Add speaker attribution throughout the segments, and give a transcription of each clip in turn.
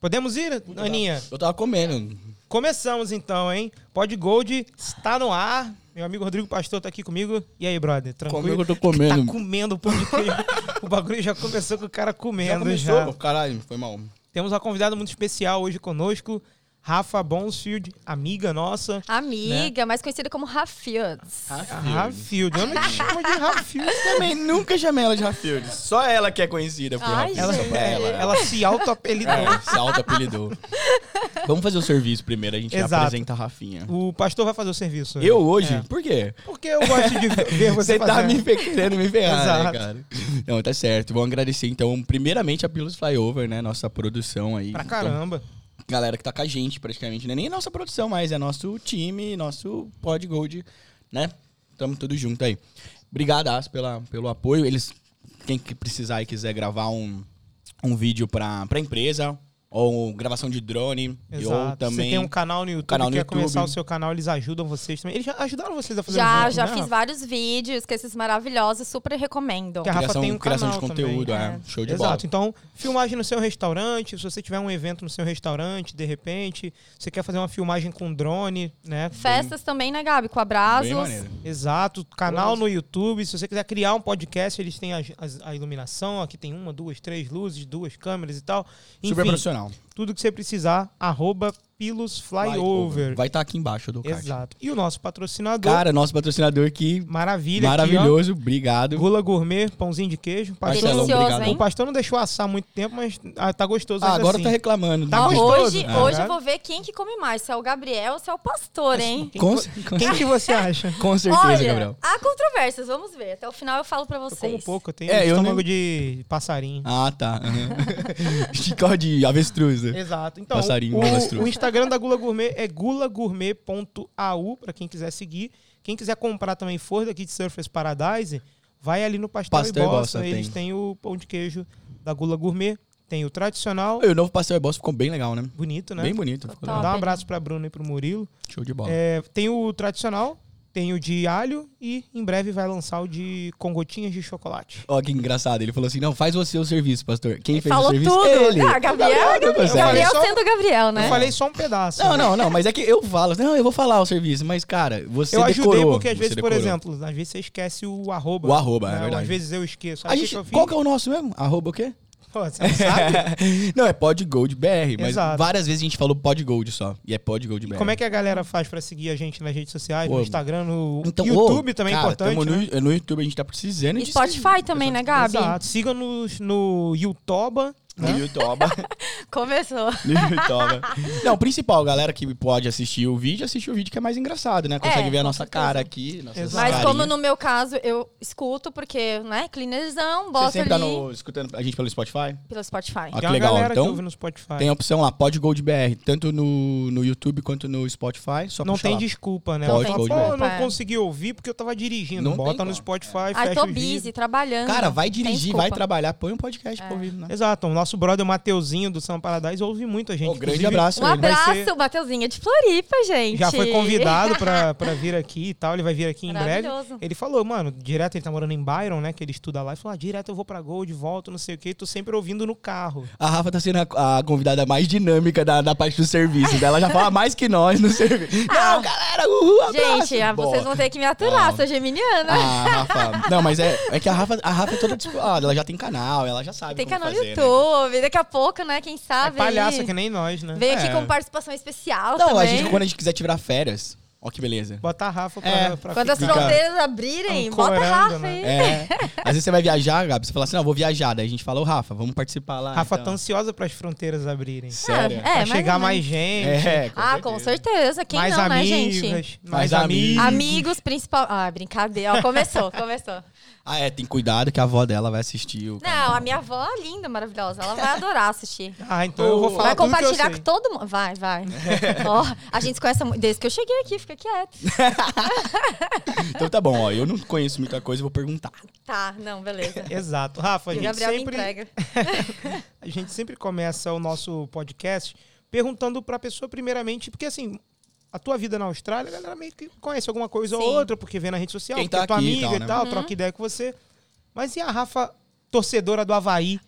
Speaker 1: Podemos ir, Aninha?
Speaker 2: Eu tava comendo.
Speaker 1: Começamos então, hein? Pod Gold está no ar. Meu amigo Rodrigo Pastor tá aqui comigo. E aí, brother? Tranquilo?
Speaker 2: Comigo eu tô comendo.
Speaker 1: Tá comendo o pão de queijo. o bagulho já começou com o cara
Speaker 2: Já
Speaker 1: comendo
Speaker 2: começou?
Speaker 1: já.
Speaker 2: Caralho, foi mal.
Speaker 1: Temos uma convidada muito especial hoje conosco, Rafa Bonsfield, amiga nossa. Né?
Speaker 3: Amiga, mais conhecida como Rafields.
Speaker 1: Ah, Rafield. Eu não te chamo de Rafield.
Speaker 2: Também nunca chamei ela de Rafield. Só ela que é conhecida por
Speaker 3: Ai,
Speaker 2: Rafield.
Speaker 1: Ela,
Speaker 3: gente.
Speaker 2: É, ela,
Speaker 1: ela se auto-apelidou.
Speaker 2: É, se auto-apelidou. Vamos fazer o serviço primeiro, a gente
Speaker 1: Exato.
Speaker 2: apresenta a Rafinha.
Speaker 1: O pastor vai fazer o serviço.
Speaker 2: Eu hoje?
Speaker 1: É.
Speaker 2: Por quê?
Speaker 1: Porque eu gosto de ver você,
Speaker 2: Você tá
Speaker 1: fazendo.
Speaker 2: me fe- querendo me ferrar, né,
Speaker 1: um- Exato.
Speaker 2: cara? Não, tá certo. Vamos agradecer, então, primeiramente a Pilos Flyover, né? Nossa produção aí.
Speaker 1: Pra
Speaker 2: Então,
Speaker 1: caramba.
Speaker 2: galera que tá com a gente, praticamente. Não é nem nossa produção, mas é nosso time, nosso Pod Gold, né? Tamo tudo junto aí. Obrigado, As, pela, pelo apoio. Eles, quem que precisar e quiser gravar um, um vídeo pra, pra empresa, ou gravação de drone, ou
Speaker 1: Exato. Você
Speaker 2: também...
Speaker 1: tem um canal no YouTube,
Speaker 2: Canal no
Speaker 1: quer
Speaker 2: YouTube.
Speaker 1: começar o seu canal, eles ajudam vocês também. Eles já ajudaram vocês a fazer um
Speaker 3: Já,
Speaker 1: jogo,
Speaker 3: já
Speaker 1: né,
Speaker 3: fiz
Speaker 1: Rafa?
Speaker 3: vários vídeos com esses maravilhosos, super recomendo.
Speaker 1: Que a Rafa
Speaker 2: Criação,
Speaker 1: tem um
Speaker 2: criação de
Speaker 1: canal né?
Speaker 2: conteúdo,
Speaker 3: também.
Speaker 2: é. Show de bola.
Speaker 1: Exato. Então, filmagem no seu restaurante, se você tiver um evento no seu restaurante, de repente, você quer fazer uma filmagem com drone, né?
Speaker 3: Festas também, né, Gabi? Com
Speaker 2: Bem
Speaker 3: abraços.
Speaker 2: maneiro.
Speaker 1: Exato, canal no YouTube. Se você quiser criar um podcast, eles têm as- as- a, iluminação. Aqui tem uma, duas, três luzes, duas câmeras e tal.
Speaker 2: Super
Speaker 1: Enfim,
Speaker 2: profissional.
Speaker 1: tudo que você precisar, arroba Pilos Flyover.
Speaker 2: Vai estar aqui embaixo do card.
Speaker 1: Exato. E o nosso patrocinador,
Speaker 2: Cara, nosso patrocinador aqui,
Speaker 1: maravilha. Aqui,
Speaker 2: maravilhoso. obrigado.
Speaker 1: ó, Gula Gourmet, pãozinho de queijo. Pastor,
Speaker 2: Marcelão,
Speaker 3: Delicioso,
Speaker 2: obrigado.
Speaker 3: hein?
Speaker 1: o pastor não deixou assar muito tempo, mas ah, tá gostoso
Speaker 2: Ah,
Speaker 1: ainda
Speaker 2: agora
Speaker 1: assim.
Speaker 2: tá reclamando.
Speaker 1: Tá
Speaker 3: Ó,
Speaker 2: Né?
Speaker 1: gostoso,
Speaker 3: hoje,
Speaker 1: né?
Speaker 3: hoje
Speaker 1: É.
Speaker 3: eu vou ver quem que come mais, se é o Gabriel ou se é o pastor, hein?
Speaker 2: Com, com-
Speaker 1: Quem que você acha?
Speaker 2: com certeza,
Speaker 3: Olha,
Speaker 2: Gabriel.
Speaker 3: há controvérsias, vamos ver. Até o final eu falo pra
Speaker 1: Eu
Speaker 3: vocês.
Speaker 1: como pouco, eu tenho
Speaker 2: É, eu
Speaker 1: estômago de passarinho.
Speaker 2: Ah, tá. Uhum. Chicó de avestruz. né?
Speaker 1: Exato. Então,
Speaker 2: Passarinho
Speaker 1: o,
Speaker 2: malastruz.
Speaker 1: o Instagram da Gula Gourmet é gulagourmet.au, pra quem quiser seguir. Quem quiser comprar também for daqui de Surface Paradise, vai ali no Pastel,
Speaker 2: Pastel é
Speaker 1: e
Speaker 2: e
Speaker 1: Bossa.
Speaker 2: Bossa,
Speaker 1: Eles têm o pão de queijo da Gula Gourmet, tem o tradicional,
Speaker 2: E o novo pastel e boss ficou bem legal, né?
Speaker 1: bonito, né?
Speaker 2: Bem bonito. Ficou
Speaker 3: Total.
Speaker 2: legal.
Speaker 1: Dá um abraço pra Bruno e pro Murilo.
Speaker 2: Show de bola.
Speaker 1: É, tem o tradicional, tem o de alho e em breve vai lançar o de com gotinhas de chocolate.
Speaker 2: Ó, que engraçado. Ele falou assim: não, faz você o serviço, pastor. Quem fez o
Speaker 3: Falou
Speaker 2: serviço?
Speaker 3: tudo.
Speaker 2: Ele.
Speaker 3: Ah, Gabriel,
Speaker 2: Gabriel,
Speaker 3: Gabriel,
Speaker 2: eu
Speaker 1: falei
Speaker 3: Gabriel
Speaker 1: só-
Speaker 3: sendo Gabriel, né?
Speaker 1: Eu falei só um pedaço.
Speaker 2: Não,
Speaker 1: né?
Speaker 2: não, não. Mas é que eu falo. Não, eu vou falar o serviço. Mas, cara, você
Speaker 1: eu
Speaker 2: decorou.
Speaker 1: ajudei porque às
Speaker 2: você
Speaker 1: vezes, por
Speaker 2: decorou.
Speaker 1: exemplo, às vezes você esquece o arroba.
Speaker 2: O arroba, é
Speaker 1: Ou
Speaker 2: verdade.
Speaker 1: Às vezes eu esqueço. Aí
Speaker 2: A
Speaker 1: o que
Speaker 2: gente,
Speaker 1: que eu fiz?
Speaker 2: qual que é o nosso mesmo? Arroba o quê?
Speaker 1: Pô, você não sabe?
Speaker 2: não, é Pod Gold BR. Mas
Speaker 1: Exato.
Speaker 2: várias vezes a gente falou Pod Gold só. E é Pod Gold BR.
Speaker 1: Como é que a galera faz pra seguir a gente nas redes sociais,
Speaker 2: Pô,
Speaker 1: no Instagram, no
Speaker 2: Então,
Speaker 1: YouTube
Speaker 2: ô,
Speaker 1: também é
Speaker 2: cara,
Speaker 1: importante.
Speaker 2: tamo
Speaker 1: né?
Speaker 2: no, no YouTube a gente tá precisando
Speaker 3: E
Speaker 2: de
Speaker 3: Spotify também, né, Gabi?
Speaker 1: Exato. Siga-nos no Youtoba.
Speaker 3: né?
Speaker 2: No YouTube.
Speaker 3: Começou.
Speaker 2: No YouTube. Não, o principal, galera que pode assistir o vídeo, assiste o vídeo que é mais engraçado, né? Consegue
Speaker 3: É,
Speaker 2: ver a
Speaker 3: com
Speaker 2: nossa
Speaker 3: certeza.
Speaker 2: cara aqui. Nossas
Speaker 1: Exato.
Speaker 3: Mas como
Speaker 2: carinhas.
Speaker 3: no meu caso, eu escuto, porque, né, cleanerzão,
Speaker 2: Você
Speaker 3: boto ali
Speaker 2: sempre tá no- escutando a gente pelo Spotify?
Speaker 3: pelo Spotify.
Speaker 2: Ah,
Speaker 1: Tem
Speaker 2: que
Speaker 1: uma
Speaker 2: legal.
Speaker 1: galera
Speaker 2: Então,
Speaker 1: que ouve no Spotify.
Speaker 2: Tem a opção lá, Pod Gold BR, tanto no, no YouTube quanto no Spotify. Só
Speaker 1: não
Speaker 2: puxa
Speaker 1: tem
Speaker 2: lá.
Speaker 1: desculpa, né?
Speaker 2: Pode,
Speaker 1: Fala,
Speaker 2: pode,
Speaker 1: Pô,
Speaker 2: pode.
Speaker 1: eu não
Speaker 3: É.
Speaker 1: consegui ouvir porque eu tava dirigindo.
Speaker 2: Não tem
Speaker 1: Bota
Speaker 2: como.
Speaker 1: no Spotify,
Speaker 3: Ai,
Speaker 1: fecha
Speaker 3: tô
Speaker 1: os vídeos.
Speaker 3: busy, trabalhando.
Speaker 2: Cara, vai
Speaker 3: Tem
Speaker 2: dirigir,
Speaker 3: desculpa. É.
Speaker 2: vai trabalhar, põe um podcast pro ouvir, né?
Speaker 1: Exato. O nosso brother Mateuzinho do São Paradise ouve muito a gente.
Speaker 2: Ô, grande
Speaker 1: Inclusive,
Speaker 2: abraço
Speaker 3: Um
Speaker 2: a ele.
Speaker 1: vai
Speaker 3: abraço,
Speaker 1: ser-
Speaker 3: Mateuzinho de Floripa, gente.
Speaker 1: Já foi convidado pra, pra vir aqui e tal. Ele vai vir aqui em breve.
Speaker 3: Maravilhoso.
Speaker 1: Ele falou, mano, direto ele tá morando em Byron, né? Que ele estuda lá. Ele falou, ah, direto eu vou pra Gold, volto, não sei o quê. e Tô sempre ouvindo no carro.
Speaker 2: A Rafa tá sendo a, a convidada mais dinâmica da, da parte do serviço. dela. Ela já fala mais que nós no serviço. Não, galera, uhul, abraço.
Speaker 3: Ah. Gente, ah,
Speaker 2: Boa.
Speaker 3: vocês vão ter que me aturar,
Speaker 2: Não.
Speaker 3: sou geminiana.
Speaker 2: Ah, Rafa. Não, mas é, é que a Rafa, a Rafa é toda dispoada. Ela já tem canal, ela já
Speaker 1: Ah,
Speaker 2: sabe.
Speaker 3: Tem
Speaker 2: como
Speaker 3: canal no
Speaker 2: fazer, né?
Speaker 3: YouTube, daqui a pouco, né, quem
Speaker 1: É
Speaker 3: sabe.
Speaker 1: palhaça
Speaker 3: aí.
Speaker 1: que nem nós, né?
Speaker 3: Veio
Speaker 2: É.
Speaker 3: aqui com participação especial
Speaker 2: Não, a
Speaker 3: também.
Speaker 2: gente, quando a gente quiser tirar férias, ó que beleza.
Speaker 1: Botar a Rafa pra,
Speaker 2: É.
Speaker 1: pra
Speaker 3: Quando as
Speaker 1: ficar.
Speaker 3: fronteiras abrirem, bota
Speaker 1: Ancorando,
Speaker 3: Rafa
Speaker 1: né?
Speaker 3: aí.
Speaker 2: É. Às vezes você vai viajar, Gabi, você fala assim, não, eu vou viajar. Daí a gente fala, ô Rafa, vamos participar lá.
Speaker 1: Rafa tá
Speaker 2: então.
Speaker 1: ansiosa pras fronteiras abrirem.
Speaker 2: Sério?
Speaker 3: Ah,
Speaker 1: pra
Speaker 3: é, mais
Speaker 1: chegar
Speaker 3: ou menos.
Speaker 1: mais gente,
Speaker 2: É,
Speaker 3: Ah, com certeza. Quem
Speaker 1: mais
Speaker 3: não, né,
Speaker 1: amigas,
Speaker 3: gente?
Speaker 1: mais
Speaker 2: Mais amigos.
Speaker 1: amigos.
Speaker 3: Amigos, principal. Ah, brincadeira. Ó, começou, começou.
Speaker 2: Ah, é, tem cuidado que a avó dela vai assistir o...
Speaker 3: Não, a minha avó é linda, maravilhosa. Ela vai adorar assistir.
Speaker 1: Ah, então eu vou falar
Speaker 3: vai
Speaker 1: tudo que eu
Speaker 3: compartilhar
Speaker 1: sei.
Speaker 3: com todo mundo. Vai, vai. Ó, a gente se conhece muito. Desde que eu cheguei aqui, fica quieto.
Speaker 2: Então tá bom, ó, eu não conheço muita coisa, eu vou perguntar.
Speaker 3: Tá, não, beleza.
Speaker 1: Exato. Rafa, a
Speaker 3: E o
Speaker 1: gente,
Speaker 3: Gabriel me
Speaker 1: sempre,
Speaker 3: entrega.
Speaker 1: a gente sempre começa o nosso podcast perguntando pra pessoa primeiramente, porque assim, a tua vida na Austrália, a galera meio que conhece alguma coisa ou
Speaker 3: Sim.
Speaker 1: outra, porque vê na rede social,
Speaker 2: Quem
Speaker 1: porque
Speaker 2: tá
Speaker 1: é tua
Speaker 2: aqui e
Speaker 1: amiga
Speaker 2: tal,
Speaker 1: e
Speaker 2: né?
Speaker 1: tal, troca ideia com você. Mas e a Rafa, torcedora do Havaí?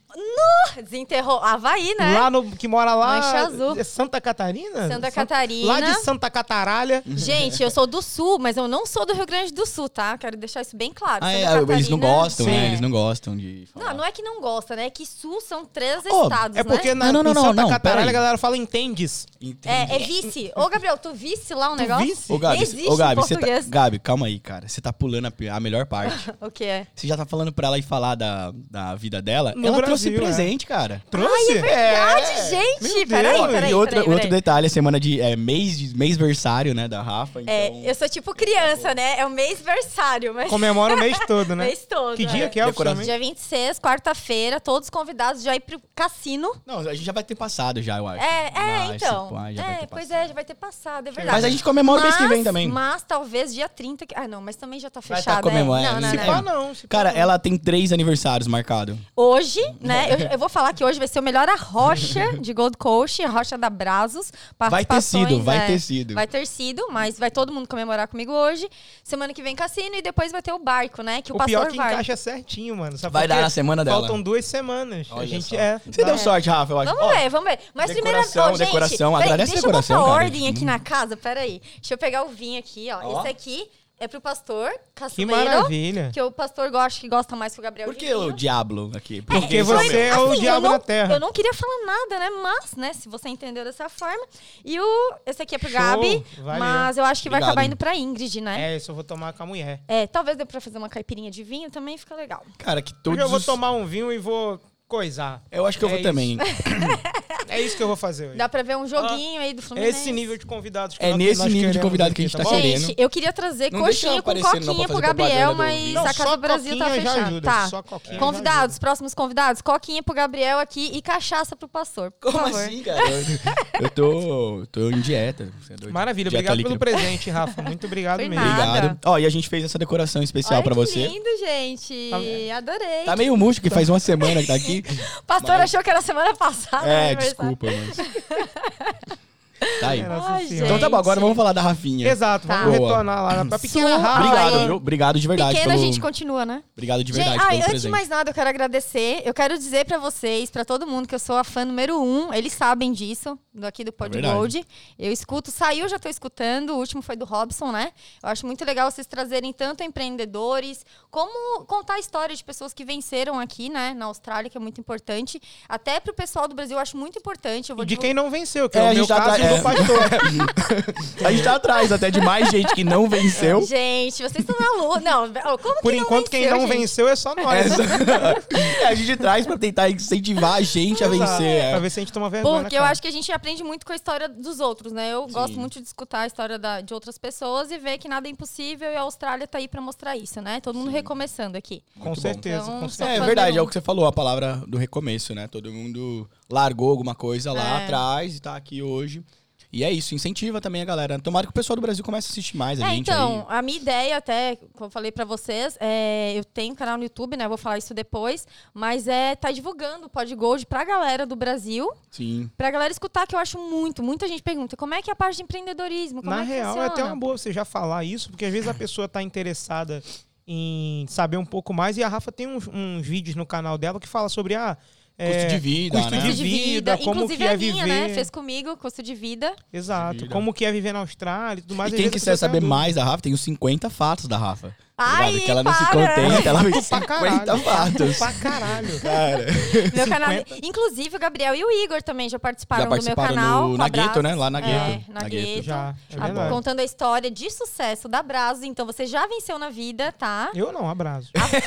Speaker 3: Desenterrou. Havaí, né?
Speaker 1: Lá no que mora lá.
Speaker 3: Mancha Azul.
Speaker 1: É Santa Catarina?
Speaker 3: Santa
Speaker 1: San-
Speaker 3: Catarina.
Speaker 1: Lá de Santa Cataralha.
Speaker 3: Gente, eu sou do Sul, mas eu não sou do Rio Grande do Sul, tá? Quero deixar isso bem claro.
Speaker 2: Ah,
Speaker 3: Santa
Speaker 2: é,
Speaker 3: Catarina-
Speaker 2: eles não gostam, né?
Speaker 3: É.
Speaker 2: Eles não gostam de. falar.
Speaker 3: Não, não é que não gosta, né? É que Sul são três
Speaker 2: Ó,
Speaker 3: estados,
Speaker 1: É porque
Speaker 3: né?
Speaker 1: na,
Speaker 2: Não, não,
Speaker 1: em
Speaker 2: não,
Speaker 1: Santa
Speaker 2: não,
Speaker 1: Cataralha
Speaker 2: peraí.
Speaker 1: a galera fala entendes.
Speaker 2: Entendi.
Speaker 3: É, é vice. Ô, Gabriel, tu visse lá um negócio?
Speaker 1: vice?
Speaker 2: Ô, Gabi,
Speaker 3: Existe
Speaker 2: ô, Gabi,
Speaker 3: em
Speaker 2: você tá,
Speaker 3: português.
Speaker 2: Gabi, calma aí, cara. Você tá pulando a, pi- a melhor parte.
Speaker 3: O que é?
Speaker 2: Você já tá falando pra ela ir falar da, da vida dela.
Speaker 1: No
Speaker 2: ela
Speaker 1: Brasil,
Speaker 2: trouxe
Speaker 1: é.
Speaker 2: presente, cara.
Speaker 1: Trouxe?
Speaker 3: é Verdade,
Speaker 1: assim? Meu Deus.
Speaker 3: gente! Peraí, peraí, peraí.
Speaker 2: e outra,
Speaker 3: peraí.
Speaker 2: outro detalhe, é semana de é, mês de mêsversário, né, da Rafa. Então,
Speaker 3: É, eu sou tipo criança, né? É o mês versário, mas
Speaker 1: É, Comemora o mês todo, né?
Speaker 3: mês todo.
Speaker 1: Que dia
Speaker 3: é.
Speaker 1: que é
Speaker 2: Decoração.
Speaker 1: oficialmente?
Speaker 3: Dia 26, quarta-feira, todos convidados já ir pro cassino.
Speaker 2: Não, a gente já vai ter passado já, eu acho.
Speaker 3: É, é,
Speaker 2: Ah,
Speaker 3: então.
Speaker 2: esse- ah, já vai
Speaker 3: é,
Speaker 2: ter
Speaker 3: pois
Speaker 2: passado.
Speaker 3: é, já vai ter passado, é verdade.
Speaker 2: Mas a gente comemora o mês que
Speaker 3: Mas-
Speaker 2: vem também.
Speaker 3: Mas talvez dia 30. que- Ah, não, mas também já tá
Speaker 2: Vai tá
Speaker 3: fechado. né?
Speaker 2: comemorando,
Speaker 3: Não, não,
Speaker 2: né?
Speaker 1: Se
Speaker 3: não.
Speaker 1: pá, Ah, não. se pá,
Speaker 2: Cara,
Speaker 1: não.
Speaker 2: ela tem três aniversários marcados.
Speaker 3: Hoje, né? Eu, eu vou falar que hoje vai ser o melhor a rocha de Gold Coast, a rocha da Brazos.
Speaker 2: Vai ter sido,
Speaker 3: participações,
Speaker 2: vai
Speaker 3: é,
Speaker 2: ter sido.
Speaker 3: Vai ter sido, mas vai todo mundo comemorar comigo hoje. Semana que vem cassino e depois vai ter o barco, né? Que o,
Speaker 1: O
Speaker 3: pastor
Speaker 1: pior é que
Speaker 3: vai.
Speaker 1: encaixa certinho, mano. Sabe
Speaker 2: Vai
Speaker 1: por quê?
Speaker 2: dar na semana dela.
Speaker 1: Faltam duas semanas.
Speaker 2: Olha
Speaker 1: a gente
Speaker 2: só.
Speaker 1: é.
Speaker 2: Você
Speaker 1: dá-
Speaker 2: deu sorte, Rafa, eu acho.
Speaker 3: Vamos
Speaker 2: Ó,
Speaker 3: ver, vamos ver. Mas primeiro,
Speaker 2: decoração,
Speaker 3: ó, gente,
Speaker 2: decoração,
Speaker 3: peraí,
Speaker 2: agradece a
Speaker 3: deixa
Speaker 2: decoração,
Speaker 3: eu botar
Speaker 2: cara.
Speaker 3: ordem aqui na casa, peraí. Deixa eu pegar o vinho aqui, ó.
Speaker 2: Ó.
Speaker 3: Esse aqui é pro pastor
Speaker 1: Que
Speaker 3: caçuleiro,
Speaker 1: maravilha.
Speaker 3: que o pastor gosta que gosta mais que o Gabriel.
Speaker 2: Por
Speaker 3: de
Speaker 2: que
Speaker 3: vinho.
Speaker 2: o diabo aqui?
Speaker 1: Porque
Speaker 2: isso
Speaker 1: você
Speaker 2: mesmo.
Speaker 1: é o
Speaker 3: Assim,
Speaker 1: diabo
Speaker 3: eu não,
Speaker 1: na terra.
Speaker 3: Eu não queria falar nada, né? Mas, né, se você entendeu dessa forma. E o esse aqui é pro
Speaker 1: Show,
Speaker 3: Gabi,
Speaker 1: valeu.
Speaker 3: mas eu acho que vai
Speaker 2: Obrigado.
Speaker 3: acabar indo pra Ingrid, né?
Speaker 1: É, isso eu vou tomar com a mulher.
Speaker 3: É, talvez dê pra fazer uma caipirinha de vinho também, fica legal.
Speaker 2: Cara, que
Speaker 1: Hoje
Speaker 2: todos
Speaker 1: eu vou
Speaker 2: os-
Speaker 1: tomar um vinho e vou coisar.
Speaker 2: Eu acho que eu
Speaker 1: É
Speaker 2: vou
Speaker 1: isso.
Speaker 2: também.
Speaker 1: É isso que eu vou fazer hoje.
Speaker 3: Dá né? pra ver um joguinho aí do
Speaker 1: É
Speaker 3: Fluminense.
Speaker 1: esse nível de convidados que
Speaker 2: É
Speaker 1: nós-
Speaker 2: nesse
Speaker 1: nós
Speaker 2: nível de
Speaker 1: queremos
Speaker 2: convidado que a
Speaker 1: aqui,
Speaker 2: gente tá
Speaker 1: bom?
Speaker 2: querendo.
Speaker 3: Gente, eu queria trazer
Speaker 2: Não deixa
Speaker 3: coxinha com
Speaker 2: aparecendo, não,
Speaker 3: coquinha
Speaker 2: pra
Speaker 3: pro
Speaker 2: fazer propaganda
Speaker 3: Gabriel,
Speaker 2: do
Speaker 3: mas
Speaker 2: vinho.
Speaker 1: Não,
Speaker 3: a
Speaker 1: só
Speaker 3: Casa do Brasil tá
Speaker 1: coquinha já
Speaker 3: fechada.
Speaker 1: ajuda,
Speaker 3: Tá.
Speaker 1: só coquinha já
Speaker 3: Convidados, próximos convidados, coquinha pro Gabriel aqui e cachaça pro pastor. Por
Speaker 2: Como
Speaker 3: favor.
Speaker 2: assim, cara? Eu- Eu tô, tô em dieta. Você é doido?
Speaker 1: Maravilha,
Speaker 2: Dieta
Speaker 1: obrigado pelo
Speaker 2: líquida.
Speaker 1: presente, Rafa. Muito obrigado
Speaker 3: Foi
Speaker 1: mesmo.
Speaker 3: nada.
Speaker 2: Obrigado. Ó, e a gente fez essa decoração especial
Speaker 3: Olha
Speaker 2: pra
Speaker 3: que
Speaker 2: você.
Speaker 3: lindo, gente. Adorei.
Speaker 2: Tá meio murcho, que faz uma semana que tá aqui.
Speaker 3: Pastor
Speaker 2: Mas-
Speaker 3: achou que era semana passada. o
Speaker 2: é,
Speaker 3: aniversário.
Speaker 2: desculpa, mas... Tá aí.
Speaker 1: Nossa
Speaker 3: Ai,
Speaker 1: Senhora.
Speaker 3: gente.
Speaker 2: Então tá bom, agora vamos falar da Rafinha.
Speaker 1: Exato,
Speaker 3: Tá.
Speaker 1: vamos
Speaker 2: Boa.
Speaker 1: retornar lá pra pequena
Speaker 3: Sua-
Speaker 1: Rafa.
Speaker 2: Obrigado,
Speaker 3: Ai,
Speaker 2: viu? Obrigado de verdade
Speaker 3: Pequena,
Speaker 2: pelo...
Speaker 3: a gente continua, né?
Speaker 2: Obrigado de
Speaker 3: Gente,
Speaker 2: verdade
Speaker 3: ai,
Speaker 1: um
Speaker 2: pelo
Speaker 3: antes de
Speaker 2: presente.
Speaker 3: mais nada, eu quero agradecer. Eu quero dizer pra vocês, pra todo mundo, que eu sou a fã número um. Eles sabem disso, do
Speaker 1: É
Speaker 3: aqui do Pod
Speaker 2: verdade.
Speaker 3: Gold. Eu escuto, saiu, já tô escutando. O último foi do Robson, né? Eu acho muito legal vocês trazerem tanto empreendedores, como contar a história de pessoas que venceram aqui, né? Na Austrália, que é muito importante. Até pro pessoal do Brasil, eu acho muito importante. Eu vou
Speaker 1: E de
Speaker 3: divulgar-
Speaker 1: quem não venceu, que
Speaker 2: É,
Speaker 1: é,
Speaker 2: a
Speaker 1: o meu
Speaker 2: gente tá
Speaker 1: caso e
Speaker 2: atrás-
Speaker 1: do pastor.
Speaker 2: A gente tá atrás até de mais gente que não venceu.
Speaker 3: Gente, vocês estão na lua. Não, como que
Speaker 1: Por
Speaker 3: não
Speaker 1: enquanto, quem
Speaker 3: venceu,
Speaker 1: não
Speaker 3: gente?
Speaker 1: venceu é só nós.
Speaker 2: Essa- É, a gente traz pra tentar incentivar a gente a
Speaker 1: Exato.
Speaker 2: vencer. é.
Speaker 1: Pra ver se a gente toma vergonha.
Speaker 3: Porque eu acho que a gente aprende muito com a história dos outros, né? Eu gosto muito de escutar a história da- de outras pessoas e ver que nada é impossível e a Austrália tá aí pra mostrar isso, né? Todo mundo recomeçando aqui.
Speaker 1: Com
Speaker 2: Muito bom.
Speaker 1: certeza,
Speaker 3: Então,
Speaker 1: com
Speaker 3: só-
Speaker 1: certeza.
Speaker 2: É
Speaker 3: Fazer
Speaker 2: verdade,
Speaker 3: um-
Speaker 2: é o que você falou, a palavra do recomeço, né? Todo mundo largou alguma coisa lá
Speaker 3: É.
Speaker 2: atrás e tá aqui hoje. E é isso, incentiva também a galera. Tomara que o pessoal do Brasil comece a assistir mais a
Speaker 3: É,
Speaker 2: gente
Speaker 3: então, a minha ideia até, como eu falei pra vocês, é, eu tenho um canal no YouTube, né? Eu Vou falar isso depois, mas é tá divulgando o Pod Gold pra galera do Brasil,
Speaker 2: aí. Sim.
Speaker 3: pra galera escutar, que eu acho muito, muita gente pergunta, como é que é a parte de empreendedorismo? Como
Speaker 1: Na
Speaker 3: é que
Speaker 1: real, é
Speaker 3: funciona?
Speaker 1: até uma boa você já falar isso, porque às vezes a pessoa tá interessada em saber um pouco mais. E a Rafa tem uns, uns vídeos no canal dela que fala sobre ah, é, a.
Speaker 2: Custo de vida,
Speaker 1: custo
Speaker 2: né?
Speaker 1: de
Speaker 3: Custo é, de vida,
Speaker 1: vida, como
Speaker 3: inclusive
Speaker 1: que é
Speaker 3: a minha,
Speaker 1: viver.
Speaker 3: né? Fez comigo, custo de vida.
Speaker 1: Exato.
Speaker 2: vida.
Speaker 1: Como que é viver na Austrália e tudo mais.
Speaker 2: e
Speaker 1: às
Speaker 2: quem
Speaker 1: vezes a
Speaker 2: quiser
Speaker 1: pessoa tem
Speaker 2: saber
Speaker 1: dúvida.
Speaker 2: mais da Rafa, tem os 50 fatos da Rafa. tá
Speaker 3: tá Ai,
Speaker 2: ligado? que ela não se
Speaker 3: para!
Speaker 2: contenta, ela fez
Speaker 1: Pra
Speaker 2: 50
Speaker 1: caralho.
Speaker 2: fatos.
Speaker 1: Pra caralho.
Speaker 2: Cara,
Speaker 3: Meu canal. Inclusive, o Gabriel e o Igor também já participaram,
Speaker 2: já
Speaker 3: do
Speaker 2: participaram
Speaker 3: meu canal.
Speaker 2: no,
Speaker 3: com
Speaker 2: na
Speaker 3: a
Speaker 2: Gueto,
Speaker 3: Brazos.
Speaker 2: né? Lá na Gueto.
Speaker 3: É, na
Speaker 2: Na Gueto.
Speaker 3: Gueto.
Speaker 1: Já. É
Speaker 3: Ah,
Speaker 1: verdade.
Speaker 3: contando a história de sucesso da Brazo. Então, você já venceu na vida, tá?
Speaker 1: Eu não, abraço.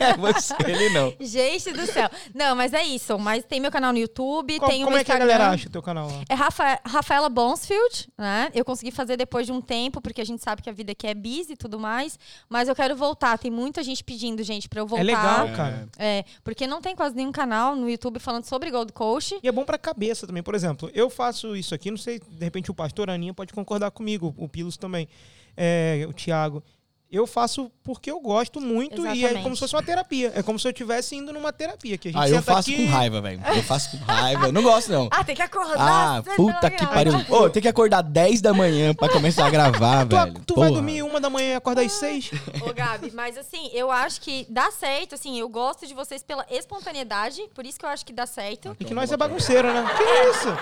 Speaker 2: É, você, ele não.
Speaker 3: Gente do céu. Não, mas é isso. Mas tem meu canal no YouTube,
Speaker 1: Co-
Speaker 3: tem o
Speaker 1: como
Speaker 3: meu
Speaker 1: é que a
Speaker 3: Instagram.
Speaker 1: galera acha o teu canal lá?
Speaker 3: É Rafa, Rafaela Bonsfield, né? Eu consegui fazer depois de um tempo, porque a gente sabe que a vida aqui é busy e tudo mais. Mas eu quero voltar. Tem muita gente pedindo, gente, pra eu voltar.
Speaker 1: É legal, cara.
Speaker 3: É, porque não tem quase nenhum canal no YouTube falando sobre Gold Coast.
Speaker 1: E é bom pra cabeça também. Por exemplo, eu faço isso aqui, não sei, de repente eh, o pastor Aninha pode concordar comigo, o Pilos também, é, o Thiago. Eu faço porque eu gosto muito e é
Speaker 3: Exatamente.
Speaker 1: como se fosse uma terapia. É como se eu estivesse indo numa terapia. Que a gente
Speaker 2: Ah, eu
Speaker 1: senta
Speaker 2: faço
Speaker 1: aqui.
Speaker 2: com raiva, velho. Eu faço com raiva. Eu não gosto, não.
Speaker 3: Ah, tem que acordar.
Speaker 2: Ah,
Speaker 3: cedo
Speaker 2: puta
Speaker 3: pela
Speaker 2: que
Speaker 3: manhã.
Speaker 2: pariu. Ô, tem que acordar 10 da manhã pra começar a gravar,
Speaker 1: Tu,
Speaker 2: velho.
Speaker 1: tu vai
Speaker 2: Porra.
Speaker 1: dormir uma da manhã e acorda às seis?
Speaker 3: Ô, Gabi, mas assim, eu acho que dá certo, assim, eu gosto de vocês pela espontaneidade, por isso que eu acho que dá certo.
Speaker 1: E que nós é bagunceiro, né? Que isso?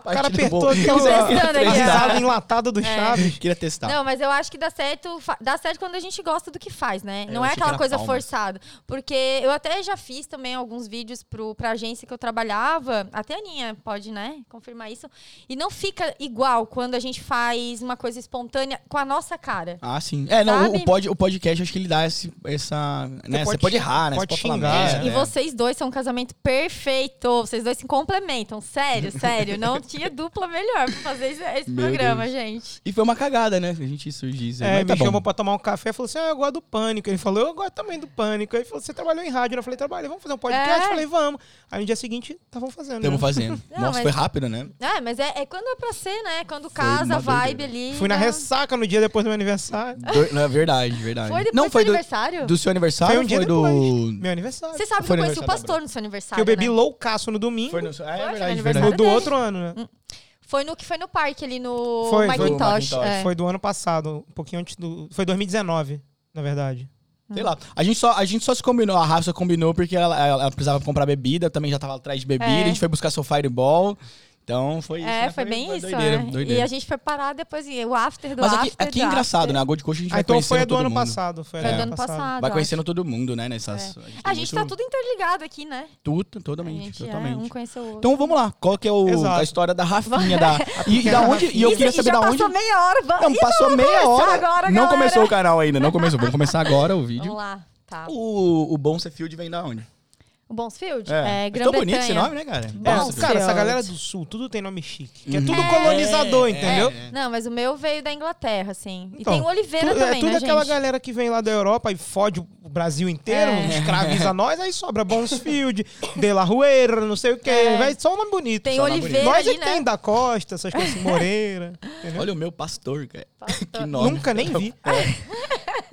Speaker 1: O cara
Speaker 2: Partido
Speaker 1: apertou
Speaker 2: bom.
Speaker 1: aquela
Speaker 3: Testando aqui, ó. É.
Speaker 1: risada enlatada do Chaves.
Speaker 2: Queria testar.
Speaker 3: ó. Não, mas eu acho que dá certo, fa- dá certo quando a gente gosta do que faz, né?
Speaker 2: É, eu
Speaker 3: Não
Speaker 2: achei
Speaker 3: é
Speaker 2: que
Speaker 3: aquela
Speaker 2: era
Speaker 3: coisa
Speaker 2: palmas.
Speaker 3: forçada. Porque eu até já fiz também alguns vídeos pro, pra agência que eu trabalhava, até a Aninha pode, né, confirmar isso. E não fica igual quando a gente faz uma coisa espontânea com a nossa cara.
Speaker 2: Ah, sim. É, não, o- o,
Speaker 3: Sabe?
Speaker 2: pod, o podcast acho que ele dá esse, essa. Né? Você
Speaker 1: pode-
Speaker 2: pode, errar, né?
Speaker 1: pode
Speaker 2: você pode
Speaker 1: xingar,
Speaker 2: falar merda.
Speaker 1: É.
Speaker 3: E vocês dois são um casamento perfeito. Vocês dois se complementam. Sério, sério. Não tinha dupla melhor pra fazer esse, esse
Speaker 2: Meu
Speaker 3: programa, gente.
Speaker 2: E foi uma cagada, né? A gente surgiu.
Speaker 1: É,
Speaker 2: É,
Speaker 1: me
Speaker 2: tá
Speaker 1: chamou
Speaker 2: bom.
Speaker 1: pra tomar um café e falou assim: ah, eu gosto do pânico. Ele falou, eu gosto também do pânico. Aí ele falou: você trabalhou em rádio, né? Eu falei, trabalhei, vamos fazer um podcast?
Speaker 3: É.
Speaker 1: Eu falei, vamos. Aí no dia seguinte, estavam fazendo.
Speaker 2: Estamos
Speaker 1: né?
Speaker 2: fazendo.
Speaker 3: Não,
Speaker 2: Nossa,
Speaker 3: mas-
Speaker 2: foi rápido, né?
Speaker 3: É, mas é, é quando é pra ser, né? Quando
Speaker 2: Foi
Speaker 3: casa,
Speaker 2: uma
Speaker 3: a vibe
Speaker 2: doideira.
Speaker 3: ali.
Speaker 1: Fui na
Speaker 3: né?
Speaker 1: ressaca no dia depois do meu aniversário.
Speaker 2: Do- não, é verdade, verdade.
Speaker 3: Foi depois
Speaker 2: não,
Speaker 3: do
Speaker 2: foi do,
Speaker 3: aniversário?
Speaker 2: do seu aniversário?
Speaker 1: foi um dia depois.
Speaker 2: do.
Speaker 1: Meu aniversário.
Speaker 3: Você sabe que
Speaker 2: Foi
Speaker 3: eu
Speaker 2: no
Speaker 3: conheci o
Speaker 2: aniversário da
Speaker 3: pastor no seu
Speaker 1: Que
Speaker 3: aniversário,
Speaker 1: eu bebi
Speaker 3: né?
Speaker 1: loucaço no domingo.
Speaker 2: Foi no seu. Ah,
Speaker 3: Foi
Speaker 2: é
Speaker 3: no
Speaker 2: verdade,
Speaker 3: aniversário
Speaker 1: No
Speaker 2: verdade.
Speaker 1: do
Speaker 3: dele.
Speaker 1: outro ano, né?
Speaker 3: Foi no que foi no parque ali no
Speaker 1: Foi, foi.
Speaker 3: Macintosh.
Speaker 2: Macintosh.
Speaker 3: é.
Speaker 1: Foi do ano passado, um pouquinho antes do. Foi 2019, na verdade.
Speaker 3: É.
Speaker 2: Sei lá. A gente, só, a gente só se combinou, a Rafa só combinou porque ela, ela- ela precisava comprar bebida, eu também já tava atrás de bebida,
Speaker 3: É.
Speaker 2: a gente foi buscar seu fireball. Então foi isso.
Speaker 3: É,
Speaker 2: né?
Speaker 3: foi bem isso,
Speaker 2: doideira,
Speaker 3: né?
Speaker 2: doideira.
Speaker 3: E a gente foi parar depois, e o after do
Speaker 2: Mas
Speaker 3: after
Speaker 2: aqui, aqui é
Speaker 3: do
Speaker 2: engraçado,
Speaker 3: after.
Speaker 2: né? A Gold Coast a gente
Speaker 1: Ah,
Speaker 2: vai
Speaker 1: então
Speaker 2: conhecendo
Speaker 1: foi a do
Speaker 2: todo
Speaker 1: ano
Speaker 2: mundo.
Speaker 1: passado. Foi, a
Speaker 3: Foi do ano passado.
Speaker 2: Vai
Speaker 3: eu
Speaker 2: conhecendo todo mundo, né? Nessas, A gente,
Speaker 3: acho. A gente tá tudo interligado aqui, né?
Speaker 2: tudo...
Speaker 3: A
Speaker 2: Totalmente,
Speaker 3: gente é,
Speaker 2: totalmente.
Speaker 3: um conheceu o outro.
Speaker 2: Então vamos lá. Qual que é o,
Speaker 1: Exato.
Speaker 2: a história da Rafinha? da, e, e da onde... E eu
Speaker 3: Isso-
Speaker 2: queria
Speaker 3: e
Speaker 2: saber
Speaker 3: já
Speaker 2: da onde...
Speaker 3: passou meia hora. va-
Speaker 2: Não,
Speaker 3: Ih,
Speaker 2: passou meia
Speaker 3: começar
Speaker 2: hora.
Speaker 3: agora,
Speaker 2: não
Speaker 3: galera.
Speaker 2: começou o canal ainda, não começou. Vamos começar agora o
Speaker 3: Vamos
Speaker 2: vídeo.
Speaker 3: lá, tá.
Speaker 2: O, o Bonsfield vem da onde?
Speaker 3: O Bonsfield?
Speaker 2: É,
Speaker 3: É,
Speaker 2: é tão bonito
Speaker 3: Grã-Bretanha.
Speaker 2: esse nome, né, cara?
Speaker 1: É,
Speaker 3: Nossa,
Speaker 1: cara, essa
Speaker 3: Deus.
Speaker 1: galera do sul, tudo tem nome chique. Que é
Speaker 2: Uhum.
Speaker 1: tudo
Speaker 3: É,
Speaker 1: colonizador,
Speaker 2: é,
Speaker 1: entendeu?
Speaker 2: é.
Speaker 3: Não, mas o meu veio da Inglaterra, assim. E
Speaker 1: Então,
Speaker 3: tem o Oliveira
Speaker 1: Tu-
Speaker 3: também,
Speaker 1: é tudo
Speaker 3: né,
Speaker 1: aquela
Speaker 3: gente?
Speaker 1: galera que vem lá da Europa e fode o Brasil inteiro,
Speaker 3: É.
Speaker 1: escraviza nós, aí sobra Bonsfield, De La Rueira, não sei o quê.
Speaker 3: É.
Speaker 1: Vai só um nome bonito.
Speaker 3: Tem
Speaker 1: Só nome
Speaker 3: Oliveira
Speaker 1: bonito. Nós
Speaker 3: ali,
Speaker 1: é que
Speaker 3: né?
Speaker 1: tem da Costa, essas coisas, Moreira. entendeu?
Speaker 2: Olha o meu pastor, cara.
Speaker 3: Pastor.
Speaker 2: Que nome. É
Speaker 1: Nunca nem vi.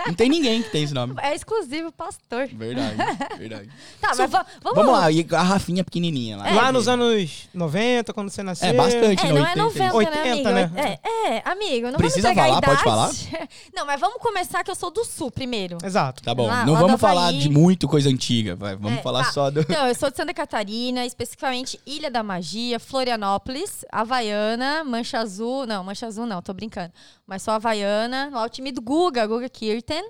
Speaker 2: Não tem ninguém que tem esse nome.
Speaker 3: É exclusivo, pastor.
Speaker 2: Verdade, verdade.
Speaker 3: Tá, mas va- vamos...
Speaker 2: Vamos lá, e a Rafinha pequenininha lá.
Speaker 1: Lá nos anos 90, quando você nasceu.
Speaker 2: É, bastante.
Speaker 3: É, não é
Speaker 2: 80,
Speaker 3: 90, né,
Speaker 1: 80,
Speaker 3: amigo?
Speaker 1: né?
Speaker 3: É, é, amigo, não
Speaker 2: Precisa
Speaker 3: vamos entregar
Speaker 2: falar?
Speaker 3: a idade. Não, mas vamos começar que eu sou do Sul primeiro.
Speaker 1: Exato.
Speaker 2: Tá bom,
Speaker 3: Lá-
Speaker 2: não
Speaker 3: lá
Speaker 2: vamos
Speaker 3: do Havaí.
Speaker 2: falar de muito coisa antiga, vai. Vamos
Speaker 3: É,
Speaker 2: falar
Speaker 3: tá.
Speaker 2: só do...
Speaker 3: Então, eu sou de Santa Catarina, especificamente Ilha da Magia, Florianópolis, Havaiana, Mancha Azul. Não, Mancha Azul não, tô brincando. Mas só Havaiana, lá o time do Guga, Guga Kirten.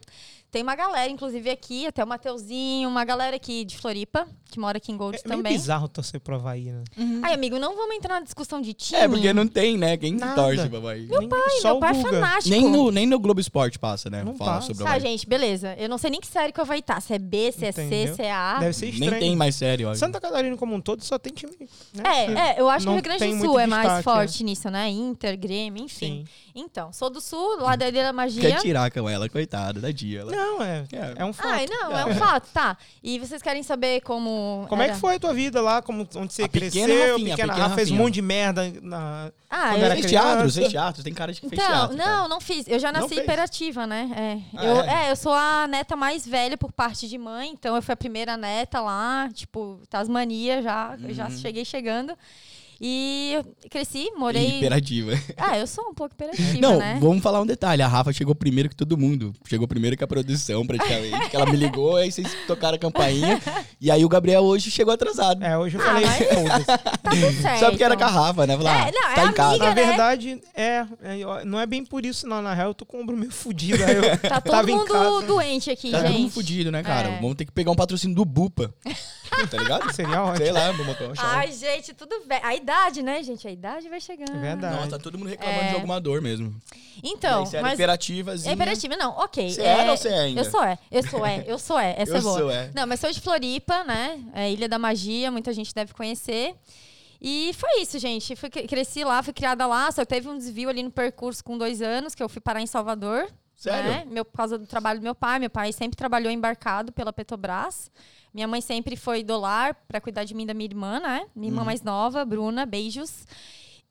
Speaker 3: Tem uma galera, inclusive, aqui, até o Mateuzinho, uma galera aqui de Floripa, que mora aqui em Gold
Speaker 1: É meio
Speaker 3: também.
Speaker 1: bizarro torcer pro Havaí, né?
Speaker 3: Ai, amigo, não vamos entrar na discussão de time.
Speaker 2: É, porque não tem, né? Quem
Speaker 1: Nada.
Speaker 2: torce, papai?
Speaker 1: Meu pai,
Speaker 3: Ai, meu pai é fanático.
Speaker 2: Nem no, nem no Globo Esporte passa, né?
Speaker 1: Não
Speaker 2: Falar
Speaker 1: passa.
Speaker 2: sobre o
Speaker 3: Tá,
Speaker 2: Havaí.
Speaker 3: gente, beleza. Eu não sei nem que série que eu vou estar. Se é B, se é
Speaker 1: Entendeu?
Speaker 3: C, se é A.
Speaker 1: Deve ser estranho.
Speaker 2: Nem tem mais sério, ó.
Speaker 1: Santa Catarina como um todo só tem time. né?
Speaker 3: É, é, eu acho que
Speaker 1: Não
Speaker 3: o Rio Grande
Speaker 1: tem
Speaker 3: do
Speaker 1: muito
Speaker 3: Sul é mais
Speaker 1: destaque,
Speaker 3: forte nisso, né? Inter, Grêmio, enfim.
Speaker 1: Sim.
Speaker 3: Então, sou do Sul, lá da Ilha da Magia.
Speaker 2: Quer tirar com ela, coitada, da dia. Ela...
Speaker 1: Não, é.
Speaker 2: É.
Speaker 1: É um fato.
Speaker 3: Ai, não, é um fato, tá. E vocês querem saber como.
Speaker 1: Como é
Speaker 3: era?
Speaker 1: que foi a tua vida lá? Como, onde você
Speaker 2: A pequena
Speaker 1: cresceu?
Speaker 2: Rafinha, a
Speaker 1: pequena,
Speaker 2: pequena
Speaker 1: Rafa fez um
Speaker 2: Rafinha.
Speaker 1: monte de merda na.
Speaker 3: Ah,
Speaker 1: Quando
Speaker 3: eu...
Speaker 1: era
Speaker 2: Fez
Speaker 1: criança.
Speaker 2: teatro, fez teatro. Tem cara de que fez
Speaker 3: Então,
Speaker 2: teatro.
Speaker 3: não,
Speaker 2: cara.
Speaker 3: não fiz. Eu já
Speaker 2: tá? Não
Speaker 3: nasci
Speaker 2: fez?
Speaker 3: hiperativa, né? É.
Speaker 2: Ah,
Speaker 3: eu,
Speaker 2: é?
Speaker 3: é, eu sou a neta mais velha por parte de mãe, então eu fui a primeira neta lá, tipo, Tasmania já, eu já cheguei chegando. E eu cresci, morei.
Speaker 2: Hiperativa.
Speaker 3: Ah, eu sou um pouco hiperativa,
Speaker 2: Não,
Speaker 3: né?
Speaker 2: vamos falar um detalhe. A Rafa chegou primeiro que todo mundo. Chegou primeiro que a produção, praticamente. que ela me ligou, aí vocês tocaram a campainha. E aí o Gabriel hoje chegou atrasado.
Speaker 1: É, hoje eu
Speaker 3: Ah,
Speaker 1: falei.
Speaker 3: mas-
Speaker 1: foda-se.
Speaker 3: Tá tudo certo.
Speaker 2: Sabe que era com a Rafa, né? Falar,
Speaker 3: É, não, é
Speaker 2: tá em casa.
Speaker 3: amiga.
Speaker 1: Na
Speaker 3: né?
Speaker 1: verdade, é, é, ó, Não é bem por isso, não. Na real, eu tô com o ombro meio fudido. Aí eu
Speaker 3: Tá todo
Speaker 1: tava em
Speaker 3: mundo
Speaker 1: casa.
Speaker 3: doente aqui,
Speaker 2: Tá todo mundo
Speaker 3: gente.
Speaker 2: fudido, né, cara?
Speaker 3: É.
Speaker 2: Vamos ter que pegar um patrocínio do Bupa. tá ligado?
Speaker 1: Seria ótimo.
Speaker 2: Sei lá, vamos botar um show.
Speaker 3: Ai, gente, tudo bem. A idade, né, gente? A idade vai chegando.
Speaker 1: É verdade.
Speaker 2: Nossa, tá todo mundo reclamando de alguma dor mesmo.
Speaker 3: É. Então,
Speaker 2: Isso era
Speaker 3: mas...
Speaker 2: hiperativazinha.
Speaker 3: É imperativo, não, ok.
Speaker 2: Você
Speaker 3: é,
Speaker 2: era ou você é ainda?
Speaker 3: Eu sou, é. Eu sou, é. Eu sou, é. Essa
Speaker 2: Eu
Speaker 3: é boa.
Speaker 2: sou, é.
Speaker 3: Não, mas sou de Floripa, né? É Ilha da Magia, muita gente deve conhecer. E foi isso, gente. Fui, cre- cresci lá, fui criada lá. Só teve um desvio ali no percurso com dois anos, que eu fui parar em Salvador.
Speaker 2: Sério?
Speaker 3: né? Meu, por causa do trabalho do meu pai. Meu pai sempre trabalhou embarcado pela Petrobras. Minha mãe sempre foi do lar pra cuidar de mim e da minha
Speaker 1: Uhum.
Speaker 3: irmã, né? Minha irmã mais nova, Bruna, beijos.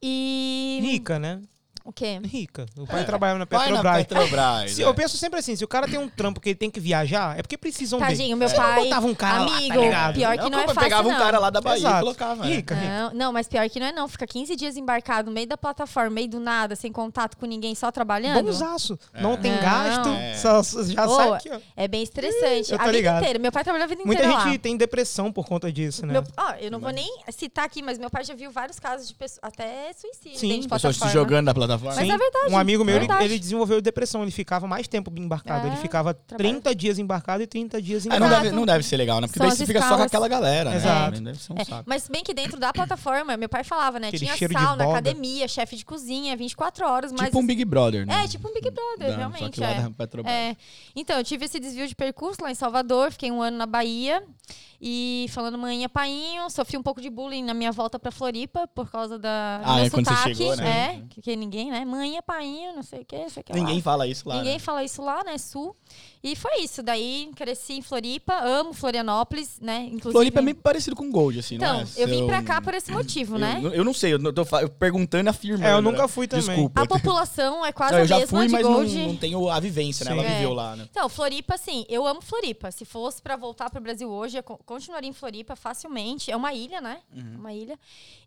Speaker 3: E.
Speaker 1: Rica, né?
Speaker 3: O quê?
Speaker 1: Rica. O pai trabalhava na
Speaker 4: Vai
Speaker 1: Petrobras.
Speaker 4: na Petrobras.
Speaker 1: Se-
Speaker 4: é.
Speaker 1: eu penso sempre assim, se o cara tem um trampo que ele tem que viajar, é porque precisam dele.
Speaker 3: Tadinho, meu
Speaker 1: Você não
Speaker 3: pai.
Speaker 1: botava um cara lá, tá
Speaker 3: amigo,
Speaker 1: ligado?
Speaker 3: pior que não é
Speaker 4: como
Speaker 3: fácil.
Speaker 4: pegava
Speaker 3: não.
Speaker 4: um cara lá da Bahia
Speaker 1: Exato.
Speaker 4: e colocava. né?
Speaker 1: Rica, rica.
Speaker 3: Não, não, mas pior que não é não. Fica 15 dias embarcado no meio da plataforma, meio do nada, sem contato com ninguém, só trabalhando.
Speaker 1: Bonzaço. Não tem
Speaker 3: Ah, Não.
Speaker 1: gasto, só- só- já
Speaker 3: Ô,
Speaker 1: sai aqui, ó.
Speaker 3: É bem estressante.
Speaker 1: Hum, Eu tô
Speaker 3: a vida
Speaker 1: ligado.
Speaker 3: inteira. Meu pai trabalhou a vida
Speaker 1: Muita
Speaker 3: inteira
Speaker 1: gente
Speaker 3: lá.
Speaker 1: tem depressão por conta disso, né?
Speaker 3: Meu- ó, eu não vou nem citar aqui, mas meu pai já viu vários casos de pessoas, até suicídio
Speaker 1: Sim,
Speaker 3: dentro de
Speaker 2: Pessoas se
Speaker 3: plataforma.
Speaker 2: jogando da plataforma.
Speaker 3: Mas é verdade.
Speaker 1: Um amigo meu,
Speaker 3: é
Speaker 1: ele,
Speaker 3: verdade.
Speaker 1: ele desenvolveu depressão. Ele ficava mais tempo embarcado.
Speaker 3: É,
Speaker 1: ele ficava
Speaker 3: trabalho. É
Speaker 1: 30 dias embarcado e 30 dias em
Speaker 2: Ah, não,
Speaker 1: casa.
Speaker 3: Exato.
Speaker 2: deve, não deve ser legal, né? Porque
Speaker 3: São
Speaker 2: daí
Speaker 3: as
Speaker 2: você fica só com
Speaker 3: escalas.
Speaker 2: aquela galera, né?
Speaker 1: Exato.
Speaker 2: Também Deve ser um
Speaker 3: É,
Speaker 2: saco.
Speaker 3: mas bem que dentro da plataforma, meu pai falava, né?
Speaker 1: Aquele
Speaker 3: tinha
Speaker 1: cheiro de
Speaker 3: sauna,
Speaker 1: boga.
Speaker 3: academia, chefe de cozinha, 24 horas, mas.
Speaker 2: Tipo um Big Brother, né?
Speaker 3: É, tipo um Big Brother,
Speaker 2: Da- Só
Speaker 3: realmente.
Speaker 2: que lá
Speaker 3: É.
Speaker 2: da Petrobras.
Speaker 3: É. Então, eu tive esse desvio de percurso lá em Salvador, fiquei um ano na Bahia. E falando manhinha painho, sofri um pouco de bullying na minha volta pra Floripa por causa da do
Speaker 2: Ah,
Speaker 3: meu
Speaker 2: é, quando você
Speaker 3: sotaque.
Speaker 2: chegou, né?
Speaker 3: É, que, que ninguém, né? Manhinha painho, não sei o que, sei o que lá.
Speaker 2: Ninguém fala isso lá.
Speaker 3: Ninguém
Speaker 2: né?
Speaker 3: fala isso lá, né? Sul. E foi isso. Daí cresci em Floripa, amo Florianópolis, né? Inclusive.
Speaker 2: Floripa é meio parecido com Gold, assim, não
Speaker 3: Então,
Speaker 2: é?
Speaker 3: eu vim
Speaker 2: Seu-
Speaker 3: pra cá por esse motivo,
Speaker 2: Eu-
Speaker 3: né?
Speaker 2: Eu, não sei, eu não- tô fa- eu perguntando e afirmando.
Speaker 1: É, eu
Speaker 2: né?
Speaker 1: nunca fui também.
Speaker 2: Desculpa.
Speaker 3: A população é quase
Speaker 2: Não, eu
Speaker 3: a
Speaker 2: já
Speaker 3: mesma
Speaker 2: fui,
Speaker 3: de
Speaker 2: mas não,
Speaker 3: Gold.
Speaker 2: não tenho a vivência, né? Ela
Speaker 3: Sim. É.
Speaker 2: viveu lá, né?
Speaker 3: Então, Floripa, assim, eu amo Floripa. Se fosse pra voltar pro Brasil hoje, eu co- continuaria em Floripa facilmente. É uma ilha, né?
Speaker 2: Uhum.
Speaker 3: Uma ilha.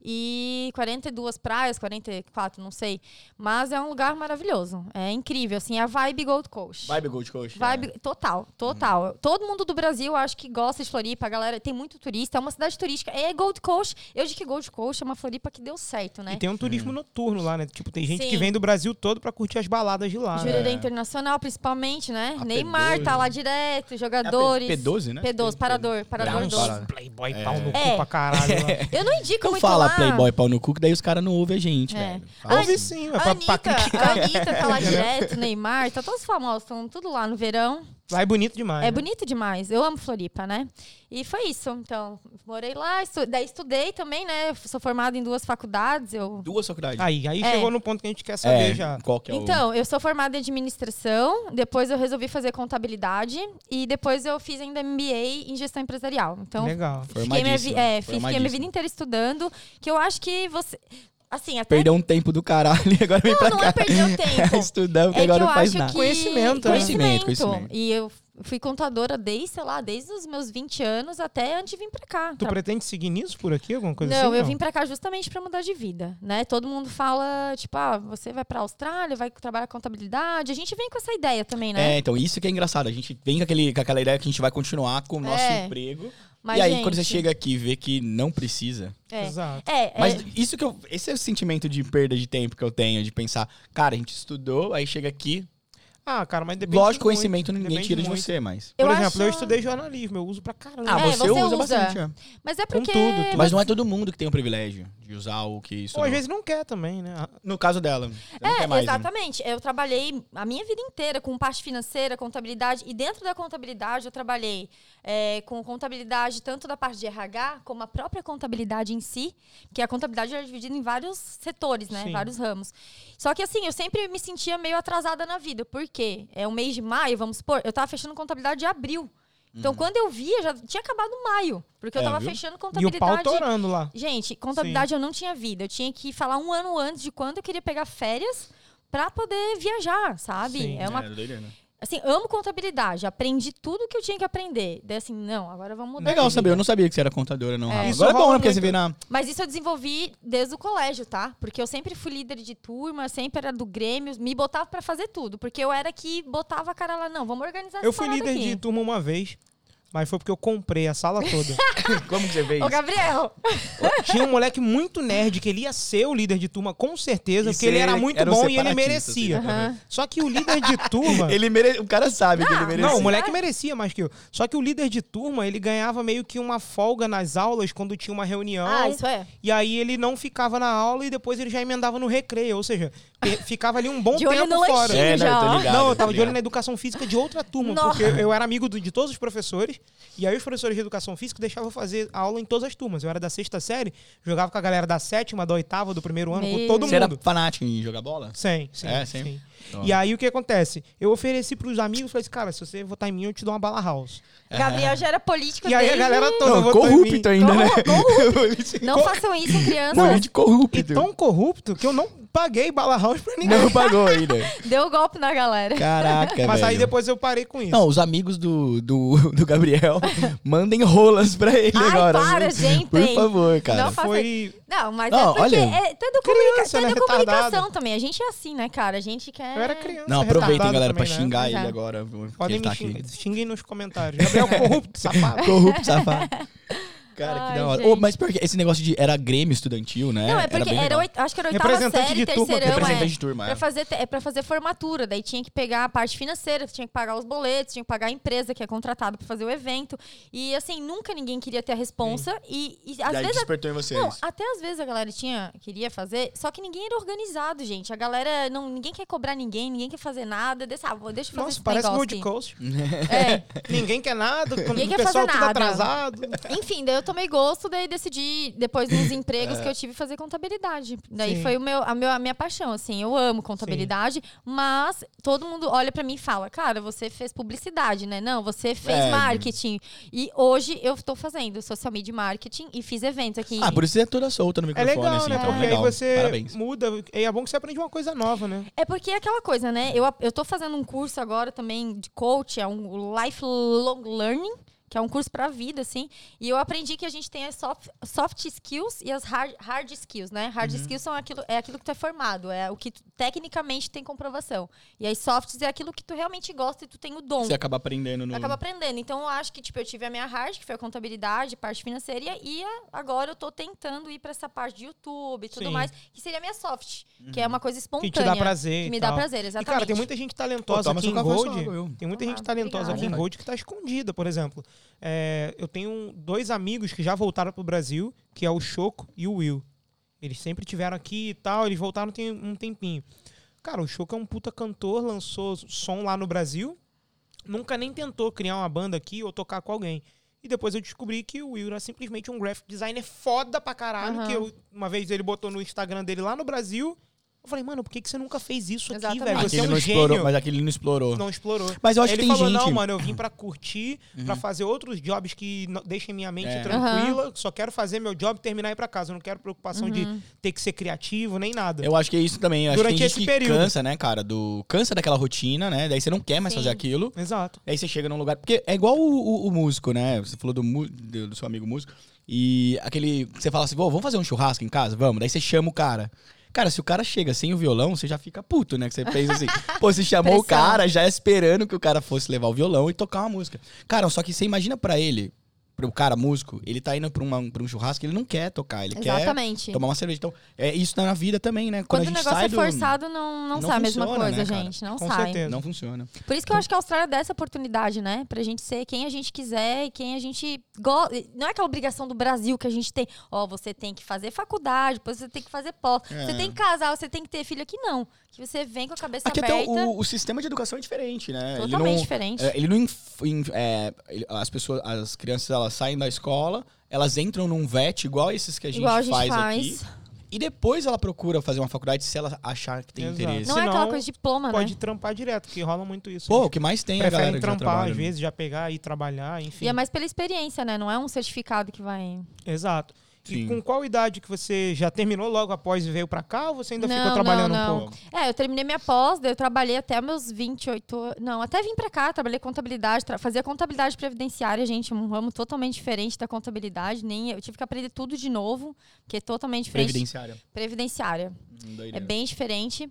Speaker 3: E 42 praias, 44, não sei. Mas é um lugar maravilhoso. É incrível, assim, é a vibe Gold Coast.
Speaker 2: Vibe Gold Coast.
Speaker 3: Vibe
Speaker 2: né?
Speaker 3: total, total.
Speaker 2: Uhum.
Speaker 3: Todo mundo do Brasil acho que gosta de Floripa, a galera tem muito turista, é uma cidade turística. É Gold Coast. Eu digo que Gold Coast é uma Floripa que deu certo, né?
Speaker 1: E tem um turismo noturno lá, né? Tipo, tem gente
Speaker 3: Sim.
Speaker 1: que vem do Brasil todo pra curtir as baladas de lá. né?
Speaker 3: Jurerê Internacional, principalmente, né?
Speaker 2: É. A
Speaker 3: Neymar
Speaker 2: P12,
Speaker 3: tá lá
Speaker 2: né?
Speaker 3: direto,
Speaker 2: É a
Speaker 3: jogadores.
Speaker 2: P- P12, né?
Speaker 3: P12, parador,
Speaker 1: Dá
Speaker 2: um
Speaker 3: parador
Speaker 1: uns
Speaker 3: 12.
Speaker 1: playboy pau no
Speaker 3: É.
Speaker 1: cu pra caralho. lá.
Speaker 3: Eu não indico
Speaker 2: Então
Speaker 3: muito
Speaker 2: fala
Speaker 3: lá.
Speaker 2: Playboy pau no cu, que daí os caras não ouvem a gente,
Speaker 3: É.
Speaker 2: velho. Fala
Speaker 1: Ouve
Speaker 2: assim.
Speaker 1: sim,
Speaker 3: A
Speaker 1: pra, pra
Speaker 3: Anitta,
Speaker 1: criticar.
Speaker 3: a Anitta tá lá direto, Neymar, tá todos famosos, estão tudo lá no verão.
Speaker 1: Lá é bonito demais.
Speaker 3: É
Speaker 1: né?
Speaker 3: bonito demais. Eu amo Floripa, né? E foi isso. Então, morei lá, estu- daí estudei também, né? Sou formada em duas faculdades. Eu...
Speaker 2: Duas faculdades.
Speaker 1: Aí, aí
Speaker 3: É.
Speaker 1: chegou no ponto que a gente quer saber Ah, já.
Speaker 2: qual que é o...
Speaker 3: Então, eu sou formada em administração, depois eu resolvi fazer contabilidade e depois eu fiz ainda MBA em gestão empresarial. Então,
Speaker 1: Legal.
Speaker 3: fiquei minha, vi-
Speaker 2: Formadíssima,
Speaker 3: é, fiquei minha
Speaker 2: formadíssima.
Speaker 3: vida inteira estudando, que eu acho que você. Assim, até.
Speaker 2: Perdeu um tempo do caralho e agora vem pra
Speaker 3: não, não
Speaker 2: cá.
Speaker 3: é perder o tempo.
Speaker 2: Estudando, que
Speaker 3: É que
Speaker 2: agora
Speaker 3: eu
Speaker 2: não faz
Speaker 3: acho
Speaker 2: nada.
Speaker 3: que.
Speaker 1: Conhecimento, né?
Speaker 3: conhecimento.
Speaker 2: Conhecimento, conhecimento.
Speaker 3: E eu fui contadora desde, sei lá, desde os meus 20 anos até antes de vir pra cá.
Speaker 1: Tu pretende seguir nisso por aqui? Alguma coisa
Speaker 3: não,
Speaker 1: assim?
Speaker 3: eu vim pra cá justamente pra mudar de vida, né? Todo mundo fala, tipo, ah, você vai pra Austrália, vai trabalhar com contabilidade. A gente vem com essa ideia também, né?
Speaker 2: É, então isso que é engraçado. A gente vem com, aquele, com aquela ideia que a gente vai continuar com o nosso
Speaker 3: É.
Speaker 2: emprego.
Speaker 3: Mas,
Speaker 2: e aí,
Speaker 3: gente,
Speaker 2: quando você chega aqui e vê que não precisa.
Speaker 3: É,
Speaker 1: Exato.
Speaker 3: é, é,
Speaker 2: Mas isso que eu. Esse é o sentimento de perda de tempo que eu tenho, de pensar, cara, a gente estudou, aí chega aqui.
Speaker 1: Ah, cara, mas depende
Speaker 2: Lógico,
Speaker 1: muito,
Speaker 2: conhecimento ninguém
Speaker 1: depende
Speaker 2: tira de
Speaker 1: muito.
Speaker 2: você, mas.
Speaker 1: Por
Speaker 3: Eu
Speaker 1: exemplo, eu
Speaker 3: acho-
Speaker 1: estudei jornalismo, eu uso pra caramba.
Speaker 2: Ah,
Speaker 3: É,
Speaker 2: você,
Speaker 3: você
Speaker 2: usa,
Speaker 3: usa.
Speaker 2: bastante, é.
Speaker 3: mas é
Speaker 1: Com
Speaker 3: porque...
Speaker 1: tudo, tudo.
Speaker 2: Mas não é todo mundo que tem o privilégio de usar o que isso.
Speaker 1: Ou às vezes não quer também, né? Ah,
Speaker 2: No caso dela. não
Speaker 3: É,
Speaker 2: tem mais, né?
Speaker 3: exatamente. Eu trabalhei a minha vida inteira com parte financeira, contabilidade. E dentro da contabilidade, eu trabalhei é, com contabilidade tanto da parte de RH, como a própria contabilidade em si. Porque a contabilidade era dividida em vários setores, né?
Speaker 1: Sim.
Speaker 3: Vários ramos. Só que assim, eu sempre me sentia meio atrasada na vida. Por quê? É o mês de maio, vamos supor. Eu tava fechando contabilidade de abril. Então, quando eu via, já tinha acabado maio. Porque eu
Speaker 2: É,
Speaker 3: tava
Speaker 2: viu?
Speaker 3: fechando
Speaker 1: Uhum. E o pau
Speaker 3: contabilidade
Speaker 1: torando lá.
Speaker 3: Gente, contabilidade eu não tinha vida. Eu tinha que falar um ano antes de quando eu queria pegar férias pra poder viajar, sabe?
Speaker 1: Sim.
Speaker 3: é uma
Speaker 2: É, doideira, né?
Speaker 3: assim, amo contabilidade, aprendi tudo que eu tinha que aprender. Daí assim, não, agora vamos mudar.
Speaker 2: Legal saber, eu não sabia que você era contadora, não. Rafa.
Speaker 1: Isso
Speaker 2: Agora é bom,
Speaker 1: rola
Speaker 2: né? Porque você
Speaker 1: muito.
Speaker 2: vê na.
Speaker 3: Mas isso eu desenvolvi desde o colégio, tá? Porque eu sempre fui líder de turma, sempre era do Grêmio, me botava pra fazer tudo, porque eu era que botava a cara lá, não, vamos organizar essa
Speaker 1: Eu fui
Speaker 3: parada
Speaker 1: líder
Speaker 3: aqui.
Speaker 1: de turma uma vez, mas foi porque eu comprei a sala toda.
Speaker 2: Como que você vê
Speaker 3: Ô, Gabriel,
Speaker 1: Tinha um moleque muito nerd que ele ia ser o líder de turma, com certeza,
Speaker 2: E
Speaker 1: porque assim, ele
Speaker 2: ser-
Speaker 1: era muito
Speaker 2: era um
Speaker 1: bom e ele
Speaker 2: separatista,
Speaker 1: merecia.
Speaker 2: assim.
Speaker 3: Aham.
Speaker 1: Só que o líder de turma.
Speaker 2: Ele mere... O cara sabe que ele
Speaker 3: Não,
Speaker 2: merecia.
Speaker 1: Ah! Não, o
Speaker 3: merecia.
Speaker 1: moleque merecia mais que eu. Só que o líder de turma, ele ganhava meio que uma folga nas aulas quando tinha uma reunião.
Speaker 3: ah, isso é.
Speaker 1: E aí ele não ficava na aula e depois ele já emendava no recreio. Ou seja, pe- ficava ali um bom
Speaker 3: De
Speaker 1: tempo
Speaker 3: olho no
Speaker 1: fora.
Speaker 3: lanchinho
Speaker 2: É, né,
Speaker 3: já,
Speaker 2: eu tô
Speaker 3: ó.
Speaker 2: ligado.
Speaker 1: Não, eu
Speaker 2: tá
Speaker 1: tava de olho
Speaker 2: ligado.
Speaker 1: na educação física de outra turma,
Speaker 3: Nossa.
Speaker 1: porque eu era amigo do- de todos os professores, e aí os professores de educação física deixavam eu fazer aula em todas as turmas. Eu era da sexta série, jogava com a galera da sétima, da oitava, do primeiro ano, com
Speaker 3: Meu.
Speaker 1: todo
Speaker 2: Você era
Speaker 1: mundo.
Speaker 2: fanático em jogar bola?
Speaker 1: Sim, sim,
Speaker 2: É,
Speaker 1: sim.
Speaker 2: sim?
Speaker 1: E aí o que acontece? Eu ofereci pros amigos, falei assim, cara, se você votar em mim, eu te dou uma bala house.
Speaker 3: Gabriel já era político
Speaker 1: é. E aí a
Speaker 3: desde-
Speaker 1: galera toda votou em mim.
Speaker 2: ainda, né?
Speaker 3: Corrupto,
Speaker 2: Corrupto.
Speaker 3: Não façam isso, crianças.
Speaker 2: Corrupto.
Speaker 1: E tão corrupto que eu não paguei Bala House pra ninguém.
Speaker 2: Não pagou ainda.
Speaker 3: Deu golpe na galera.
Speaker 2: Caraca,
Speaker 1: Mas aí
Speaker 2: velho.
Speaker 1: depois eu parei com isso.
Speaker 2: Não, os amigos do, do, do Gabriel mandem rolas pra ele
Speaker 3: Ai,
Speaker 2: agora.
Speaker 3: para,
Speaker 2: viu?
Speaker 3: gente.
Speaker 2: Por favor, cara.
Speaker 3: Não, faça
Speaker 1: Foi.
Speaker 3: Não, mas
Speaker 2: Não,
Speaker 3: é porque
Speaker 2: olha.
Speaker 3: é tudo,
Speaker 1: Criança, né?
Speaker 3: comunica- tudo comunicação
Speaker 1: Retardado.
Speaker 3: também. A gente é assim, né, cara? A gente quer.
Speaker 1: Eu era criança.
Speaker 2: Não, aproveitem,
Speaker 1: retardado
Speaker 2: galera, pra
Speaker 1: também, né?
Speaker 2: xingar
Speaker 3: Pois
Speaker 2: ele
Speaker 3: é.
Speaker 2: agora. porque
Speaker 1: Podem
Speaker 2: ele tá
Speaker 1: me
Speaker 2: aqui.
Speaker 1: xingar. Xinguem nos comentários. Gabriel corrupto, safado.
Speaker 2: Corrupto, safado. Cara, que
Speaker 3: Ai,
Speaker 2: da hora.
Speaker 3: gente.
Speaker 2: Ô, mas porque esse negócio de era Grêmio estudantil, né?
Speaker 3: Não, é porque
Speaker 2: bem
Speaker 3: era,
Speaker 2: legal.
Speaker 3: oit- acho que era oitava
Speaker 1: Representante
Speaker 3: série,
Speaker 1: de turma,
Speaker 3: terceirão, é.
Speaker 2: Representante de turma.
Speaker 3: Pra
Speaker 2: é.
Speaker 3: fazer, te- é pra fazer formatura, daí tinha que pegar a parte financeira, tinha que pagar os boletos, tinha que pagar a empresa que é contratada pra fazer o evento. E assim, nunca ninguém queria ter a responsa. E, e às
Speaker 2: Daí
Speaker 3: vezes.
Speaker 2: despertou em vocês.
Speaker 3: Não, até às vezes a galera tinha, queria fazer, só que ninguém era organizado, gente. A galera, não, ninguém quer cobrar ninguém, ninguém quer fazer nada. Deixa, ah, vou- deixa eu fazer
Speaker 1: Nossa,
Speaker 3: esse
Speaker 1: parece
Speaker 3: negócio
Speaker 1: Gold
Speaker 3: aqui.
Speaker 1: Coast.
Speaker 3: É.
Speaker 1: Ninguém quer nada, quando
Speaker 3: Ninguém
Speaker 1: o
Speaker 3: quer
Speaker 1: pessoal
Speaker 3: fazer
Speaker 1: tudo
Speaker 3: nada.
Speaker 1: atrasado.
Speaker 2: É
Speaker 3: Enfim, daí eu tomei gosto, daí decidi, depois dos empregos que eu tive, fazer contabilidade. Daí
Speaker 1: Sim.
Speaker 3: foi o meu, a, meu, a minha paixão, assim. Eu amo contabilidade, mas todo mundo olha pra mim e fala, cara, você fez publicidade, né? Não, você fez
Speaker 2: É.
Speaker 3: marketing. E hoje eu tô fazendo social media marketing e fiz eventos aqui.
Speaker 2: Ah, por isso você é toda solta no
Speaker 1: É
Speaker 2: microfone,
Speaker 1: legal,
Speaker 2: assim.
Speaker 1: né?
Speaker 2: então,
Speaker 1: Porque
Speaker 2: legal.
Speaker 1: aí você
Speaker 2: Parabéns.
Speaker 1: muda. E é bom que você aprende uma coisa nova, né?
Speaker 3: É porque é aquela coisa, né? Eu, eu tô fazendo um curso agora também de coach, é um lifelong learning, que é um curso pra vida, assim. E eu aprendi que a gente tem as soft, soft skills e as hard, hard skills, né?
Speaker 1: Uhum.
Speaker 3: Hard skills são aquilo, é aquilo que tu é formado, é o que tu, tecnicamente tem comprovação. E as softs é aquilo que tu realmente gosta e tu tem o
Speaker 1: um
Speaker 3: dom.
Speaker 1: é
Speaker 2: Você acaba aprendendo no.
Speaker 3: Acaba aprendendo. Então, eu acho que, tipo, eu tive a minha hard, que foi a contabilidade, parte financeira, e a- agora eu tô tentando ir pra essa parte de YouTube e tudo
Speaker 1: Sim.
Speaker 3: mais, que seria a minha soft, que é uma coisa
Speaker 1: Que
Speaker 3: espontânea.
Speaker 1: te dá prazer.
Speaker 3: Que
Speaker 1: e
Speaker 3: me dá
Speaker 1: tal.
Speaker 3: prazer,
Speaker 1: E,
Speaker 3: exatamente. Ah,
Speaker 1: cara, tem muita gente
Speaker 2: Pô,
Speaker 1: talentosa
Speaker 2: toma
Speaker 1: aqui
Speaker 2: seu
Speaker 1: em
Speaker 2: café,
Speaker 1: Gold.
Speaker 2: só água, eu.
Speaker 1: Tem muita
Speaker 3: Toma,
Speaker 1: gente talentosa aqui em
Speaker 3: obrigada.
Speaker 1: Gold que tá escondida, por exemplo. É, eu tenho dois amigos que já voltaram pro Brasil, que é o Choco e o Will. Eles sempre tiveram aqui e tal, eles voltaram tem um tempinho. Cara, o Choco é um puta cantor, lançou som lá no Brasil, nunca nem tentou criar uma banda aqui ou tocar com alguém. E depois eu descobri que o Will era simplesmente um graphic designer foda pra caralho,
Speaker 3: Aham.
Speaker 1: que eu- uma vez ele botou no Instagram dele lá no Brasil. Eu falei, mano, por que, que você nunca fez isso
Speaker 3: Exatamente.
Speaker 1: aqui, velho? Você
Speaker 2: Aquele
Speaker 1: é
Speaker 2: Ah, não
Speaker 1: um
Speaker 2: explorou,
Speaker 1: gênio.
Speaker 2: mas aquele não explorou.
Speaker 1: Não explorou.
Speaker 2: Mas eu acho
Speaker 1: ele
Speaker 2: que tem
Speaker 1: falou,
Speaker 2: gente.
Speaker 1: não, mano, eu vim pra curtir, pra fazer outros jobs que no- deixem minha mente
Speaker 2: É.
Speaker 1: tranquila. Só quero fazer meu job e terminar e ir pra casa. Eu não quero preocupação de ter que ser criativo, nem nada.
Speaker 2: Eu acho que é isso também. Eu acho
Speaker 1: Durante
Speaker 2: que tem
Speaker 1: esse
Speaker 2: gente
Speaker 1: período.
Speaker 2: que cansa, né, cara? Do, cansa daquela rotina, né? Daí você não quer mais
Speaker 3: Sim.
Speaker 2: fazer aquilo.
Speaker 1: Exato.
Speaker 2: Aí você chega num lugar. Porque é igual o, o- o músico, né? Você falou do, mu- do do seu amigo músico. E aquele. Você fala assim, "Vô, vamos fazer um churrasco em casa? Vamos. Daí você chama o cara. Cara, se o cara chega sem o violão, você já fica puto, né? Que você pensa assim, pô, você chamou o
Speaker 3: Pressão.
Speaker 2: cara já esperando que o cara fosse levar o violão e tocar uma música. Cara, só que você imagina pra ele, pro cara músico, ele tá indo pra, uma- pra um churrasco, ele não quer tocar, ele quer
Speaker 3: Exatamente.
Speaker 2: tomar uma cerveja. Então, é isso tá na vida também, né?
Speaker 3: Quando,
Speaker 2: a
Speaker 3: o
Speaker 2: gente
Speaker 3: negócio
Speaker 2: sai
Speaker 3: é
Speaker 2: do-
Speaker 3: forçado, não, não,
Speaker 2: não
Speaker 3: sai a mesma
Speaker 2: funciona,
Speaker 3: coisa,
Speaker 2: né, cara?
Speaker 3: gente. Não
Speaker 1: Com
Speaker 3: sai.
Speaker 1: certeza.
Speaker 2: Não funciona.
Speaker 3: Por isso que eu acho que a Austrália dá essa oportunidade, né? Pra gente ser quem a gente quiser e quem a gente gosta. Não é aquela obrigação do Brasil que a gente tem. Ó, você tem que fazer faculdade, depois você tem que fazer pós.
Speaker 2: É.
Speaker 3: Você tem que casar, você tem que ter filho. Aqui não. Que você vem com a cabeça
Speaker 2: Aqui até
Speaker 3: aberta.
Speaker 2: o, o sistema de educação é diferente, né? Ele
Speaker 3: Totalmente
Speaker 2: não-
Speaker 3: diferente.
Speaker 2: É, ele não. inf- inf- é, ele- as pessoas, as crianças, elas saem da escola, elas entram num VET igual esses que a gente,
Speaker 3: Igual a gente
Speaker 2: faz,
Speaker 3: faz.
Speaker 2: aqui. E depois ela procura fazer uma faculdade se ela achar que tem
Speaker 1: Exato.
Speaker 2: interesse.
Speaker 3: Não é
Speaker 1: Senão,
Speaker 3: aquela coisa de diploma,
Speaker 1: Pode
Speaker 3: né?
Speaker 1: trampar direto, que rola muito isso.
Speaker 2: Pô,
Speaker 1: Eles
Speaker 2: o que mais tem é a galera
Speaker 1: Preferem
Speaker 2: que
Speaker 1: trampar,
Speaker 2: trabalha.
Speaker 1: às vezes, já pegar e trabalhar, enfim.
Speaker 3: E é mais pela experiência, né? Não é um certificado que vai.
Speaker 1: Exato.
Speaker 2: Sim.
Speaker 1: E com qual idade que você já terminou logo após e veio pra cá ou você ainda
Speaker 3: Não,
Speaker 1: ficou trabalhando
Speaker 3: não,
Speaker 1: um
Speaker 3: não.
Speaker 1: pouco?
Speaker 3: É, eu terminei minha pós, daí eu trabalhei até meus 28. an- Não, até vim pra cá, trabalhei contabilidade, tra- fazia contabilidade previdenciária, gente, um ramo totalmente diferente da contabilidade. Nem eu tive que aprender tudo de novo, que é totalmente diferente.
Speaker 2: Previdenciária.
Speaker 3: Previdenciária.
Speaker 2: Hum, doideira.
Speaker 3: É bem diferente.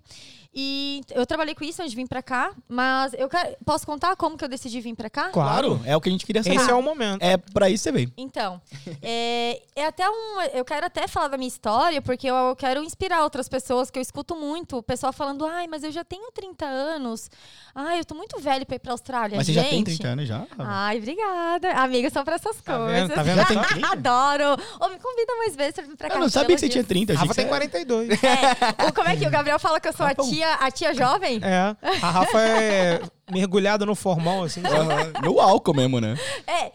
Speaker 3: E eu trabalhei com isso antes de vir pra cá, mas eu quero- posso contar como que eu decidi vir pra cá?
Speaker 2: Claro, é o que a gente queria saber.
Speaker 1: Esse é o momento.
Speaker 2: É pra isso você veio.
Speaker 3: Então, é, é até um. Eu quero até falar da minha história, porque eu, eu quero inspirar outras pessoas que eu escuto muito. O pessoal falando, ai, mas eu já tenho 30 anos. Ai, eu tô muito velho pra ir pra Austrália.
Speaker 2: Mas você
Speaker 3: É gente.
Speaker 2: já tem 30 anos já?
Speaker 3: Ai, obrigada. Amiga, só pra essas
Speaker 1: Tá
Speaker 3: coisas.
Speaker 1: vendo? Tá vendo?
Speaker 2: Já tem 30?
Speaker 3: Adoro. Ou me convida mais vezes pra vir pra cá.
Speaker 2: eu não
Speaker 3: que
Speaker 2: sabia que
Speaker 3: pelo
Speaker 2: você tinha
Speaker 3: visto-
Speaker 2: 30.
Speaker 1: Rafa
Speaker 2: É, Gente,
Speaker 1: Ah, tem 42.
Speaker 3: É. Ou como é que o Gabriel fala que eu sou a
Speaker 2: Rafa, um-
Speaker 3: tia, a tia jovem?
Speaker 1: É. A Rafa é mergulhada no formal, assim.
Speaker 2: No álcool mesmo, né?
Speaker 3: É,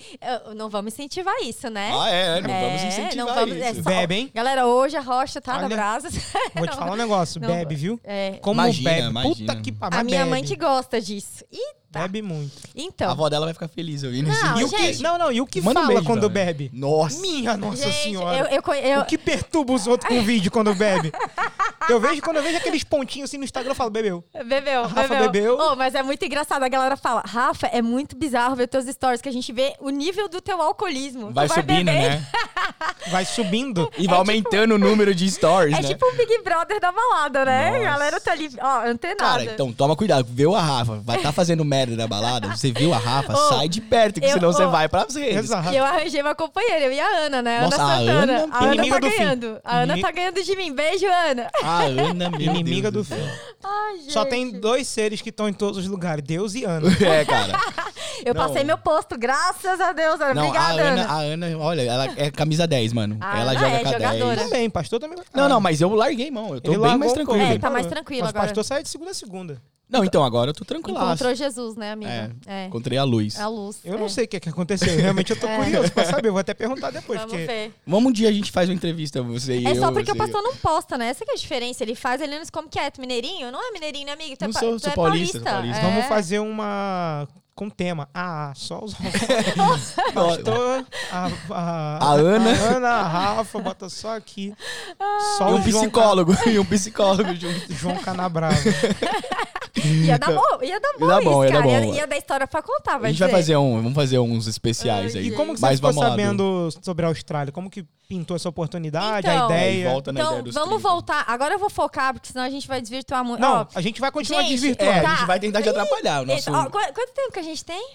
Speaker 3: eu- não vamos incentivar isso, né?
Speaker 2: Ah, é, não
Speaker 3: É,
Speaker 2: vamos incentivar
Speaker 3: não vamos- é
Speaker 2: isso.
Speaker 3: só-
Speaker 1: Bebe, hein?
Speaker 3: Galera, hoje a rocha tá na
Speaker 1: Olha,
Speaker 3: brasa.
Speaker 1: Vou te falar um negócio.
Speaker 3: não-
Speaker 1: bebe, viu?
Speaker 2: Ah,
Speaker 3: É,
Speaker 1: Como
Speaker 2: Imagina,
Speaker 1: bebe.
Speaker 2: imagina.
Speaker 1: Puta que pariu.
Speaker 3: A
Speaker 1: mas
Speaker 3: minha
Speaker 1: bebe.
Speaker 3: mãe que gosta disso. E
Speaker 1: Bebe muito.
Speaker 2: A
Speaker 3: então.
Speaker 2: avó dela vai ficar feliz ouvindo
Speaker 3: Não,
Speaker 2: isso.
Speaker 1: e
Speaker 3: Ah,
Speaker 1: o que,
Speaker 3: gente.
Speaker 1: não, não. E o que
Speaker 2: Manda um
Speaker 1: fala
Speaker 2: beijo,
Speaker 1: quando
Speaker 2: Gabriel.
Speaker 1: bebe?
Speaker 2: Nossa.
Speaker 1: Minha nossa
Speaker 3: gente,
Speaker 1: senhora.
Speaker 3: Eu, eu, conhe- eu-
Speaker 1: O que perturba os outros com o vídeo quando bebe? Eu vejo, quando eu vejo aqueles pontinhos assim no Instagram, eu falo, bebeu.
Speaker 3: Bebeu,
Speaker 1: A Rafa
Speaker 3: bebeu.
Speaker 1: bebeu.
Speaker 3: Ô, mas é muito engraçado. A galera fala, Rafa, é muito bizarro ver teus stories, que a gente vê o nível do teu alcoolismo. Tu
Speaker 2: Vai subindo,
Speaker 3: beber, É tipo
Speaker 2: né?
Speaker 1: Vai subindo.
Speaker 2: E vai aumentando o número de stories,
Speaker 3: É
Speaker 2: né?
Speaker 3: tipo o Big Brother da balada, né?
Speaker 2: Nossa.
Speaker 3: A galera tá ali, ó, antenada.
Speaker 2: Cara, então toma cuidado, viu a Rafa? Vai tá fazendo merda na balada, você viu a Rafa,
Speaker 3: Ô,
Speaker 2: sai de perto, que
Speaker 3: eu-
Speaker 2: senão você
Speaker 3: ô.
Speaker 2: vai pra redes.
Speaker 1: Exato.
Speaker 3: E eu arranjei uma companheira, eu e a Ana, né?
Speaker 2: Nossa, a
Speaker 3: Ana Santana.
Speaker 2: Ana,
Speaker 3: A Ana,
Speaker 1: inimiga
Speaker 3: tá
Speaker 1: do fim.
Speaker 3: ganhando. A Ana tá ganhando de mim. Beijo, Ana.
Speaker 2: A Ana, meu
Speaker 1: Inimiga do
Speaker 2: Deus
Speaker 1: fim.
Speaker 3: Ai, gente.
Speaker 1: Só tem dois seres que estão em todos os lugares: Deus e Ana.
Speaker 2: céu. É, cara.
Speaker 3: Eu
Speaker 2: Não.
Speaker 3: passei meu posto, graças a Deus, Ana.
Speaker 2: Não, a
Speaker 3: Obrigada,
Speaker 2: Ana,
Speaker 3: Ana.
Speaker 2: a Ana, olha, ela é camisa 10, mano.
Speaker 3: A
Speaker 2: ela
Speaker 3: Ana
Speaker 2: joga
Speaker 3: é
Speaker 2: com a 10.
Speaker 3: jogadora.
Speaker 1: Também, pastor também.
Speaker 2: Não, não, mas eu larguei mão, eu tô
Speaker 1: Ele
Speaker 2: bem
Speaker 1: largou
Speaker 2: mais
Speaker 1: um
Speaker 2: tranquilo.
Speaker 1: pouco.
Speaker 3: É, tá mais tranquilo
Speaker 1: Mas
Speaker 3: agora.
Speaker 1: pastor sai de segunda a segunda.
Speaker 2: Não, então agora eu tô tranquilo.
Speaker 3: Encontrou Jesus, né, amiga?
Speaker 2: É,
Speaker 3: É.
Speaker 2: encontrei a luz.
Speaker 3: É a luz.
Speaker 1: Eu
Speaker 3: é.
Speaker 1: não sei o que, é que aconteceu. Realmente eu tô curioso pra saber. Eu vou até perguntar depois.
Speaker 3: Vamos
Speaker 1: porque
Speaker 3: ver.
Speaker 2: Vamos um dia a gente faz uma entrevista, você e
Speaker 3: É
Speaker 2: eu.
Speaker 3: só porque o
Speaker 2: você e eu.
Speaker 3: pastor não posta, né? Essa que é a diferença. Ele faz, ele não como que é. Tu mineirinho? Não é mineirinho, né, amigo? Tu é,
Speaker 2: Não
Speaker 3: pa-
Speaker 2: sou-
Speaker 3: tu
Speaker 2: sou
Speaker 3: é
Speaker 2: paulista,
Speaker 3: paulista.
Speaker 2: sou paulista.
Speaker 3: É.
Speaker 1: Vamos fazer uma. Com tema. Ah, só os pastor, a, a,
Speaker 2: A Ana.
Speaker 1: a Ana, a Rafa, bota só aqui.
Speaker 3: Ah.
Speaker 1: Só
Speaker 2: E
Speaker 1: o
Speaker 2: um
Speaker 1: João Ca-
Speaker 2: psicólogo, e um psicólogo junto.
Speaker 1: João Canabrava.
Speaker 3: Ia dar bom, ia dar bom,
Speaker 2: dar
Speaker 3: isso,
Speaker 2: bom, ia dar
Speaker 3: cara. Ia,
Speaker 2: bom.
Speaker 3: ia dar história pra contar, vai
Speaker 2: A gente vai
Speaker 3: dizer.
Speaker 2: fazer um, vamos fazer uns especiais
Speaker 3: Ai,
Speaker 2: aí.
Speaker 1: E como que você
Speaker 2: Mas
Speaker 1: ficou
Speaker 2: vamos lá, Du.
Speaker 1: sabendo sobre a Austrália? Como que pintou essa oportunidade, a
Speaker 3: Então.
Speaker 2: Aí
Speaker 1: ideia?
Speaker 2: volta na
Speaker 3: Então,
Speaker 2: ideia dos
Speaker 3: vamos
Speaker 2: 30.
Speaker 3: voltar. Agora eu vou focar, porque senão a gente vai desvirtuar muito.
Speaker 1: Não,
Speaker 3: Ó,
Speaker 1: a gente vai continuar
Speaker 3: gente,
Speaker 1: desvirtuando.
Speaker 2: É, a
Speaker 3: Tá.
Speaker 2: gente vai tentar te atrapalhar. é O nosso...
Speaker 3: esse- ó, qu- quanto tempo que a gente tem?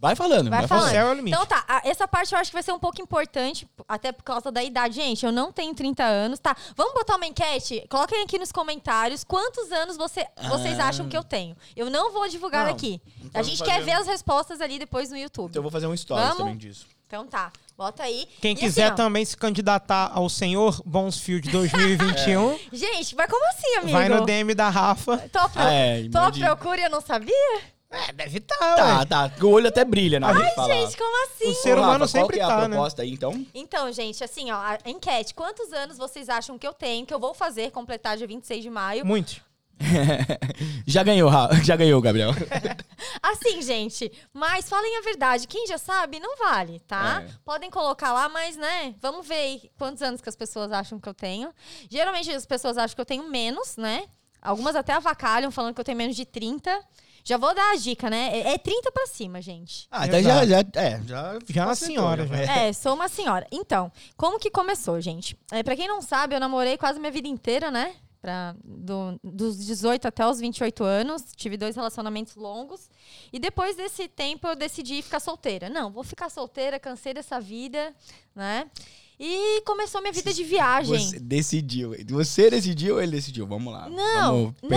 Speaker 2: Vai falando, vai,
Speaker 3: Vai
Speaker 1: O
Speaker 2: falando.
Speaker 1: céu é o limite.
Speaker 3: Então tá, a- essa parte eu acho que vai ser um pouco importante, p- até por causa da idade. Gente, eu não tenho 30 anos, tá? Vamos botar uma enquete? Coloquem aqui nos comentários quantos anos você- vocês
Speaker 2: Ah.
Speaker 3: acham que eu tenho. Eu não vou divulgar
Speaker 2: Não,
Speaker 3: aqui. A
Speaker 2: vamos
Speaker 3: gente
Speaker 2: fazer.
Speaker 3: quer ver as respostas ali depois no
Speaker 2: Então
Speaker 3: YouTube.
Speaker 2: eu
Speaker 3: Então,
Speaker 2: vou fazer um stories
Speaker 3: Vamos?
Speaker 2: também disso.
Speaker 3: tá, bota aí.
Speaker 1: Quem
Speaker 3: E
Speaker 1: quiser tá-
Speaker 3: assim, ó,
Speaker 1: também se candidatar ao senhor Bonsfield 2021,
Speaker 3: Gente, mas como assim, É. amigo?
Speaker 1: vai no DM da Rafa.
Speaker 3: Tô, pro...
Speaker 2: É,
Speaker 3: Tô
Speaker 2: imagina.
Speaker 3: procura, eu não sabia?
Speaker 1: É, deve estar,
Speaker 2: Tá, tá. O olho até brilha na hora de falar.
Speaker 3: Gente, como assim?
Speaker 1: O ser
Speaker 2: Ô, Rafa,
Speaker 1: humano sempre
Speaker 2: qual que
Speaker 1: tá,
Speaker 2: é a
Speaker 1: né?
Speaker 2: proposta aí, então?
Speaker 3: Então, gente, assim, ó, a enquete. Quantos anos vocês acham que eu tenho, que eu vou fazer, completar dia 26 de maio?
Speaker 1: Muito.
Speaker 2: já ganhou, Ra- já ganhou, Gabriel.
Speaker 3: Assim, gente, mas falem a verdade. Quem já sabe, não vale, tá?
Speaker 2: É.
Speaker 3: Podem colocar lá, mas, né, vamos ver aí quantos anos que as pessoas acham que eu tenho. Geralmente as pessoas acham que eu tenho menos, né? Algumas até avacalham falando que eu tenho menos de 30. Já vou dar a dica, né? É- É 30 pra cima, gente.
Speaker 2: Ah, então já,
Speaker 1: Exato.
Speaker 2: já, é, já,
Speaker 1: Já uma
Speaker 2: acertou,
Speaker 1: senhora, já.
Speaker 3: É, sou uma senhora. Então, como que começou, gente? É, para quem não sabe, eu namorei quase minha vida inteira, né? Pra, do- dos 18 até os 28 anos. Tive dois relacionamentos longos. E depois desse tempo, eu decidi ficar solteira. Não, vou ficar solteira, cansei dessa vida, né? E começou minha vida de viagem.
Speaker 2: Você decidiu. Você decidiu, ele decidiu. Vamos lá.
Speaker 3: Não,
Speaker 2: Vamos
Speaker 3: não.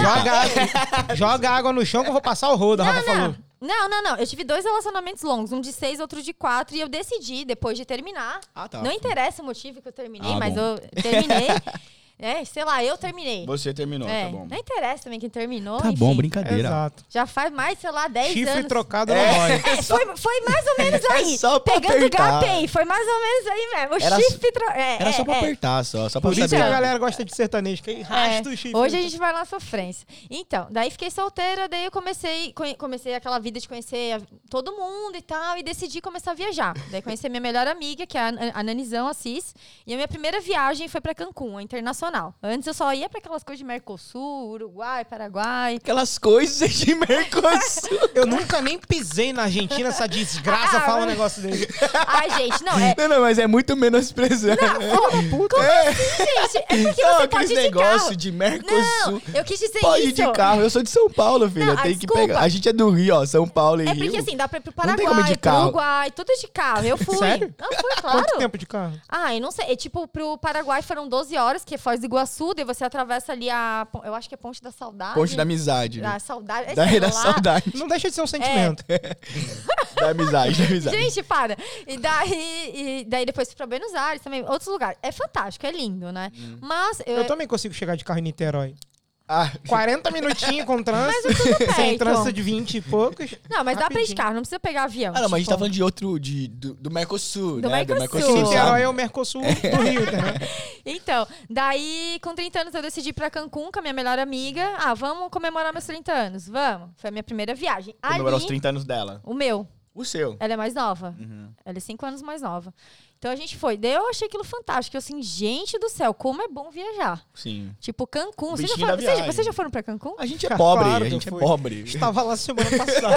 Speaker 2: pensar.
Speaker 3: é.
Speaker 1: Joga água, joga água no chão que eu vou passar o rodo, a Rafa falou.
Speaker 3: Não, não, não. Eu tive dois relacionamentos longos, um de seis, outro de quatro. E eu decidi, depois de terminar,
Speaker 2: Ah, tá.
Speaker 3: Não interessa o motivo que eu terminei,
Speaker 2: Ah,
Speaker 3: mas
Speaker 2: bom.
Speaker 3: eu terminei. é, sei lá, eu terminei.
Speaker 2: Você terminou,
Speaker 3: é,
Speaker 2: tá bom.
Speaker 3: Não interessa também quem terminou.
Speaker 2: Tá
Speaker 3: enfim.
Speaker 2: bom, brincadeira.
Speaker 1: Exato.
Speaker 3: Já faz mais, sei lá, 10
Speaker 1: Chifre
Speaker 3: anos.
Speaker 1: trocado não dói.
Speaker 3: É, foi, foi mais ou menos aí.
Speaker 2: É só pra
Speaker 3: Pegando
Speaker 2: apertar.
Speaker 3: gapei, foi mais ou menos aí mesmo. O
Speaker 2: Era
Speaker 3: chifre trocado. É,
Speaker 2: Era
Speaker 3: é,
Speaker 2: só pra
Speaker 3: é.
Speaker 2: apertar, só. Só pra
Speaker 1: Por isso que
Speaker 2: saber.
Speaker 1: a galera gosta de sertanejo, que rasta o chifre.
Speaker 3: É, Hoje a gente vai lá na sofrência. Então, daí fiquei solteira, daí eu comecei, conhe- comecei aquela vida de conhecer a- todo mundo e tal, e decidi começar a viajar. Daí conheci a minha melhor amiga, que é a, Nan- a Nanizão Assis, e a minha primeira viagem foi pra Cancún, a internacional. Antes eu só ia pra aquelas coisas de Mercosul, Uruguai, Paraguai.
Speaker 2: Aquelas coisas de Mercosul.
Speaker 1: Eu nunca nem pisei na Argentina, essa desgraça
Speaker 3: Ah,
Speaker 1: fala um
Speaker 3: mas-
Speaker 1: negócio dele.
Speaker 3: Ai, gente, não, é.
Speaker 2: Não, não, mas é muito menosprezando.
Speaker 3: Como, como assim, gente? É porque
Speaker 2: Não,
Speaker 3: você pode
Speaker 2: aqueles
Speaker 3: ir de
Speaker 2: negócio
Speaker 3: carro.
Speaker 2: de
Speaker 3: Não,
Speaker 2: Mercosul.
Speaker 3: eu quis dizer
Speaker 2: Pode ir
Speaker 3: isso.
Speaker 2: de carro. Eu sou de São Paulo, filha.
Speaker 3: Não, ah,
Speaker 2: Tem que
Speaker 3: desculpa.
Speaker 2: pegar. A gente é do Rio, ó. São Paulo e
Speaker 3: É
Speaker 2: Rio.
Speaker 3: porque assim, dá pra ir pro
Speaker 2: Não tem como ir
Speaker 3: Paraguai,
Speaker 2: de carro.
Speaker 3: pro Uruguai, tudo é de carro. Eu fui.
Speaker 1: Sério?
Speaker 3: Ah, foi,
Speaker 1: Quanto
Speaker 3: claro.
Speaker 1: tempo de carro?
Speaker 3: Ah, eu não sei. É, tipo, pro Paraguai foram 12 horas, que é Foz do Iguaçu, daí você atravessa ali a. pon- Eu acho que é Ponte da Saudade.
Speaker 2: Ponte da amizade. né?
Speaker 3: Da Saudade. é,
Speaker 2: Da,
Speaker 3: sei
Speaker 2: da
Speaker 3: lá.
Speaker 2: saudade.
Speaker 1: Não deixa de
Speaker 3: É,
Speaker 1: ser um sentimento.
Speaker 2: Da amizade, da amizade.
Speaker 3: Gente, para. E daí, e daí depois fui pra Buenos Aires também, outros lugares. É fantástico, é lindo, né?
Speaker 2: Hum.
Speaker 3: Mas eu,
Speaker 1: Eu também consigo chegar de carro em Niterói.
Speaker 2: Ah,
Speaker 1: 40 minutinhos com trânsito.
Speaker 3: mas eu tudo
Speaker 1: Sem
Speaker 3: bem.
Speaker 1: trânsito de 20 e poucos.
Speaker 3: Não, mas dá pra ir de
Speaker 1: Rapidinho.
Speaker 3: carro, não precisa pegar avião.
Speaker 2: ah, não, mas a gente
Speaker 3: tipo.
Speaker 2: tá falando de outro, de, do, do Mercosul,
Speaker 3: Do
Speaker 2: né?
Speaker 3: Mercosul.
Speaker 1: Sim,
Speaker 3: Sul.
Speaker 1: Niterói é o Mercosul do Rio, né?
Speaker 3: Então, daí com 30 anos eu decidi ir pra Cancún com a minha melhor amiga. Ah, vamos comemorar meus 30 anos, vamos. Foi a minha primeira viagem.
Speaker 2: Comemorar
Speaker 3: Ali,
Speaker 2: os 30 anos dela.
Speaker 3: o meu.
Speaker 2: O seu.
Speaker 3: Ela é mais nova.
Speaker 2: Uhum.
Speaker 3: Ela é cinco anos mais nova. Então a gente foi. Daí eu achei aquilo fantástico. Eu assim, gente do céu, como é bom viajar.
Speaker 2: Sim.
Speaker 3: Tipo, Cancún. Vocês já,
Speaker 2: Bichinho
Speaker 3: foram,
Speaker 2: da
Speaker 3: vocês,
Speaker 2: viagem.
Speaker 3: vocês já foram pra Cancún?
Speaker 2: A gente é
Speaker 1: Cara,
Speaker 2: pobre,
Speaker 1: Tá claro que
Speaker 2: a
Speaker 1: eu
Speaker 2: gente é
Speaker 1: fui.
Speaker 2: pobre.
Speaker 1: Estava lá semana passada.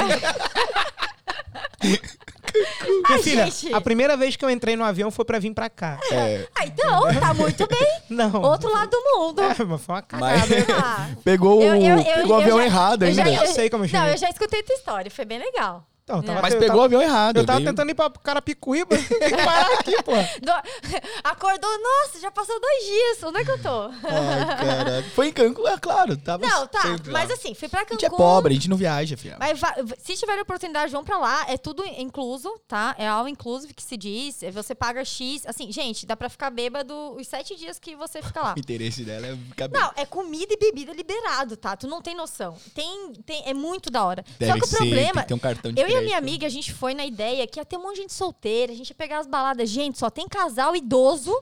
Speaker 1: Minha
Speaker 3: Ai,
Speaker 1: filha,
Speaker 3: gente.
Speaker 1: a primeira vez que eu entrei no avião foi pra vir pra cá.
Speaker 2: É,
Speaker 3: Ah, então, tá muito bem.
Speaker 1: Não.
Speaker 3: Outro lado do mundo.
Speaker 1: É, mas foi uma cagada.
Speaker 2: mas
Speaker 3: Ah.
Speaker 2: pegou, o-
Speaker 3: Eu- eu- eu-
Speaker 2: pegou o
Speaker 3: eu
Speaker 2: avião
Speaker 3: já-
Speaker 2: errado
Speaker 3: eu
Speaker 2: ainda.
Speaker 3: já-
Speaker 1: Eu sei como eu
Speaker 3: Não,
Speaker 1: cheguei.
Speaker 3: eu já escutei tua história. Foi bem legal.
Speaker 1: Então, eu tava-
Speaker 2: Mas
Speaker 1: eu
Speaker 2: pegou o
Speaker 1: tava-
Speaker 2: avião errado.
Speaker 1: Eu tava
Speaker 2: veio-
Speaker 1: tentando ir pra Carapicuíba. Tem que parar aqui, pô.
Speaker 3: Do- Acordou, nossa, já passou dois dias. Onde é que eu tô?
Speaker 2: Ai, caraca. Foi em Cancún, é claro. Tava
Speaker 3: Não, tá.
Speaker 2: sempre lá.
Speaker 3: Mas assim, fui pra
Speaker 2: A
Speaker 3: Cancún.
Speaker 2: gente é pobre, a gente não viaja, filha.
Speaker 3: Mas va- se tiver oportunidade, vão pra lá. É tudo incluso, tá? É all inclusive que se diz. É Você paga X. Assim, gente, dá pra ficar bêbado os sete dias que você fica lá.
Speaker 2: O interesse dela é cabelo.
Speaker 3: Não, é comida e bebida liberado, tá? Tu não tem noção. Tem, tem, é muito da hora. Só
Speaker 2: Deve
Speaker 3: que o
Speaker 2: ser, tem
Speaker 3: problema.
Speaker 2: que ter um cartão de
Speaker 3: eu e a minha
Speaker 2: crédito.
Speaker 3: amiga, a gente foi na ideia que ia ter um monte de gente solteira, a gente ia pegar as baladas. Gente, só tem casal idoso.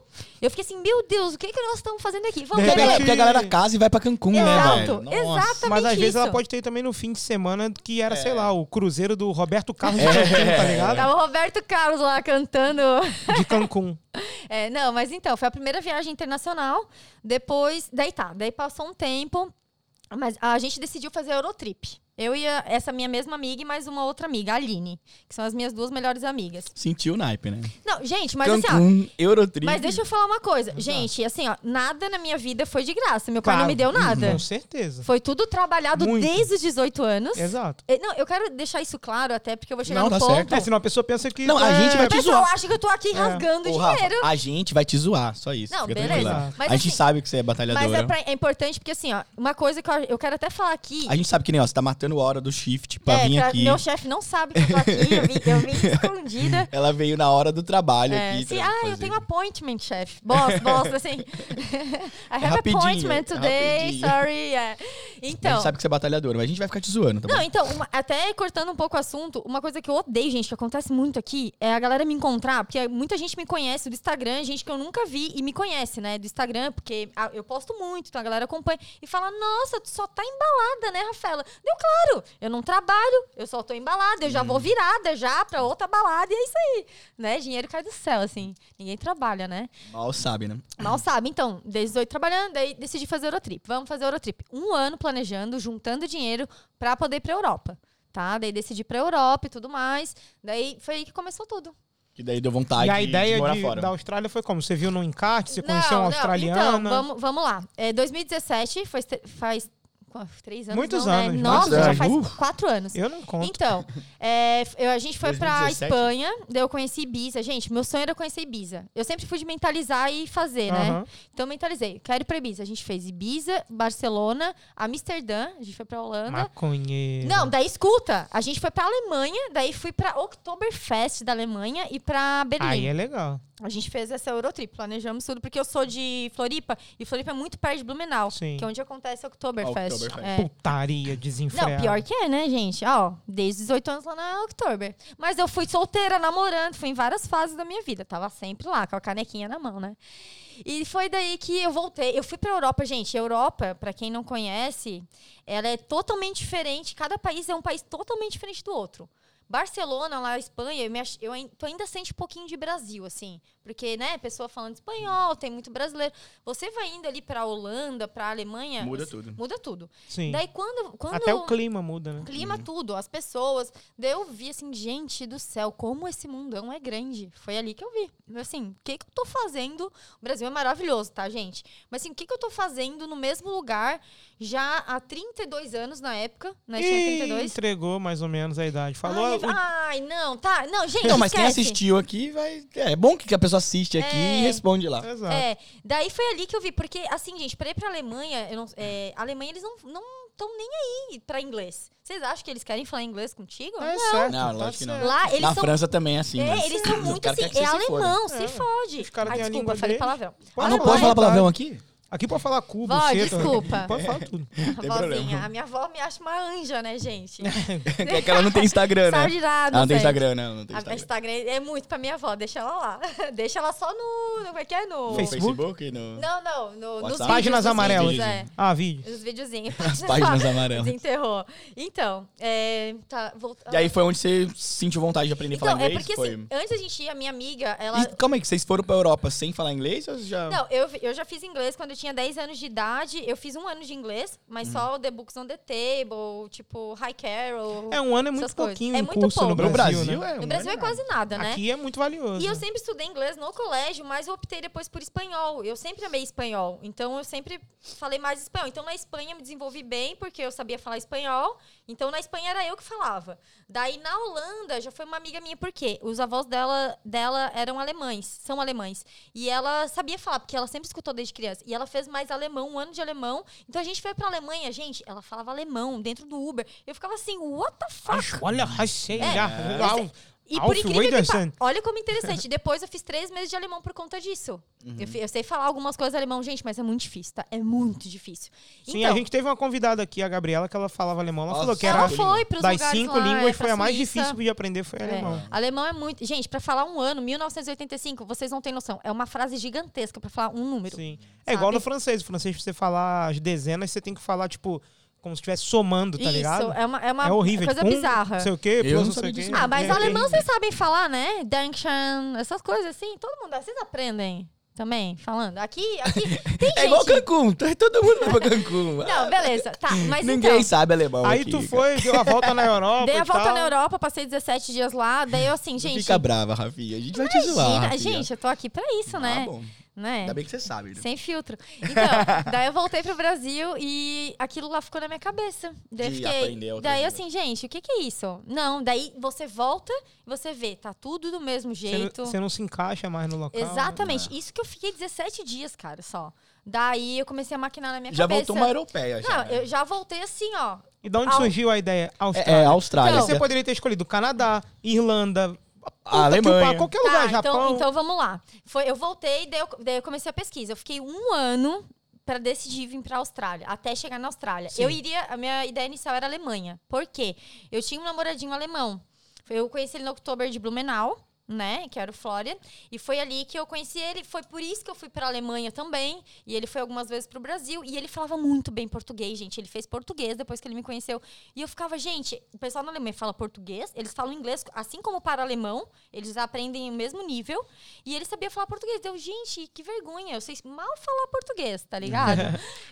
Speaker 3: Eu fiquei assim, meu Deus, o que, que nós estamos fazendo aqui? Vamos
Speaker 1: De
Speaker 2: Porque a
Speaker 3: beber.
Speaker 2: galera-
Speaker 1: repente-
Speaker 2: porque a galera casa e vai pra Cancún, né,
Speaker 3: Exato,
Speaker 2: velho?
Speaker 3: exatamente.
Speaker 1: Mas às vezes
Speaker 3: isso.
Speaker 1: ela pode ter também no fim de semana, que era, sei lá, o cruzeiro do Roberto Carlos de
Speaker 2: É.
Speaker 1: Cancún, tá ligado?
Speaker 3: Tava o Roberto Carlos lá cantando.
Speaker 1: De Cancún.
Speaker 3: É, não, mas então, foi a primeira viagem internacional. Depois, daí tá, daí passou um tempo, mas a gente decidiu fazer a Eurotrip. Eu e a- essa minha mesma amiga e mais uma outra amiga, a Aline, que são as minhas duas melhores amigas.
Speaker 2: Sentiu o naipe, né?
Speaker 3: Não, gente, mas assim, ó,
Speaker 2: Cancún, Eurotrip.
Speaker 3: mas deixa eu falar uma coisa. Gente, assim, ó, nada na minha vida foi de graça. Meu pai
Speaker 1: Claro.
Speaker 3: não me
Speaker 2: Uhum.
Speaker 3: deu nada.
Speaker 1: Com certeza.
Speaker 3: Foi tudo trabalhado
Speaker 1: Muito.
Speaker 3: desde os 18 anos.
Speaker 1: Exato.
Speaker 3: Eh, Não, eu quero deixar isso claro até, porque eu vou chegar
Speaker 2: Não,
Speaker 3: no
Speaker 2: tá
Speaker 3: ponto.
Speaker 2: certo.
Speaker 1: É, senão a pessoa pensa que.
Speaker 2: Não, a
Speaker 1: é,
Speaker 2: gente vai
Speaker 3: O
Speaker 2: te
Speaker 3: pessoal
Speaker 2: zoar.
Speaker 3: acha que eu tô aqui rasgando
Speaker 2: Ô, Rafa,
Speaker 3: dinheiro.
Speaker 2: a gente vai te zoar, só isso.
Speaker 3: Não,
Speaker 2: Fica
Speaker 3: beleza.
Speaker 2: tranquila.
Speaker 3: Mas
Speaker 2: a gente
Speaker 3: assim-
Speaker 2: sabe que você é batalhadora.
Speaker 3: Mas é, pra- é importante porque, assim, ó, uma coisa que eu, eu quero até falar aqui.
Speaker 2: A gente sabe que nem, ó, você tá matando a hora do shift pra
Speaker 3: é,
Speaker 2: vir
Speaker 3: pra-
Speaker 2: aqui.
Speaker 3: Meu chefe não sabe que eu tô aqui, eu vim, eu vim escondida.
Speaker 2: Ela veio na hora do trabalho
Speaker 3: É,
Speaker 2: aqui.
Speaker 3: assim,
Speaker 2: tá
Speaker 3: ah, eu
Speaker 2: fazendo.
Speaker 3: tenho appointment, chefe. Boss, boss, assim. I have
Speaker 2: rapidinho,
Speaker 3: appointment
Speaker 2: é
Speaker 3: today,
Speaker 2: rapidinho.
Speaker 3: sorry. é.
Speaker 2: Mas A gente
Speaker 3: Então.
Speaker 2: sabe que você é batalhadora, mas a gente vai ficar te zoando, tá bom?
Speaker 3: Não, então, uma- até cortando um pouco o assunto, uma coisa que eu odeio, gente, que acontece muito aqui, é a galera me encontrar, porque muita gente me conhece do Instagram, gente que eu nunca vi e me conhece, né, do Instagram, porque ah, eu posto muito, então a galera acompanha e fala: nossa, tu só tá embalada, né, Rafaela? Deu claro, eu não trabalho, eu só tô embalada, eu já vou virada já pra outra balada e é isso aí, né? Dinheiro cai do céu, assim, ninguém trabalha, né?
Speaker 2: Mal sabe, né?
Speaker 3: Mal sabe. Então, desde 18 trabalhando, daí decidi fazer Eurotrip. Vamos fazer Eurotrip. Um ano planejando, juntando dinheiro pra poder ir pra Europa. Tá? Daí decidi ir pra Europa e tudo mais. Daí foi aí que começou tudo.
Speaker 2: Que daí deu vontade
Speaker 1: e a
Speaker 2: de-
Speaker 1: ideia
Speaker 2: de morar
Speaker 1: de-
Speaker 2: fora.
Speaker 1: da Austrália foi como? Você viu no encarte? Você conheceu
Speaker 3: Não,
Speaker 1: uma
Speaker 3: não,
Speaker 1: australiana?
Speaker 3: Então, vamos, vamos lá. É, 2017 faz, tre- faz qu- três anos.
Speaker 1: Muitos
Speaker 3: não,
Speaker 1: anos,
Speaker 3: Né?
Speaker 1: muitos
Speaker 3: Nossa, já
Speaker 2: anos.
Speaker 3: faz
Speaker 2: Uf.
Speaker 3: quatro anos.
Speaker 1: Eu não conto.
Speaker 3: Então, é, eu- a gente foi pra
Speaker 2: 2017?
Speaker 3: Espanha, daí eu conheci Ibiza. Gente, meu sonho era conhecer Ibiza. Eu sempre fui de mentalizar e fazer, né?
Speaker 1: Aham.
Speaker 3: Então mentalizei, quero ir pra Ibiza. A gente fez Ibiza, Barcelona, Amsterdã, a gente foi pra Holanda.
Speaker 1: Maconheiro.
Speaker 3: Não, daí escuta, a gente foi pra Alemanha, daí fui pra Oktoberfest da Alemanha e pra Berlim.
Speaker 1: Aí é legal.
Speaker 3: A gente fez essa Eurotrip, planejamos tudo, porque eu sou de Floripa, e Floripa é muito perto de Blumenau,
Speaker 1: Sim.
Speaker 3: que é onde acontece a
Speaker 2: Oktoberfest.
Speaker 3: Oktoberfest. É.
Speaker 1: Putaria, desenfreada.
Speaker 3: Não, pior que é, né, gente? Ó, desde 18 anos lá na Oktober. Mas eu fui solteira, namorando, fui em várias fases da minha vida. Tava sempre lá, com a canequinha na mão, né? E foi daí que eu voltei. Eu fui pra Europa, gente. Europa, pra quem não conhece, ela é totalmente diferente. Cada país é um país totalmente diferente do outro. Barcelona, lá na Espanha, eu, me ach- eu ain- tu ainda sente um pouquinho de Brasil, assim. Porque, né, pessoa falando espanhol, tem muito brasileiro. Você vai indo ali pra Holanda, pra Alemanha.
Speaker 2: Muda
Speaker 3: você-
Speaker 2: tudo.
Speaker 3: Muda tudo.
Speaker 1: Sim.
Speaker 3: Daí quando, quando
Speaker 1: Até o clima muda, né?
Speaker 3: clima,
Speaker 2: Uhum.
Speaker 3: tudo, as pessoas. Daí eu vi assim, gente do céu, como esse mundão é grande. Foi ali que eu vi. Eu, Assim, o que, que eu tô fazendo? O Brasil é maravilhoso, tá, gente? Mas assim, o que, que eu tô fazendo no mesmo lugar já há 32 anos na época, né?
Speaker 1: Ih,
Speaker 3: Tinha 32.
Speaker 1: entregou mais ou menos a idade. Falou.
Speaker 3: ai,
Speaker 1: o-
Speaker 3: ai, não, tá. Não, gente,
Speaker 2: Não, mas quem
Speaker 3: esquece.
Speaker 2: assistiu aqui vai. É bom que a pessoa assiste aqui
Speaker 3: É.
Speaker 2: e responde lá.
Speaker 1: Exato.
Speaker 3: É, daí foi ali que eu vi, porque assim, gente, pra ir pra Alemanha, eu não, é, Alemanha eles não estão nem aí pra inglês. Vocês acham que eles querem falar inglês contigo?
Speaker 1: Tá certo.
Speaker 2: Não,
Speaker 1: tá
Speaker 2: lógico que não.
Speaker 1: certo.
Speaker 3: Lá Ah, eles
Speaker 2: na
Speaker 3: são
Speaker 2: França também é assim.
Speaker 3: É,
Speaker 2: né?
Speaker 3: eles são muito
Speaker 2: cara
Speaker 3: assim.
Speaker 2: quer que você
Speaker 3: É
Speaker 2: se foda.
Speaker 3: alemão, se
Speaker 1: É.
Speaker 3: fode.
Speaker 1: Os caras
Speaker 3: Ai,
Speaker 1: têm a
Speaker 3: desculpa,
Speaker 1: língua
Speaker 3: falei
Speaker 1: deles.
Speaker 3: palavrão.
Speaker 2: Ah,
Speaker 1: Ah,
Speaker 2: não
Speaker 1: não,
Speaker 2: pode
Speaker 1: é
Speaker 2: falar
Speaker 1: claro.
Speaker 2: palavrão aqui?
Speaker 1: Aqui pode falar cubo,
Speaker 3: Vó,
Speaker 1: seta,
Speaker 3: desculpa.
Speaker 1: Pode falar tudo.
Speaker 2: Tem
Speaker 3: A vozinha.
Speaker 2: problema.
Speaker 3: A minha avó me acha uma anja, né, gente?
Speaker 2: É que ela não tem Instagram, né?
Speaker 3: Sabe de nada,
Speaker 2: Ela não tem
Speaker 3: velho.
Speaker 2: Instagram, não. Não tem
Speaker 3: A Instagram.
Speaker 2: Instagram.
Speaker 3: é muito pra minha avó, deixa ela lá. Deixa ela só no. Como é que é? No.
Speaker 2: No
Speaker 1: Facebook.
Speaker 2: e no...
Speaker 3: Não, não. No, nos
Speaker 2: WhatsApp?
Speaker 3: vídeos,
Speaker 1: Páginas
Speaker 3: nos
Speaker 1: amarelas.
Speaker 3: Vídeos, é.
Speaker 1: Ah, vídeo.
Speaker 3: Os videozinhos.
Speaker 2: páginas amarelas.
Speaker 3: Desenterrou. Então, é, tá, volta-
Speaker 2: E aí foi onde você sentiu vontade de aprender a falar
Speaker 3: Então, é
Speaker 2: inglês?
Speaker 3: porque
Speaker 2: foi...
Speaker 3: assim, antes da gente ir, a minha amiga, ela.
Speaker 2: E calma aí, que vocês foram pra Europa sem falar inglês ou já...
Speaker 3: Não, eu, eu já fiz inglês quando eu tinha 10 anos de idade. Eu fiz um ano de inglês, mas
Speaker 2: Hum.
Speaker 3: só o The Books on the Table, tipo, Hi Carol.
Speaker 1: É, um ano é muito
Speaker 3: Essas coisas.
Speaker 1: pouquinho
Speaker 3: É
Speaker 1: um
Speaker 3: muito
Speaker 1: curso no
Speaker 3: pouco.
Speaker 2: no
Speaker 1: Brasil,
Speaker 2: Brasil,
Speaker 1: né?
Speaker 2: é...
Speaker 3: no
Speaker 2: um
Speaker 3: Brasil é
Speaker 2: ano.
Speaker 3: quase nada, né?
Speaker 1: Aqui é muito valioso.
Speaker 3: E eu sempre estudei inglês no colégio, mas eu optei depois por espanhol. Eu sempre amei espanhol, então eu sempre falei mais espanhol. Então na Espanha eu me desenvolvi bem, porque eu sabia falar espanhol. Então na Espanha era eu que falava. Daí na Holanda já foi uma amiga minha, porque os avós dela, dela eram alemães, são alemães. E ela sabia falar, porque ela sempre escutou desde criança. E ela fez mais alemão, um ano de alemão. Então a gente foi pra Alemanha, gente, ela falava alemão dentro do Uber. Eu ficava assim, what the fuck?
Speaker 1: Mas Olha, achei.
Speaker 2: é,
Speaker 1: já-
Speaker 3: É, eu sei- E por
Speaker 1: Alf
Speaker 3: incrível que
Speaker 1: Wedersen.
Speaker 3: pa- olha como interessante. Depois eu fiz três meses de alemão por conta disso. Eu, fi- eu sei falar algumas coisas alemão, gente, mas é muito difícil, tá? É muito difícil.
Speaker 1: Sim,
Speaker 3: então,
Speaker 1: a gente teve uma convidada aqui, a Gabriela, que ela falava alemão. Ela
Speaker 2: Nossa,
Speaker 1: falou que
Speaker 3: ela
Speaker 1: era
Speaker 2: Caralho.
Speaker 3: foi pros
Speaker 1: das
Speaker 3: lugares
Speaker 1: cinco
Speaker 3: lá, é,
Speaker 1: línguas,
Speaker 3: pra
Speaker 1: foi a mais
Speaker 3: Suíça.
Speaker 1: difícil de aprender foi
Speaker 3: É.
Speaker 1: alemão.
Speaker 3: Alemão é muito. Gente, pra falar um ano, 1985, vocês não têm noção. É uma frase gigantesca pra falar um número.
Speaker 1: Sim. É igual
Speaker 3: Sabe?
Speaker 1: no francês. O francês, pra você falar as dezenas, você tem que falar, tipo, como se estivesse somando, tá
Speaker 3: Isso,
Speaker 1: ligado?
Speaker 3: é uma, é uma
Speaker 1: É horrível.
Speaker 3: coisa
Speaker 1: tipo, um
Speaker 3: bizarra.
Speaker 1: Não sei o quê,
Speaker 2: Eu
Speaker 1: plus
Speaker 2: não
Speaker 1: não sei
Speaker 2: sabia
Speaker 1: o quê.
Speaker 2: disso,
Speaker 3: Ah, mas
Speaker 1: É,
Speaker 3: alemão
Speaker 1: é-
Speaker 3: vocês sabem falar, né? Dankeschön, essas coisas assim. Todo mundo, vocês aprendem também, falando. Aqui, aqui, tem gente...
Speaker 2: É igual Cancún, tá- todo mundo vai pra Cancún. Ah,
Speaker 3: Não, beleza, tá. Mas
Speaker 2: Ninguém
Speaker 3: então,
Speaker 2: sabe alemão
Speaker 1: Aí
Speaker 2: aqui,
Speaker 1: tu
Speaker 2: cara.
Speaker 1: foi, deu a volta na Europa
Speaker 3: Dei a
Speaker 1: e
Speaker 3: volta
Speaker 1: tal.
Speaker 3: na Europa, passei 17 dias lá, daí eu assim,
Speaker 2: Não
Speaker 3: gente.
Speaker 2: Fica brava, Rafinha. A gente vai te zoar,
Speaker 3: imagina,
Speaker 2: Rafinha.
Speaker 3: gente, eu tô aqui pra isso,
Speaker 2: Ah,
Speaker 3: né?
Speaker 2: bom.
Speaker 3: né?
Speaker 2: Ainda bem que você sabe, né?
Speaker 3: Sem filtro. Então, daí eu voltei pro Brasil e aquilo lá ficou na minha cabeça. Daí eu
Speaker 2: De
Speaker 3: fiquei.
Speaker 2: aprender outras
Speaker 3: daí eu
Speaker 2: línguas.
Speaker 3: assim, gente, o que que é isso? Não, daí você volta e você vê, tá tudo do mesmo
Speaker 1: Você não-
Speaker 3: jeito.
Speaker 2: tá
Speaker 1: Você não se encaixa mais no local. né?
Speaker 3: Exatamente. Isso que eu fiquei 17 dias, cara, só. Daí eu comecei a maquinar na minha
Speaker 2: Já
Speaker 3: cabeça.
Speaker 2: voltou uma europeia, já.
Speaker 3: Não,
Speaker 2: né?
Speaker 3: eu já voltei assim, ó.
Speaker 1: E da onde
Speaker 3: Au-
Speaker 1: surgiu a ideia? Austrália.
Speaker 2: É, é, Austrália.
Speaker 3: Então,
Speaker 1: Você poderia ter escolhido Canadá, Irlanda,
Speaker 2: a
Speaker 1: puta que o
Speaker 2: Alemanha.
Speaker 1: pariu, qualquer lugar,
Speaker 3: tá,
Speaker 1: Japão.
Speaker 3: Então, então vamos lá. Foi, eu voltei, daí eu, daí eu comecei a pesquisa. Eu fiquei um ano para decidir vir para a Austrália, até chegar na Austrália.
Speaker 1: Sim.
Speaker 3: Eu iria, a minha ideia inicial era Alemanha. Por quê? Eu tinha um namoradinho alemão. Eu conheci ele no outubro de Blumenau, né, que era o Florian, e foi ali que eu conheci ele, foi por isso que eu fui para Alemanha também, e ele foi algumas vezes pro Brasil, e ele falava muito bem português, gente, ele fez português depois que ele me conheceu. E eu ficava, gente, o pessoal na Alemanha fala português, eles falam inglês, assim como para alemão, eles aprendem o mesmo nível, e ele sabia falar português. Deu, gente, que vergonha, eu sei mal falar português, tá ligado?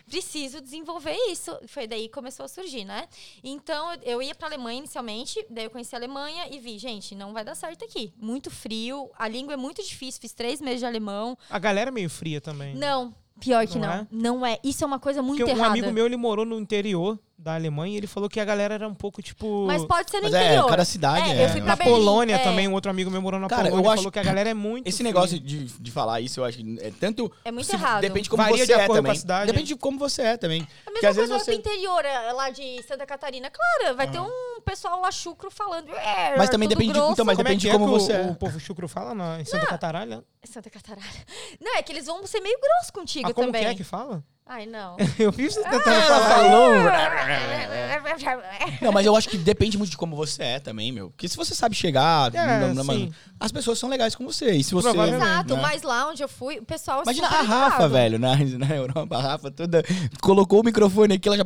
Speaker 3: Preciso desenvolver isso. Foi daí que começou a surgir, né? Então, eu- eu ia pra Alemanha inicialmente, daí eu conheci a Alemanha e vi, gente, não vai dar certo aqui. Muito frio, a língua é muito difícil, fiz três meses de alemão.
Speaker 1: A galera é meio fria também. né?
Speaker 3: Não, pior que
Speaker 1: Não
Speaker 3: não.
Speaker 1: é?
Speaker 3: Não é. Isso é uma coisa muito
Speaker 1: Porque um
Speaker 3: errada.
Speaker 1: amigo meu, ele morou no interior da Alemanha e ele falou que a galera era um pouco, tipo...
Speaker 3: Mas pode ser no
Speaker 2: Mas é,
Speaker 3: interior.
Speaker 2: cada cidade
Speaker 3: É,
Speaker 2: é.
Speaker 3: eu fui
Speaker 1: Na
Speaker 3: pra Berlim,
Speaker 1: Polônia
Speaker 3: é.
Speaker 1: também, um outro amigo meu morou na
Speaker 2: Cara, eu
Speaker 1: Polônia e
Speaker 2: acho
Speaker 1: falou que a galera é muito
Speaker 2: Esse
Speaker 1: fria.
Speaker 2: negócio de, de falar isso, eu acho que é tanto.
Speaker 3: É muito
Speaker 2: se-
Speaker 3: errado.
Speaker 2: Depende de como
Speaker 1: Varia
Speaker 2: você
Speaker 1: de
Speaker 2: é
Speaker 1: acordo com a
Speaker 2: também.
Speaker 1: cidade, né?
Speaker 2: Depende de como você é também. Porque
Speaker 3: A mesma
Speaker 2: às
Speaker 3: coisa
Speaker 2: vezes
Speaker 3: lá pro
Speaker 2: você. Ah.
Speaker 3: interior, é, lá de Santa Catarina, claro, vai ter um pessoal lá chucro falando. "É,
Speaker 2: Mas também
Speaker 3: tudo
Speaker 2: depende de-
Speaker 3: grosso".
Speaker 2: então, mas
Speaker 1: Como
Speaker 2: depende
Speaker 1: é
Speaker 2: de
Speaker 1: que
Speaker 2: como
Speaker 1: é que
Speaker 2: você
Speaker 1: o,
Speaker 2: é.
Speaker 1: o povo chucro fala na, em Santa Catarina?
Speaker 3: É Santa Catarina. Não, é que eles vão ser meio grosso contigo
Speaker 1: Ah, como
Speaker 3: também. Ah,
Speaker 1: que é que fala?
Speaker 3: Ai, não.
Speaker 1: Eu vi você tentando
Speaker 2: Ela
Speaker 1: falar.
Speaker 3: É.
Speaker 2: Não, mas eu acho que depende muito de como você é também, meu. Porque se você sabe chegar,
Speaker 1: É,
Speaker 2: na- na-
Speaker 1: sim.
Speaker 2: as pessoas são legais com você. E se você.
Speaker 1: Provavelmente.
Speaker 3: Exato,
Speaker 2: né?
Speaker 3: mas lá onde eu fui, o pessoal é
Speaker 2: Imagina
Speaker 3: super
Speaker 2: a Rafa,
Speaker 3: educado.
Speaker 2: velho, na, na Europa. A Rafa toda colocou o microfone aqui, ela já.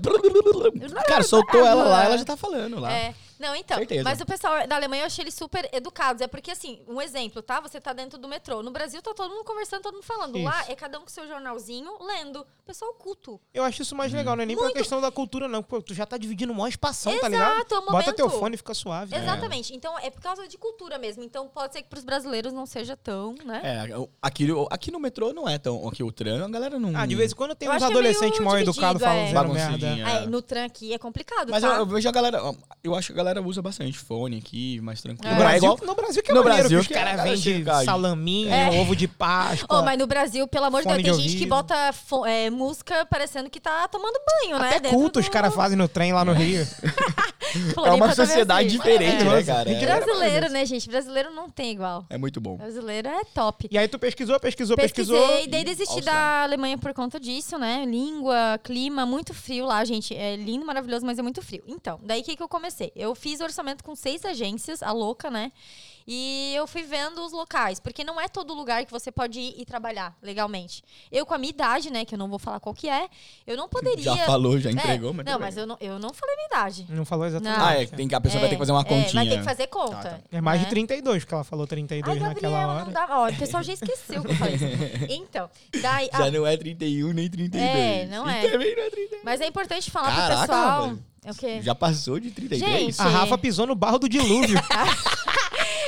Speaker 2: Cara, soltou ela lá, ela já tá falando lá.
Speaker 3: É. Não, então.
Speaker 2: Certeza.
Speaker 3: Mas o pessoal da Alemanha eu achei eles super educados. É porque, assim, um exemplo, tá? Você tá dentro do metrô. No Brasil tá todo mundo conversando, todo mundo falando. Lá
Speaker 1: Isso.
Speaker 3: é cada um com seu jornalzinho lendo. Pessoal culto.
Speaker 1: Eu acho isso mais legal, não é nem pela questão da cultura, não. Pô, tu já tá dividindo o maior espação, tá
Speaker 3: Hum. Exato,
Speaker 1: ligado?
Speaker 3: é o
Speaker 1: Bota
Speaker 3: momento.
Speaker 1: teu fone e fica suave. né?
Speaker 3: Exatamente. Então é por causa de cultura mesmo. Então pode ser que pros brasileiros não seja tão, né?
Speaker 2: É, o- aqui, o- aqui no metrô não é tão. Aqui o tram, a galera não.
Speaker 1: Ah, de vez em quando tem
Speaker 3: Eu
Speaker 1: uns
Speaker 3: acho que é meio
Speaker 1: adolescentes mal
Speaker 3: dividido,
Speaker 1: educados
Speaker 3: é.
Speaker 1: falando zero merda.
Speaker 2: Baguncidinha.
Speaker 3: Aí, no tram aqui é complicado,
Speaker 2: Mas eu,
Speaker 3: tá?
Speaker 2: eu vejo a galera. Eu acho que a galera usa bastante fone aqui, mais tranquilo.
Speaker 1: No
Speaker 2: Não É
Speaker 1: Brasil,
Speaker 2: igual.
Speaker 1: no Brasil que é
Speaker 2: no
Speaker 1: maneiro,
Speaker 2: Brasil
Speaker 1: que os
Speaker 2: que a
Speaker 1: caras
Speaker 2: galera
Speaker 1: vendem
Speaker 2: chega aí.
Speaker 1: salaminha,
Speaker 3: É.
Speaker 1: ovo de Páscoa.
Speaker 3: Ô, mas no Brasil, pelo amor de Deus,
Speaker 1: Fone
Speaker 3: tem
Speaker 1: de
Speaker 3: gente que
Speaker 1: ouvido.
Speaker 3: bota fo- é, música parecendo que tá tomando banho, né?
Speaker 1: Até
Speaker 3: Dentro
Speaker 1: culto os
Speaker 3: do- É.
Speaker 1: caras fazem no trem lá no Rio.
Speaker 2: É
Speaker 3: Floripa
Speaker 2: uma
Speaker 3: também
Speaker 2: sociedade
Speaker 3: assim.
Speaker 2: diferente,
Speaker 1: É.
Speaker 2: né, cara?
Speaker 1: Gente,
Speaker 2: É,
Speaker 3: Brasileiro, né, gente? Brasileiro não tem igual.
Speaker 2: é muito bom.
Speaker 3: Brasileiro é top.
Speaker 1: E aí tu pesquisou, pesquisou,
Speaker 3: Pesquisei,
Speaker 1: pesquisou.
Speaker 3: daí desisti
Speaker 2: Austrália.
Speaker 3: da Alemanha por conta disso, né? Língua, clima, muito frio lá, gente. É lindo, maravilhoso, mas é muito frio. Então, daí o que, que eu comecei? Eu fiz orçamento com seis agências, a louca, né? E eu fui vendo os locais, porque não é todo lugar que você pode ir e trabalhar legalmente. Eu, com a minha idade, né, que eu não vou falar qual que é, eu não poderia.
Speaker 2: Já falou, já
Speaker 3: É,
Speaker 2: entregou, mas.
Speaker 3: Não,
Speaker 2: tudo
Speaker 3: mas
Speaker 2: bem.
Speaker 3: eu não, eu não falei minha idade.
Speaker 1: Não falou exatamente.
Speaker 3: Não.
Speaker 2: Ah, é, tem que, a pessoa vai ter que fazer uma
Speaker 3: É,
Speaker 2: continha.
Speaker 3: vai ter que fazer conta.
Speaker 2: Ah,
Speaker 1: É mais de
Speaker 3: né?
Speaker 1: 32, porque ela falou 32
Speaker 3: Ai,
Speaker 1: naquela
Speaker 3: Gabriela,
Speaker 1: hora.
Speaker 3: não dava. Ó, o pessoal já esqueceu que eu falei isso. Então, daí. ah,
Speaker 2: Já não é 31 nem 32.
Speaker 3: É, não é.
Speaker 2: E também não é 32.
Speaker 3: mas é importante falar pro
Speaker 2: Caraca,
Speaker 3: pessoal.
Speaker 2: mano.
Speaker 3: É o quê?
Speaker 2: Já passou de 32?
Speaker 3: Gente.
Speaker 1: A Rafa pisou no barro do dilúvio.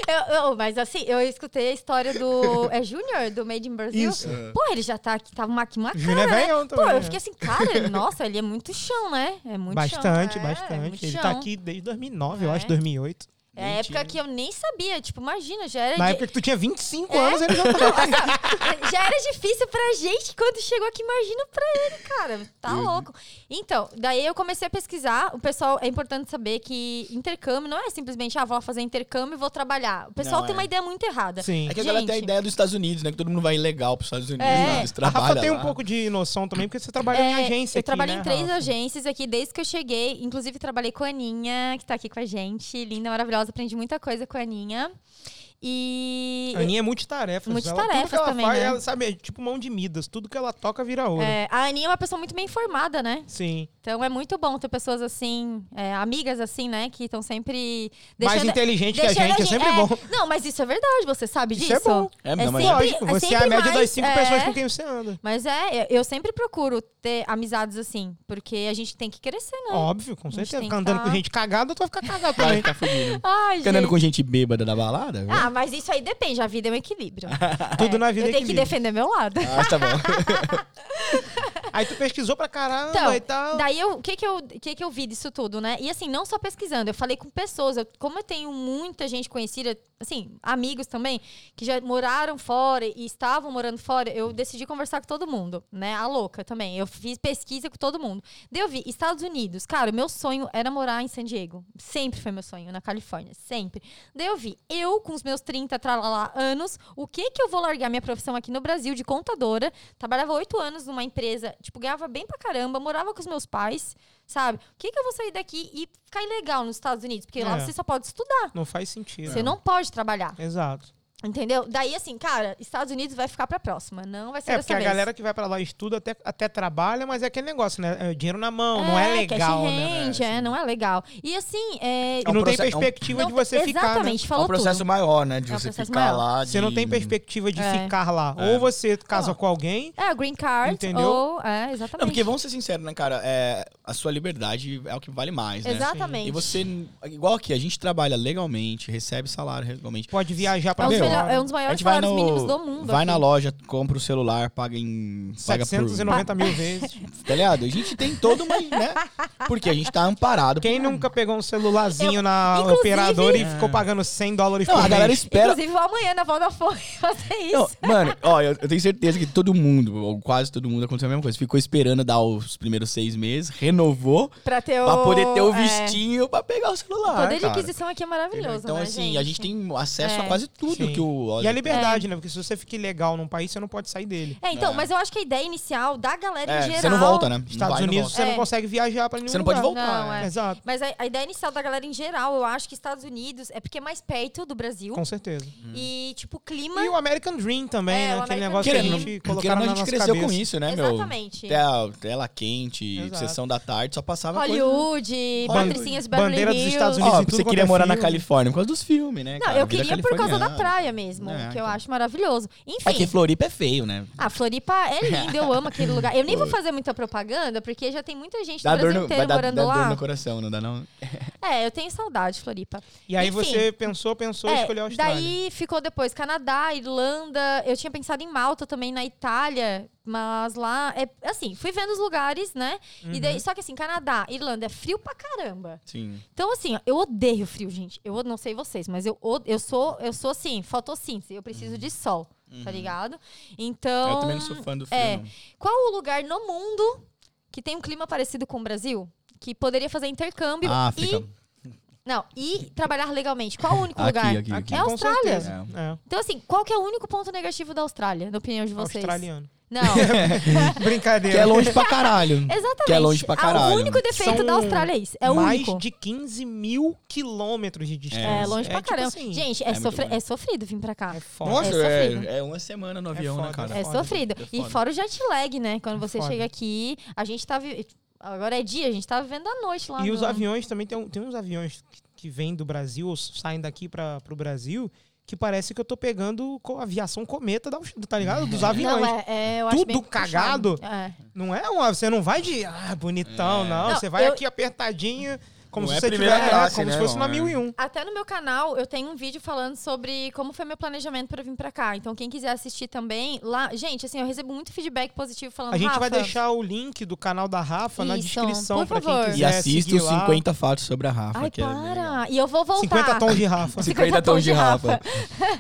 Speaker 3: Eu- eu- mas assim, eu escutei a história do. É Júnior, do Made in Brasil.
Speaker 1: Isso.
Speaker 3: Pô, ele já tá aqui, tava aqui uma cara,
Speaker 1: Júnior é
Speaker 3: né?
Speaker 1: velhão
Speaker 3: Pô,
Speaker 1: também,
Speaker 3: eu
Speaker 1: né?
Speaker 3: fiquei assim, cara, nossa, ele é muito chão, né? É muito
Speaker 1: bastante,
Speaker 3: chão. É,
Speaker 1: bastante.
Speaker 3: é muito
Speaker 1: Ele
Speaker 3: chão.
Speaker 1: tá aqui desde 2009, eu
Speaker 3: É.
Speaker 1: acho, 2008.
Speaker 3: É a época que eu nem sabia, tipo, imagina, já era
Speaker 1: Na
Speaker 3: de-
Speaker 1: época que tu tinha 25
Speaker 3: É? assim,
Speaker 1: anos, ele já tava.
Speaker 3: Já era difícil pra gente quando chegou aqui, imagina pra ele, cara. Tá
Speaker 1: Uhum.
Speaker 3: louco. Então, daí eu comecei a pesquisar. O pessoal, é importante saber que intercâmbio não é simplesmente, ah, vou lá fazer intercâmbio e vou trabalhar. O pessoal
Speaker 2: Não,
Speaker 3: tem
Speaker 2: é.
Speaker 3: uma ideia muito errada.
Speaker 1: Sim.
Speaker 2: É que agora tem a
Speaker 3: Gente.
Speaker 2: ideia dos Estados Unidos, né? Que todo mundo vai ilegal pros Estados Unidos,
Speaker 3: É.
Speaker 2: lá, eles
Speaker 1: A
Speaker 2: trabalham
Speaker 1: Rafa tem um
Speaker 2: lá.
Speaker 1: pouco de noção também, porque você trabalha em
Speaker 3: É,
Speaker 1: agência
Speaker 3: Eu
Speaker 1: aqui,
Speaker 3: trabalhei
Speaker 1: né,
Speaker 3: em três
Speaker 1: Rafa?
Speaker 3: agências aqui desde que eu cheguei. Inclusive, trabalhei com a Aninha, que tá aqui com a gente. Linda, maravilhosa. Aprendi muita coisa com a Aninha. E.
Speaker 1: A Aninha é multitarefas. ela, tudo
Speaker 3: Multitarefas
Speaker 1: que ela
Speaker 3: também,
Speaker 1: faz,
Speaker 3: né?
Speaker 1: ela, sabe, é tipo mão de Midas. Tudo que ela toca vira ouro.
Speaker 3: é, a Aninha é uma pessoa muito bem informada, né?
Speaker 1: Sim.
Speaker 3: Então é muito bom ter pessoas assim, é, amigas assim, né? Que estão sempre
Speaker 1: Mais inteligente que a
Speaker 3: deixando
Speaker 1: gente, é sempre
Speaker 3: é,
Speaker 1: bom.
Speaker 3: Não, mas isso é verdade, você sabe
Speaker 1: Isso
Speaker 3: disso?
Speaker 1: é bom.
Speaker 2: É, não, mas-
Speaker 3: sempre-
Speaker 1: Lógico, você é a
Speaker 3: sempre
Speaker 1: média das
Speaker 3: mais,
Speaker 1: cinco
Speaker 3: é.
Speaker 1: pessoas com quem você anda.
Speaker 3: Mas é, eu- eu sempre procuro ter amizades assim, porque a gente tem que crescer, né?
Speaker 1: Óbvio, com
Speaker 3: gente
Speaker 1: certeza.
Speaker 3: tem
Speaker 1: Ficar
Speaker 3: que
Speaker 1: andando
Speaker 3: tá-
Speaker 1: com gente cagada, tu vai ficar cagado
Speaker 2: Vai
Speaker 1: também.
Speaker 2: ficar fudido.
Speaker 3: Ai,
Speaker 2: Fica andando
Speaker 3: gente.
Speaker 2: com gente bêbada da balada? né?
Speaker 3: Ah, mas isso aí depende, a vida é um equilíbrio.
Speaker 1: Tudo
Speaker 3: É,
Speaker 1: na vida
Speaker 3: Eu
Speaker 1: é
Speaker 3: tenho que
Speaker 1: equilíbrio.
Speaker 3: defender meu lado.
Speaker 2: Ah, tá bom.
Speaker 1: Aí tu pesquisou pra caramba
Speaker 3: Então,
Speaker 1: e tal.
Speaker 3: Daí eu, o que que eu, o que que eu vi disso tudo, né? E assim, não só pesquisando, eu falei com pessoas, eu- como eu tenho muita gente conhecida, assim, amigos também, que já moraram fora e estavam morando fora, eu decidi conversar com todo mundo, né? A louca também. Eu fiz pesquisa com todo mundo. Daí eu vi Estados Unidos. Cara, o meu sonho era morar em San Diego. Sempre foi meu sonho, na Califórnia, sempre. Daí eu vi, eu com os meus 30 tralala, anos, o que que eu vou largar minha profissão aqui no Brasil de contadora? Trabalhava oito anos numa empresa, tipo, ganhava bem pra caramba, morava com os meus pais, sabe? O que que eu vou sair daqui e ficar ilegal nos Estados Unidos? Porque lá
Speaker 1: É.
Speaker 3: você só pode estudar,
Speaker 1: Não faz sentido.
Speaker 3: você não pode trabalhar.
Speaker 1: Exato.
Speaker 3: Entendeu? Daí, assim, cara, Estados Unidos vai ficar pra próxima. Não vai ser
Speaker 1: É,
Speaker 3: dessa
Speaker 1: porque a
Speaker 3: vez.
Speaker 1: galera que vai pra lá e estuda até, até trabalha, mas é aquele negócio, né? É dinheiro na mão, não é
Speaker 3: cash
Speaker 1: legal, né?
Speaker 3: hand, é, não é legal. E assim, é,
Speaker 1: E
Speaker 2: um
Speaker 1: não tem
Speaker 2: processo- é um-
Speaker 1: perspectiva
Speaker 3: não-
Speaker 1: de você ficar, né?
Speaker 3: Exatamente,
Speaker 2: É
Speaker 3: falou
Speaker 2: um processo
Speaker 3: tudo.
Speaker 2: maior, né? De
Speaker 3: É um
Speaker 2: você
Speaker 3: processo
Speaker 2: ficar
Speaker 3: maior.
Speaker 2: lá. De...
Speaker 1: Você não tem perspectiva de
Speaker 3: É.
Speaker 1: ficar lá.
Speaker 2: É.
Speaker 1: Ou você casa
Speaker 2: Ah.
Speaker 1: com alguém,
Speaker 3: É, green card
Speaker 1: Entendeu?
Speaker 3: ou... É,
Speaker 2: Não,
Speaker 3: exatamente.
Speaker 2: porque vamos ser sinceros, né, cara? É, a sua liberdade é o que vale mais, né?
Speaker 3: Exatamente.
Speaker 2: E você, igual aqui, a gente trabalha legalmente, recebe salário legalmente.
Speaker 1: pode viajar
Speaker 3: É
Speaker 1: pra
Speaker 3: um, dos
Speaker 2: Meu,
Speaker 3: melhor- é um dos
Speaker 2: A
Speaker 3: maiores
Speaker 2: gente vai
Speaker 3: salários
Speaker 2: no.
Speaker 3: mínimos do mundo. assim.
Speaker 2: vai na
Speaker 3: aqui.
Speaker 2: loja, compra o celular, paga em. Paga por.
Speaker 1: 790 mil vezes.
Speaker 2: Tá ligado? A gente tem todo uma. Né? Porque a gente tá amparado.
Speaker 1: Quem nunca pegou um celularzinho na
Speaker 3: inclusive-
Speaker 1: operadora e ficou pagando 100 dólares
Speaker 2: É. Não,
Speaker 1: por
Speaker 2: a galera
Speaker 1: mês?
Speaker 2: espera.
Speaker 3: Inclusive, vou amanhã na Vodafone fazer isso.
Speaker 2: Não, mano, ó, eu, eu tenho certeza que todo mundo, ou quase todo mundo, aconteceu a mesma coisa. Ficou esperando dar os primeiros seis meses, renovou,
Speaker 3: pra ter o...
Speaker 2: pra poder ter o
Speaker 3: é,
Speaker 2: vestinho pra pegar o celular.
Speaker 3: o poder de
Speaker 2: cara.
Speaker 3: aquisição aqui é maravilhoso,
Speaker 2: Então,
Speaker 3: né,
Speaker 2: assim,
Speaker 3: gente?
Speaker 2: a gente tem acesso a
Speaker 3: É.
Speaker 2: quase tudo
Speaker 1: Sim.
Speaker 2: que o.
Speaker 1: E a liberdade, né? Porque se você fica ilegal num país, você não pode sair dele.
Speaker 3: É, então,
Speaker 2: É.
Speaker 3: mas eu acho que a ideia inicial da galera
Speaker 2: É,
Speaker 3: em geral...
Speaker 2: você não volta, né?
Speaker 1: Estados
Speaker 2: Vai, não
Speaker 1: Unidos,
Speaker 2: volta.
Speaker 1: você não
Speaker 3: É.
Speaker 1: consegue viajar pra nenhum
Speaker 2: Você não pode
Speaker 1: lugar.
Speaker 2: voltar.
Speaker 3: Não,
Speaker 2: né?
Speaker 3: é.
Speaker 1: Exato,
Speaker 3: Mas a, a ideia inicial da galera em geral, eu acho que Estados Unidos é porque é mais perto do Brasil.
Speaker 1: com certeza.
Speaker 2: Uhum.
Speaker 3: E, tipo, o clima.
Speaker 1: E o American Dream também,
Speaker 3: É,
Speaker 1: né?
Speaker 3: o
Speaker 1: Aquele
Speaker 3: American
Speaker 1: negócio que a
Speaker 2: Querendo,
Speaker 3: Dream.
Speaker 1: gente
Speaker 2: querendo ou
Speaker 1: colocava
Speaker 2: não,
Speaker 1: na
Speaker 2: a gente
Speaker 1: nossa
Speaker 2: cresceu
Speaker 1: cabeça.
Speaker 2: com isso, né, meu?
Speaker 3: Exatamente.
Speaker 2: Tela, tela quente,
Speaker 1: Exato.
Speaker 2: sessão da tarde, só passava coisa.
Speaker 3: Hollywood,
Speaker 2: Hollywood.
Speaker 3: patricinhas de Beverly
Speaker 1: Bandeira dos
Speaker 3: Hills.
Speaker 1: Estados Unidos.
Speaker 2: Ó,
Speaker 1: e tudo
Speaker 2: você
Speaker 1: quanto
Speaker 2: queria
Speaker 1: é
Speaker 2: morar na
Speaker 1: filme.
Speaker 2: Califórnia por causa dos filmes, né?
Speaker 3: Não,
Speaker 2: cara?
Speaker 3: eu
Speaker 2: Vida
Speaker 3: queria por causa da
Speaker 2: californiana.
Speaker 3: praia mesmo,
Speaker 2: É,
Speaker 3: que eu
Speaker 2: então.
Speaker 3: acho maravilhoso. Enfim.
Speaker 2: É que Floripa é feio, né?
Speaker 3: A Floripa é linda, eu amo aquele lugar. Eu nem vou fazer muita propaganda, porque já tem muita gente
Speaker 2: Dá
Speaker 3: do
Speaker 2: dor
Speaker 3: Brasil
Speaker 2: no, vai
Speaker 3: é inteiro
Speaker 2: dar,
Speaker 3: morando
Speaker 2: dá dor
Speaker 3: lá.
Speaker 2: no coração, não dá não?
Speaker 3: É, eu tenho saudade de Floripa.
Speaker 1: E aí
Speaker 3: Enfim.
Speaker 1: você pensou, pensou e
Speaker 3: É,
Speaker 1: escolheu a Austrália.
Speaker 3: daí ficou depois Canadá, Irlanda. Eu tinha pensado em Malta também, na Itália. Mas lá, é assim, fui vendo os lugares, né? E
Speaker 1: Uhum.
Speaker 3: daí, só que assim, Canadá, Irlanda, é frio pra caramba.
Speaker 2: Sim.
Speaker 3: Então, assim, ó, eu odeio frio, gente. Eu não sei vocês, mas eu, od- eu sou eu sou assim, fotossíntese. Eu preciso de sol, tá ligado? Então.
Speaker 2: Uhum. eu também não sou fã do frio.
Speaker 3: é.
Speaker 2: não.
Speaker 3: Qual o lugar no
Speaker 2: Ah,
Speaker 3: mundo que tem um clima parecido com o Brasil? Que poderia fazer intercâmbio
Speaker 2: África.
Speaker 3: e Não, e trabalhar legalmente. Qual o único
Speaker 2: Aqui,
Speaker 3: lugar?
Speaker 2: aqui, aqui.
Speaker 3: É a
Speaker 1: com
Speaker 3: Austrália.
Speaker 1: certeza. É.
Speaker 3: Então, assim, qual que é o único ponto negativo da Austrália, na opinião de vocês?
Speaker 1: Australiano.
Speaker 3: Não.
Speaker 1: Brincadeira.
Speaker 2: Que é longe pra caralho.
Speaker 3: Exatamente. Ah,
Speaker 2: Que é longe pra caralho.
Speaker 3: O único defeito
Speaker 1: São
Speaker 3: da Austrália é isso. É o
Speaker 1: Mais
Speaker 3: único.
Speaker 1: de 15 mil quilômetros de distância.
Speaker 3: É longe pra
Speaker 1: tipo
Speaker 3: caramba.
Speaker 1: assim,
Speaker 3: Gente, é,
Speaker 2: é muito
Speaker 3: sofre-
Speaker 2: longe.
Speaker 3: é sofrido vir pra cá.
Speaker 1: É foda.
Speaker 2: Nossa,
Speaker 3: É sofrido.
Speaker 2: é, é uma semana no avião,
Speaker 1: foda,
Speaker 2: né, cara?
Speaker 1: é
Speaker 3: É
Speaker 1: foda. É
Speaker 3: sofrido.
Speaker 2: É
Speaker 3: e
Speaker 2: foda.
Speaker 3: fora o jet lag, né? Quando você
Speaker 1: foda.
Speaker 3: chega aqui, a gente tá. vi- Agora é dia, a gente tá vivendo a noite lá.
Speaker 1: E
Speaker 3: no-
Speaker 1: os aviões também, tem, um- tem uns aviões que, que vêm do Brasil, ou saem daqui para pro Brasil, que parece que eu tô pegando co- aviação cometa, da, Aus- tá ligado? Dos aviões.
Speaker 3: Não, é, é, eu acho
Speaker 1: Tudo
Speaker 3: bem puxado.
Speaker 1: cagado.
Speaker 3: É.
Speaker 1: Não é um, você não vai de ah, bonitão, não.
Speaker 3: Não,
Speaker 1: Você vai
Speaker 3: eu-
Speaker 1: aqui apertadinho, como
Speaker 2: É. Não
Speaker 1: se
Speaker 2: é
Speaker 1: você
Speaker 2: primeira
Speaker 1: tivesse,
Speaker 2: classe,
Speaker 1: como
Speaker 2: né,
Speaker 1: se fosse
Speaker 2: irmão?
Speaker 1: na mil e um.
Speaker 3: Até no meu canal eu tenho um vídeo falando sobre como foi meu planejamento pra vir pra cá. Então quem quiser assistir também, lá, gente, assim, eu recebo muito feedback positivo falando
Speaker 1: A gente vai
Speaker 3: "Rafa,
Speaker 1: deixar o link do canal da Rafa na
Speaker 3: Isso,
Speaker 1: descrição
Speaker 3: por
Speaker 1: para quem
Speaker 3: favor.
Speaker 1: quiser
Speaker 2: E assiste
Speaker 1: seguir
Speaker 2: os
Speaker 1: lá.
Speaker 2: 50 fatos sobre a Rafa.
Speaker 3: É, Ai,
Speaker 2: que é bem legal.
Speaker 3: para. e eu vou voltar.
Speaker 1: 50 tons de Rafa.
Speaker 2: 50 tons de Rafa.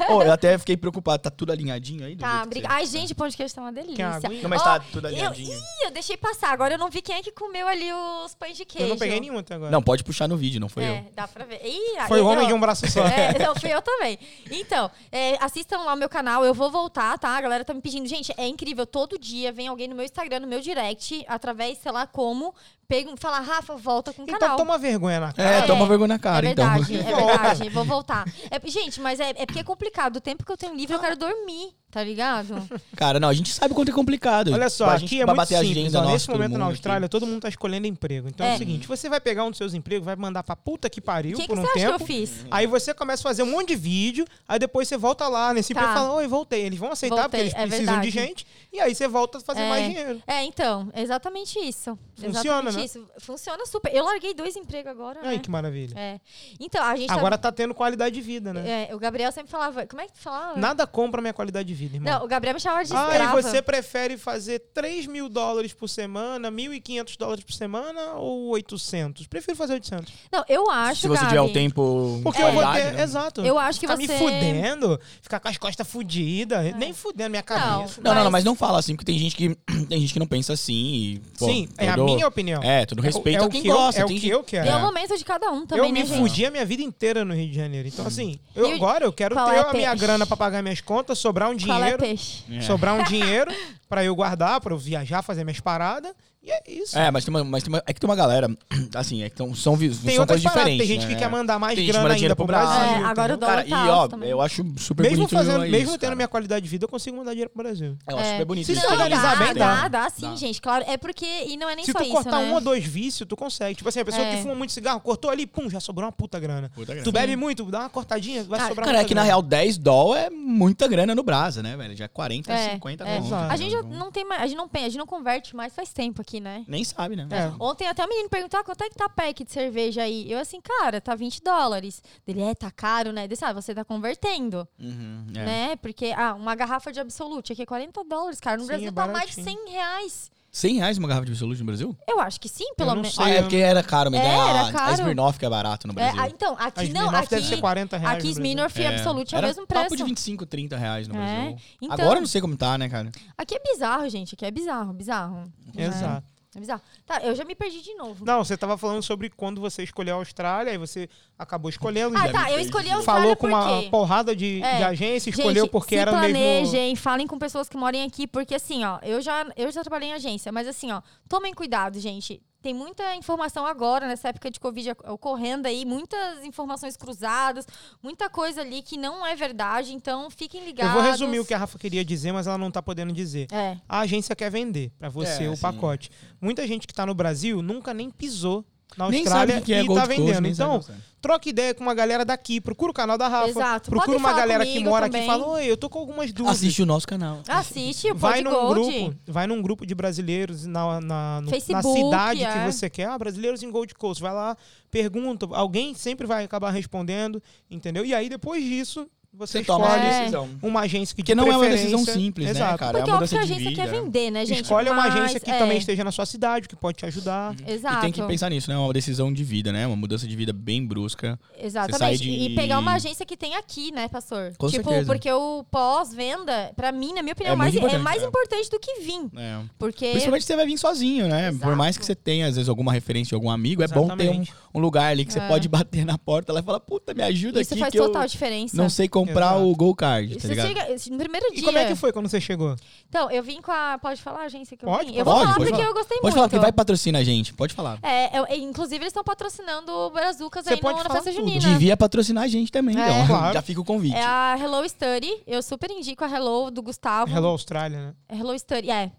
Speaker 2: Ô, eu até fiquei preocupado. Tá tudo alinhadinho aí? do
Speaker 3: Tá,
Speaker 2: jeito que
Speaker 3: obrigada. Ai, gente, o podcast tá uma delícia.
Speaker 1: aguinha?
Speaker 2: você- Não, mas
Speaker 3: Ó,
Speaker 2: tá tudo
Speaker 3: eu,
Speaker 2: alinhadinho.
Speaker 3: ih, eu deixei passar. Agora eu não vi quem é que comeu ali os pães de queijo.
Speaker 1: Eu não peguei nenhum até agora.
Speaker 2: Não, pode puxar no vídeo, não foi
Speaker 3: é,
Speaker 2: eu.
Speaker 3: dá pra ver. Ih,
Speaker 1: Foi
Speaker 3: Tá, eu-
Speaker 1: o homem de um braço só.
Speaker 3: É, não, fui eu também. Então, é, assistam lá o meu canal, eu vou voltar, tá? A galera tá me pedindo. Gente, é incrível. Todo dia vem alguém no meu Instagram, no meu direct, através, sei lá como, pega, fala, Rafa, volta com o
Speaker 1: Então
Speaker 3: canal.
Speaker 1: toma vergonha na cara.
Speaker 2: É,
Speaker 3: É,
Speaker 2: toma vergonha na cara,
Speaker 3: é
Speaker 2: então.
Speaker 3: verdade, é
Speaker 1: Volta.
Speaker 3: verdade, vou voltar. É, gente, mas é, é porque é complicado. O tempo que eu tenho livre, eu quero dormir, tá ligado?
Speaker 2: Cara, não, a gente sabe o quanto é complicado.
Speaker 1: Olha só,
Speaker 2: A gente-
Speaker 1: aqui é
Speaker 2: pra
Speaker 1: muito
Speaker 2: bater a
Speaker 1: simples.
Speaker 2: agenda
Speaker 1: ó,
Speaker 2: nossa,
Speaker 1: nesse
Speaker 2: todo
Speaker 1: momento
Speaker 2: mundo
Speaker 1: na
Speaker 2: aqui.
Speaker 1: Austrália, todo mundo tá escolhendo emprego. Então é, o
Speaker 3: É.
Speaker 1: seguinte, você vai pegar um dos seus empregos, vai mandar pra puta que
Speaker 3: O
Speaker 1: pariu
Speaker 3: que, que
Speaker 1: por um
Speaker 3: você acha
Speaker 1: tempo.
Speaker 3: que eu fiz?
Speaker 1: Aí você começa a fazer um monte de vídeo, aí depois você volta lá nesse
Speaker 3: Tá.
Speaker 1: emprego e fala, oi, voltei. Eles vão aceitar porque
Speaker 3: Voltei,
Speaker 1: eles
Speaker 3: é
Speaker 1: precisam de
Speaker 3: verdade.
Speaker 1: gente. E aí você volta a fazer
Speaker 3: É.
Speaker 1: mais dinheiro.
Speaker 3: É, então, é exatamente isso.
Speaker 1: Funciona,
Speaker 3: exatamente
Speaker 1: né?
Speaker 3: isso. Funciona super. Eu larguei dois empregos agora,
Speaker 1: Ai,
Speaker 3: né?
Speaker 1: que maravilha.
Speaker 3: É. Então, a gente tá-
Speaker 1: Agora tá tendo qualidade de vida, né?
Speaker 3: É, o Gabriel sempre falava. Como é que tu falava?
Speaker 1: Nada compra minha qualidade de vida, irmão.
Speaker 3: Não, o Gabriel me chamava de
Speaker 1: Ah, e
Speaker 3: escrava.
Speaker 1: você prefere fazer 3 mil dólares por semana, 1.500 dólares por semana ou 800? Prefiro fazer 800.
Speaker 3: Não, eu acho,
Speaker 2: Se você
Speaker 3: Gabi,
Speaker 2: tiver um tempo.
Speaker 1: Porque
Speaker 3: É.
Speaker 1: eu vou ter...
Speaker 2: qualidade, né?
Speaker 1: Exato.
Speaker 3: Eu acho que
Speaker 1: ficar
Speaker 3: você...
Speaker 1: Tá me
Speaker 3: É.
Speaker 1: fudendo, ficar com as costas fudidas, nem fudendo minha cabeça.
Speaker 2: Não, não, não,
Speaker 3: Mas-
Speaker 2: mas não fala assim, porque tem gente que, tem gente que não pensa assim. E, pô,
Speaker 1: Sim, é a
Speaker 2: todo-
Speaker 1: minha opinião.
Speaker 2: É, todo respeito
Speaker 1: é
Speaker 2: a
Speaker 1: o
Speaker 2: quem
Speaker 1: que eu-
Speaker 2: gosta.
Speaker 1: é o
Speaker 2: tem
Speaker 1: que
Speaker 2: gente-
Speaker 1: eu quero.
Speaker 3: E é
Speaker 2: É.
Speaker 3: o momento de cada um também,
Speaker 1: eu
Speaker 3: né,
Speaker 1: me
Speaker 3: gente?
Speaker 1: fudi a minha vida inteira no Rio de Janeiro. Então, assim, eu
Speaker 3: E o-
Speaker 1: agora eu quero
Speaker 3: qual
Speaker 1: ter
Speaker 3: é
Speaker 1: a minha
Speaker 3: peixe?
Speaker 1: grana pra pagar minhas contas, sobrar um
Speaker 3: Qual é
Speaker 1: dinheiro.
Speaker 3: peixe?
Speaker 2: É.
Speaker 1: Sobrar um dinheiro pra eu guardar, pra eu viajar, fazer minhas paradas. E é isso.
Speaker 2: É, mas tem uma, mas tem uma- é que tem uma galera, assim, é que tão, são, vis-
Speaker 1: Tem
Speaker 2: são
Speaker 1: outras
Speaker 2: coisas
Speaker 1: paradas.
Speaker 2: diferentes.
Speaker 1: Tem gente
Speaker 2: né?
Speaker 1: que quer mandar mais
Speaker 2: Tem gente que
Speaker 1: grana
Speaker 2: manda
Speaker 1: ainda
Speaker 2: dinheiro
Speaker 1: pro
Speaker 2: pro Brasil. né?
Speaker 1: Brasil.
Speaker 3: É,
Speaker 1: entendeu?
Speaker 3: agora o dólar
Speaker 2: Cara,
Speaker 3: tá
Speaker 2: e ó,
Speaker 3: alto também.
Speaker 2: eu acho super
Speaker 1: Mesmo,
Speaker 2: bonito.
Speaker 1: fazendo,
Speaker 2: é isso,
Speaker 1: mesmo tendo
Speaker 2: cara.
Speaker 1: minha qualidade de vida, eu consigo mandar dinheiro pro Brasil.
Speaker 2: Eu acho super bonito.
Speaker 1: Se
Speaker 2: isso.
Speaker 1: tu organizar
Speaker 3: É. dá,
Speaker 1: bem, dá.
Speaker 3: dá, dá, sim, gente, claro. É porque... E não é nem
Speaker 1: Se
Speaker 3: só
Speaker 1: tu
Speaker 3: isso,
Speaker 1: cortar
Speaker 3: né?
Speaker 1: um ou dois vícios, tu consegue. Tipo assim, a pessoa
Speaker 3: É.
Speaker 1: que fuma muito cigarro, cortou ali, pum, já sobrou uma puta grana.
Speaker 2: Puta grana.
Speaker 1: Tu bebe muito, dá uma cortadinha, vai
Speaker 3: Ah,
Speaker 1: sobrar
Speaker 2: Cara, é
Speaker 1: muita
Speaker 2: que na
Speaker 1: grana.
Speaker 2: real 10 dólar é muita grana no Brasa, né, velho? Já é 40,
Speaker 3: É,
Speaker 2: 50
Speaker 3: é.
Speaker 2: conto,
Speaker 1: Exato.
Speaker 2: né?
Speaker 3: A gente já não tem mais... A gente não, pen- a gente não converte mais faz tempo aqui, né?
Speaker 2: Nem sabe, né?
Speaker 1: É.
Speaker 3: Ontem até o menino perguntou, ah, quanto é que tá a pack de cerveja aí? Eu assim, cara, tá 20 dólares. Ele, é, tá caro, né? Desse, ah, você tá convertendo,
Speaker 2: Uhum, é.
Speaker 3: né? Porque, ah, uma garrafa de Absolute aqui é 40 dólares, cara. No
Speaker 1: Sim,
Speaker 3: Brasil
Speaker 1: é
Speaker 3: tá mais de
Speaker 1: baratinho.
Speaker 3: 100 reais.
Speaker 2: 100 reais uma garrafa de absolute no Brasil?
Speaker 3: Eu acho que sim,
Speaker 1: Eu
Speaker 3: pelo
Speaker 1: não
Speaker 3: menos.
Speaker 1: sei.
Speaker 2: Ah, é porque era caro, mas
Speaker 3: É,
Speaker 2: daí a-
Speaker 3: era
Speaker 2: a
Speaker 3: caro.
Speaker 2: Smirnoff que é barato no
Speaker 3: É,
Speaker 2: Brasil.
Speaker 3: ah, então,
Speaker 1: A
Speaker 3: aqui não,
Speaker 1: Smirnoff
Speaker 3: aqui,
Speaker 1: deve ser 40 reais.
Speaker 3: aqui
Speaker 1: no Brasil.
Speaker 3: Smirnoff e
Speaker 2: É.
Speaker 3: Absolute é o
Speaker 2: Era
Speaker 3: mesmo preço.
Speaker 2: papo de 25, 30 reais no
Speaker 3: É,
Speaker 2: Brasil.
Speaker 3: então-
Speaker 2: Agora eu não sei como tá, né, cara?
Speaker 3: Aqui é bizarro, gente. Aqui é bizarro, bizarro.
Speaker 1: Exato.
Speaker 3: É bizarro. Tá, eu já me perdi de novo.
Speaker 1: Não, você tava falando sobre quando você escolheu a Austrália, aí você acabou escolhendo.
Speaker 3: ah,
Speaker 1: já
Speaker 3: tá,
Speaker 2: me
Speaker 3: eu
Speaker 2: perdi.
Speaker 3: escolhi a Austrália
Speaker 1: falou com
Speaker 3: por
Speaker 1: uma
Speaker 3: quê?
Speaker 1: porrada de,
Speaker 3: É.
Speaker 1: de agência, escolheu
Speaker 3: Gente,
Speaker 1: porque
Speaker 3: se
Speaker 1: era mesmo.
Speaker 3: planejem, falem com pessoas que moram aqui, porque assim, ó, eu já, eu já trabalhei em agência, mas assim, ó, tomem cuidado, gente. Tem muita informação agora, nessa época de Covid ocorrendo aí, muitas informações cruzadas, muita coisa ali que não é verdade, então fiquem
Speaker 1: Eu
Speaker 3: ligados.
Speaker 1: vou resumir o que a Rafa queria dizer, mas ela não tá podendo dizer.
Speaker 3: É,
Speaker 1: A agência quer vender pra você
Speaker 2: É,
Speaker 1: o
Speaker 2: sim.
Speaker 1: pacote. Muita gente que tá no Brasil nunca nem pisou na
Speaker 2: Nem
Speaker 1: Austrália
Speaker 2: sabe o que é
Speaker 1: e
Speaker 2: Gold
Speaker 1: tá
Speaker 2: Coast,
Speaker 1: vendendo.
Speaker 2: nem sabe
Speaker 1: então,
Speaker 2: o que é.
Speaker 1: troca ideia com uma galera daqui, procura o canal da Rafa,
Speaker 3: Exato.
Speaker 1: procura
Speaker 3: Podem
Speaker 1: uma
Speaker 3: falar
Speaker 1: galera que
Speaker 3: comigo
Speaker 1: mora aqui
Speaker 3: também.
Speaker 1: e fala: "Oi, eu tô com algumas dúvidas".
Speaker 2: Assiste o nosso canal.
Speaker 3: assiste o
Speaker 1: vai
Speaker 3: Pod
Speaker 1: num
Speaker 3: Gold.
Speaker 1: grupo, vai num grupo de brasileiros na, na, no- na
Speaker 3: Facebook,
Speaker 1: cidade
Speaker 3: é.
Speaker 1: que você quer. Ah, brasileiros em Gold Coast, vai lá, pergunta, alguém sempre vai acabar respondendo, entendeu? E aí depois disso você,
Speaker 2: Você toma uma
Speaker 1: escolhe
Speaker 3: É.
Speaker 2: decisão.
Speaker 1: uma agência que
Speaker 2: Porque
Speaker 1: de
Speaker 2: não é uma
Speaker 1: preferência-
Speaker 2: decisão simples,
Speaker 1: Exato.
Speaker 2: né, cara?
Speaker 3: Porque
Speaker 2: é uma
Speaker 3: óbvio que
Speaker 2: mudança
Speaker 3: a
Speaker 2: de
Speaker 3: agência
Speaker 2: vida.
Speaker 3: quer vender, né, gente?
Speaker 1: Escolhe uma
Speaker 3: Mas,
Speaker 1: agência que
Speaker 3: é,
Speaker 1: também esteja na sua cidade, que pode te ajudar.
Speaker 3: Exato.
Speaker 2: E tem que pensar nisso, né? É uma decisão de vida, né? Uma mudança de vida bem brusca.
Speaker 3: Exatamente.
Speaker 2: sai de-
Speaker 3: E pegar uma agência que tem aqui, né, pastor?
Speaker 2: Com
Speaker 3: tipo,
Speaker 2: certeza.
Speaker 3: porque o pós-venda, pra mim, na minha opinião,
Speaker 2: É
Speaker 3: é mais,
Speaker 2: muito
Speaker 3: é
Speaker 2: importante,
Speaker 3: mais
Speaker 2: né?
Speaker 3: importante do que vir.
Speaker 1: É.
Speaker 2: né?
Speaker 3: Porque.
Speaker 2: Principalmente se você vai vir sozinho, né?
Speaker 3: Exato.
Speaker 2: Por mais que você tenha, às vezes, alguma referência de algum amigo, é bom ter um,
Speaker 1: Exatamente.
Speaker 2: um lugar ali que você
Speaker 3: É.
Speaker 2: pode bater na porta lá e falar, puta, me ajuda
Speaker 3: Isso
Speaker 2: aqui
Speaker 3: faz
Speaker 2: que eu
Speaker 3: total diferença.
Speaker 2: não sei comprar
Speaker 1: Exato.
Speaker 2: o Go Card, tá
Speaker 3: Você
Speaker 2: ligado?
Speaker 3: chega no primeiro
Speaker 1: E
Speaker 3: dia.
Speaker 1: como é que foi quando você chegou?
Speaker 3: Então, eu vim com a. Pode falar, a agência que eu
Speaker 1: Pode,
Speaker 3: vim? Eu
Speaker 2: pode,
Speaker 3: vou falar
Speaker 2: pode
Speaker 3: porque
Speaker 2: falar.
Speaker 3: eu gostei
Speaker 2: Pode falar,
Speaker 3: muito.
Speaker 2: porque vai patrocinar a gente, pode falar.
Speaker 3: É, eu- e, inclusive, eles estão patrocinando o Brazucas
Speaker 1: Você
Speaker 3: aí no,
Speaker 1: pode
Speaker 3: na
Speaker 1: falar
Speaker 3: festa
Speaker 1: tudo.
Speaker 3: junina.
Speaker 2: Devia patrocinar a gente também,
Speaker 3: né? É.
Speaker 2: então.
Speaker 1: Claro.
Speaker 2: Já fica o convite.
Speaker 3: É a Hello Study. Eu super indico a Hello do Gustavo.
Speaker 1: Hello, Austrália, né?
Speaker 3: Hello Study, é.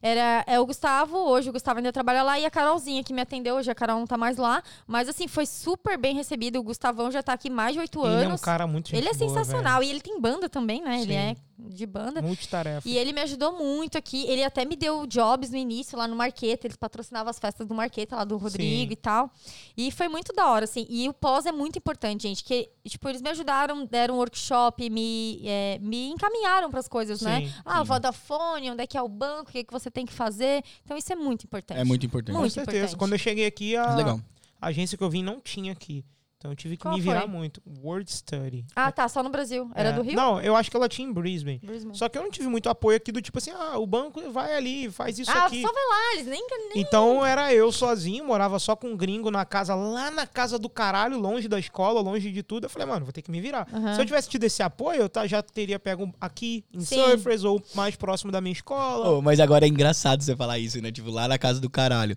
Speaker 3: Era, é o Gustavo, hoje o Gustavo ainda trabalha lá, e a Carolzinha que me atendeu hoje, a Carol não tá mais lá. Mas assim, foi super bem recebido. O Gustavão já tá aqui mais de oito anos.
Speaker 1: Ele é um cara muito gente
Speaker 3: Ele é
Speaker 1: boa,
Speaker 3: sensacional. e ele tem banda também, né? Ele
Speaker 1: Sim.
Speaker 3: é de banda.
Speaker 1: velho. Multitarefa.
Speaker 3: E é ele me ajudou muito aqui. Ele até me deu jobs no início lá no Marqueta. Eles patrocinavam as festas do Marqueta lá do Rodrigo
Speaker 1: Sim.
Speaker 3: e tal. E foi muito da hora, assim. E o pós é muito importante, gente. Que, tipo, eles me ajudaram, deram um workshop, me, é, me encaminharam para as coisas, né?
Speaker 1: Sim,
Speaker 3: Ah, Vodafone, onde é que é o banco, o que, é que você tem que fazer. Então isso é muito importante.
Speaker 2: É muito importante.
Speaker 1: Com
Speaker 3: Muito
Speaker 1: certeza.
Speaker 3: importante.
Speaker 1: Quando eu cheguei aqui,
Speaker 2: Mas
Speaker 1: a,
Speaker 2: Legal.
Speaker 1: a agência que eu vim não tinha aqui. Então eu tive que
Speaker 3: Qual
Speaker 1: me virar
Speaker 3: foi?
Speaker 1: muito. Word Study.
Speaker 3: Ah, tá. Só no Brasil. Era
Speaker 1: É.
Speaker 3: do Rio? Hum.
Speaker 1: Não, eu acho que ela tinha em Brisbane.
Speaker 3: Brisbane.
Speaker 1: Só que eu não tive muito apoio aqui do tipo assim, ah, o banco vai ali, faz isso
Speaker 3: ah,
Speaker 1: aqui.
Speaker 3: só vai lá, eles nem
Speaker 1: Então era eu sozinho, morava só com um gringo na casa, lá na casa do caralho, longe da escola, longe de tudo. Eu falei, mano, vou ter que me virar.
Speaker 3: Aham.
Speaker 1: Se eu tivesse tido esse apoio, eu tá- já teria pego aqui em
Speaker 3: Sim.
Speaker 1: Surfers ou mais próximo da minha escola.
Speaker 2: Ô, mas agora é engraçado você falar isso, né? Tipo, lá na casa do caralho.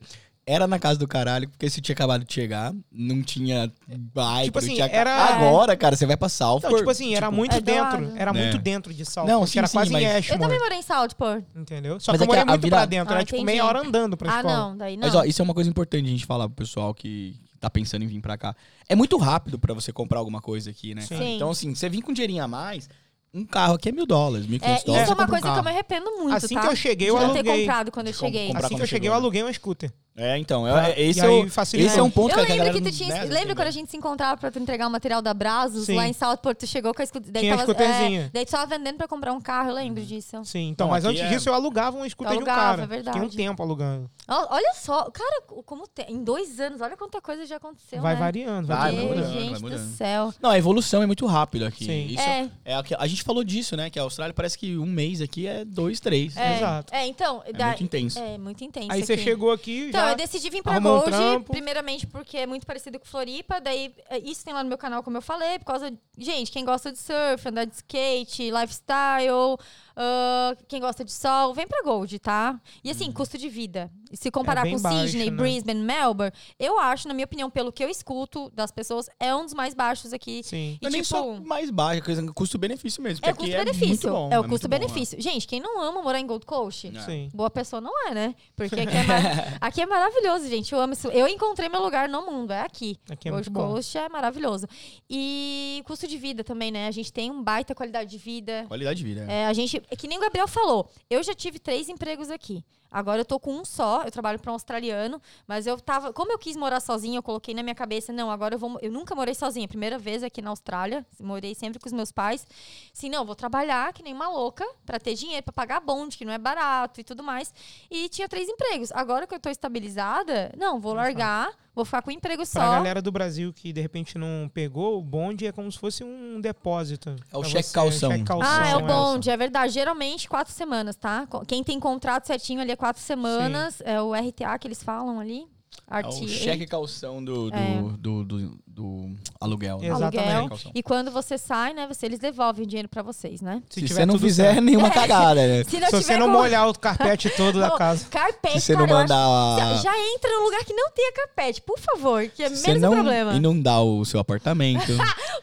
Speaker 2: Era na casa do caralho, porque você tinha acabado de chegar, não tinha bike,
Speaker 1: Tipo
Speaker 2: não
Speaker 1: assim,
Speaker 2: tinha...
Speaker 1: era-
Speaker 2: Agora, cara, você vai pra
Speaker 1: Então,
Speaker 2: Salford.
Speaker 1: tipo assim, era muito
Speaker 3: É do
Speaker 1: dentro.
Speaker 3: lado.
Speaker 1: Era
Speaker 2: Né.
Speaker 1: muito dentro de Salford.
Speaker 2: Não,
Speaker 1: que
Speaker 2: sim,
Speaker 1: era
Speaker 2: sim,
Speaker 1: quase
Speaker 2: mas-
Speaker 1: em
Speaker 2: Eu
Speaker 3: Eu
Speaker 1: Ashmore.
Speaker 3: também morei em Saltport.
Speaker 1: Entendeu? Só
Speaker 2: Mas
Speaker 1: que eu
Speaker 2: é que a-
Speaker 1: morei
Speaker 2: a
Speaker 1: muito
Speaker 2: vida-
Speaker 1: pra dentro.
Speaker 3: Ah,
Speaker 1: era tipo
Speaker 3: entendi.
Speaker 1: meia hora andando pra
Speaker 3: Ah,
Speaker 1: escola.
Speaker 3: não. Daí não.
Speaker 2: Mas ó, isso é uma coisa importante a gente falar pro pessoal que tá pensando em vir pra cá. É muito rápido pra você comprar alguma coisa aqui, né? cara?
Speaker 3: Sim.
Speaker 2: Então, assim, você vir com um dinheirinho a mais, um carro aqui é mil dólares, mil e
Speaker 3: É,
Speaker 2: quinhentos
Speaker 3: isso
Speaker 2: dólares.
Speaker 3: é
Speaker 2: você
Speaker 3: uma
Speaker 2: compra um
Speaker 3: coisa que eu me
Speaker 2: carro.
Speaker 3: arrependo muito,
Speaker 1: assim
Speaker 3: tá?
Speaker 1: que eu cheguei, eu
Speaker 3: de não ter
Speaker 1: aluguei.
Speaker 3: comprado quando eu
Speaker 2: De
Speaker 3: cheguei.
Speaker 2: comprar
Speaker 1: Assim que
Speaker 2: quando
Speaker 1: eu cheguei, eu
Speaker 2: chegou, né?
Speaker 1: aluguei um scooter.
Speaker 2: É, então,
Speaker 1: Tá.
Speaker 2: é, é- esse,
Speaker 1: E
Speaker 2: é
Speaker 1: aí
Speaker 2: o,
Speaker 1: facilitou.
Speaker 2: esse é um ponto
Speaker 3: eu
Speaker 2: que a
Speaker 3: lembro
Speaker 2: galera
Speaker 3: que tu
Speaker 2: não-
Speaker 3: tinha.
Speaker 2: né, não
Speaker 3: lembra quando a
Speaker 2: entende.
Speaker 3: gente se encontrava pra tu entregar o material da Brazos
Speaker 1: Sim.
Speaker 3: lá em Southport? Tu chegou com a escuta. Daí
Speaker 1: Tinha
Speaker 3: tava,
Speaker 1: scooterzinha.
Speaker 3: é, daí tu tava vendendo pra comprar um carro, eu lembro disso.
Speaker 1: Sim, então,
Speaker 2: Não,
Speaker 1: mas
Speaker 2: aqui
Speaker 1: antes
Speaker 2: é-
Speaker 1: disso eu alugava um scooter de um
Speaker 3: Alugava,
Speaker 1: cara.
Speaker 3: é verdade.
Speaker 1: Fiquei um tempo alugando.
Speaker 3: Ó, Olha só, cara, como tem- em dois anos, olha quanta coisa já aconteceu.
Speaker 1: vai
Speaker 3: né?
Speaker 1: variando, vai
Speaker 2: Vai,
Speaker 3: Meu,
Speaker 1: variando.
Speaker 2: mudando, vai
Speaker 3: gente
Speaker 2: mudando.
Speaker 3: do céu.
Speaker 2: Não, a evolução é muito rápida aqui.
Speaker 1: Sim.
Speaker 2: Isso
Speaker 3: É.
Speaker 2: é aqui- a gente falou disso, né? Que a Austrália parece que um mês aqui é dois, três.
Speaker 3: É,
Speaker 1: Exato.
Speaker 3: é, então.
Speaker 2: É
Speaker 3: da-
Speaker 2: muito intenso.
Speaker 3: é, muito intenso.
Speaker 1: Aí você
Speaker 3: aqui.
Speaker 1: chegou aqui
Speaker 3: Então,
Speaker 1: já...
Speaker 3: eu decidi vir pra
Speaker 1: arrumou um
Speaker 3: Gold,
Speaker 1: trampo.
Speaker 3: primeiramente porque é muito parecido com Floripa, daí é, isso tem lá no meu canal, como eu falei, por causa, gente, quem gosta de surf, andar de skate, lifestyle, ah, quem gosta de sol, vem pra Gold, tá? E assim, custo de vida. Se comparar
Speaker 1: bem
Speaker 3: com
Speaker 1: baixo,
Speaker 3: Sydney,
Speaker 1: né?
Speaker 3: Brisbane, Melbourne, eu acho, na minha opinião, pelo que eu escuto das pessoas, é um dos mais baixos aqui.
Speaker 1: Sim.
Speaker 3: E
Speaker 2: Não é nem
Speaker 3: tipo,
Speaker 2: só mais baixa, coisa- custo-benefício mesmo.
Speaker 3: é
Speaker 2: porque aqui muito
Speaker 3: custo-benefício.
Speaker 2: bom,
Speaker 3: É, o
Speaker 2: muito
Speaker 3: custo-benefício. Gente, quem não ama morar em Gold Coast?
Speaker 2: É.
Speaker 1: Sim.
Speaker 3: Boa pessoa não é, né? Porque aqui é, mar- aqui é maravilhoso, gente. Eu amo isso. Eu encontrei meu lugar no mundo, é aqui.
Speaker 1: Aqui é
Speaker 3: Gold
Speaker 1: muito bom.
Speaker 3: Coast é maravilhoso. E custo de vida também, né? A gente tem um baita qualidade de vida.
Speaker 2: bom. Qualidade de vida. é.
Speaker 3: É, a gente, é que nem o Gabriel falou, eu já tive três empregos aqui. Agora eu tô com um só, eu trabalho para um australiano, mas eu tava, como eu quis morar sozinha, eu coloquei na minha cabeça, não, agora eu vou, mo- eu nunca morei sozinha, primeira vez aqui na Austrália, morei sempre com os meus pais. Sim, não, eu vou trabalhar que nem uma louca para ter dinheiro para pagar bonde, que não é barato e tudo mais. E tinha três empregos. Agora que eu tô estabilizada, não, vou largar, vou ficar com um emprego só.
Speaker 1: Pra galera do Brasil que de repente não pegou, o bonde é como se fosse um depósito.
Speaker 2: É o
Speaker 1: Pra
Speaker 2: cheque
Speaker 1: você,
Speaker 2: calção.
Speaker 1: cheque calção,
Speaker 3: Ah, é o
Speaker 1: né?
Speaker 3: bonde, é verdade. Geralmente quatro semanas, tá? Co- Quem tem contrato certinho ali é quatro semanas. É o RTA que eles falam ali.
Speaker 2: É
Speaker 3: RTA.
Speaker 2: o cheque calção do, do,
Speaker 3: É.
Speaker 2: do, do- do aluguel. né?
Speaker 1: Exato.
Speaker 3: Aluguel.
Speaker 1: Exatamente.
Speaker 2: Calção.
Speaker 3: E quando você sai, né? Você, eles devolvem o dinheiro pra vocês, né?
Speaker 2: Se,
Speaker 1: tiver
Speaker 2: você não
Speaker 1: tudo
Speaker 2: fizer
Speaker 1: certo.
Speaker 3: É,
Speaker 2: nenhuma cagada, né?
Speaker 1: Se você
Speaker 3: tiver
Speaker 1: não
Speaker 3: com-
Speaker 1: molhar o carpete todo da
Speaker 3: Não,
Speaker 1: casa.
Speaker 3: Carpete,
Speaker 2: Se você
Speaker 3: cara,
Speaker 2: não
Speaker 3: eu
Speaker 2: mandar
Speaker 3: acho-
Speaker 2: a...
Speaker 3: Já entra num lugar que não tenha carpete, por favor, que é
Speaker 2: se você
Speaker 3: menos
Speaker 2: não
Speaker 3: problema.
Speaker 2: inundar o seu apartamento.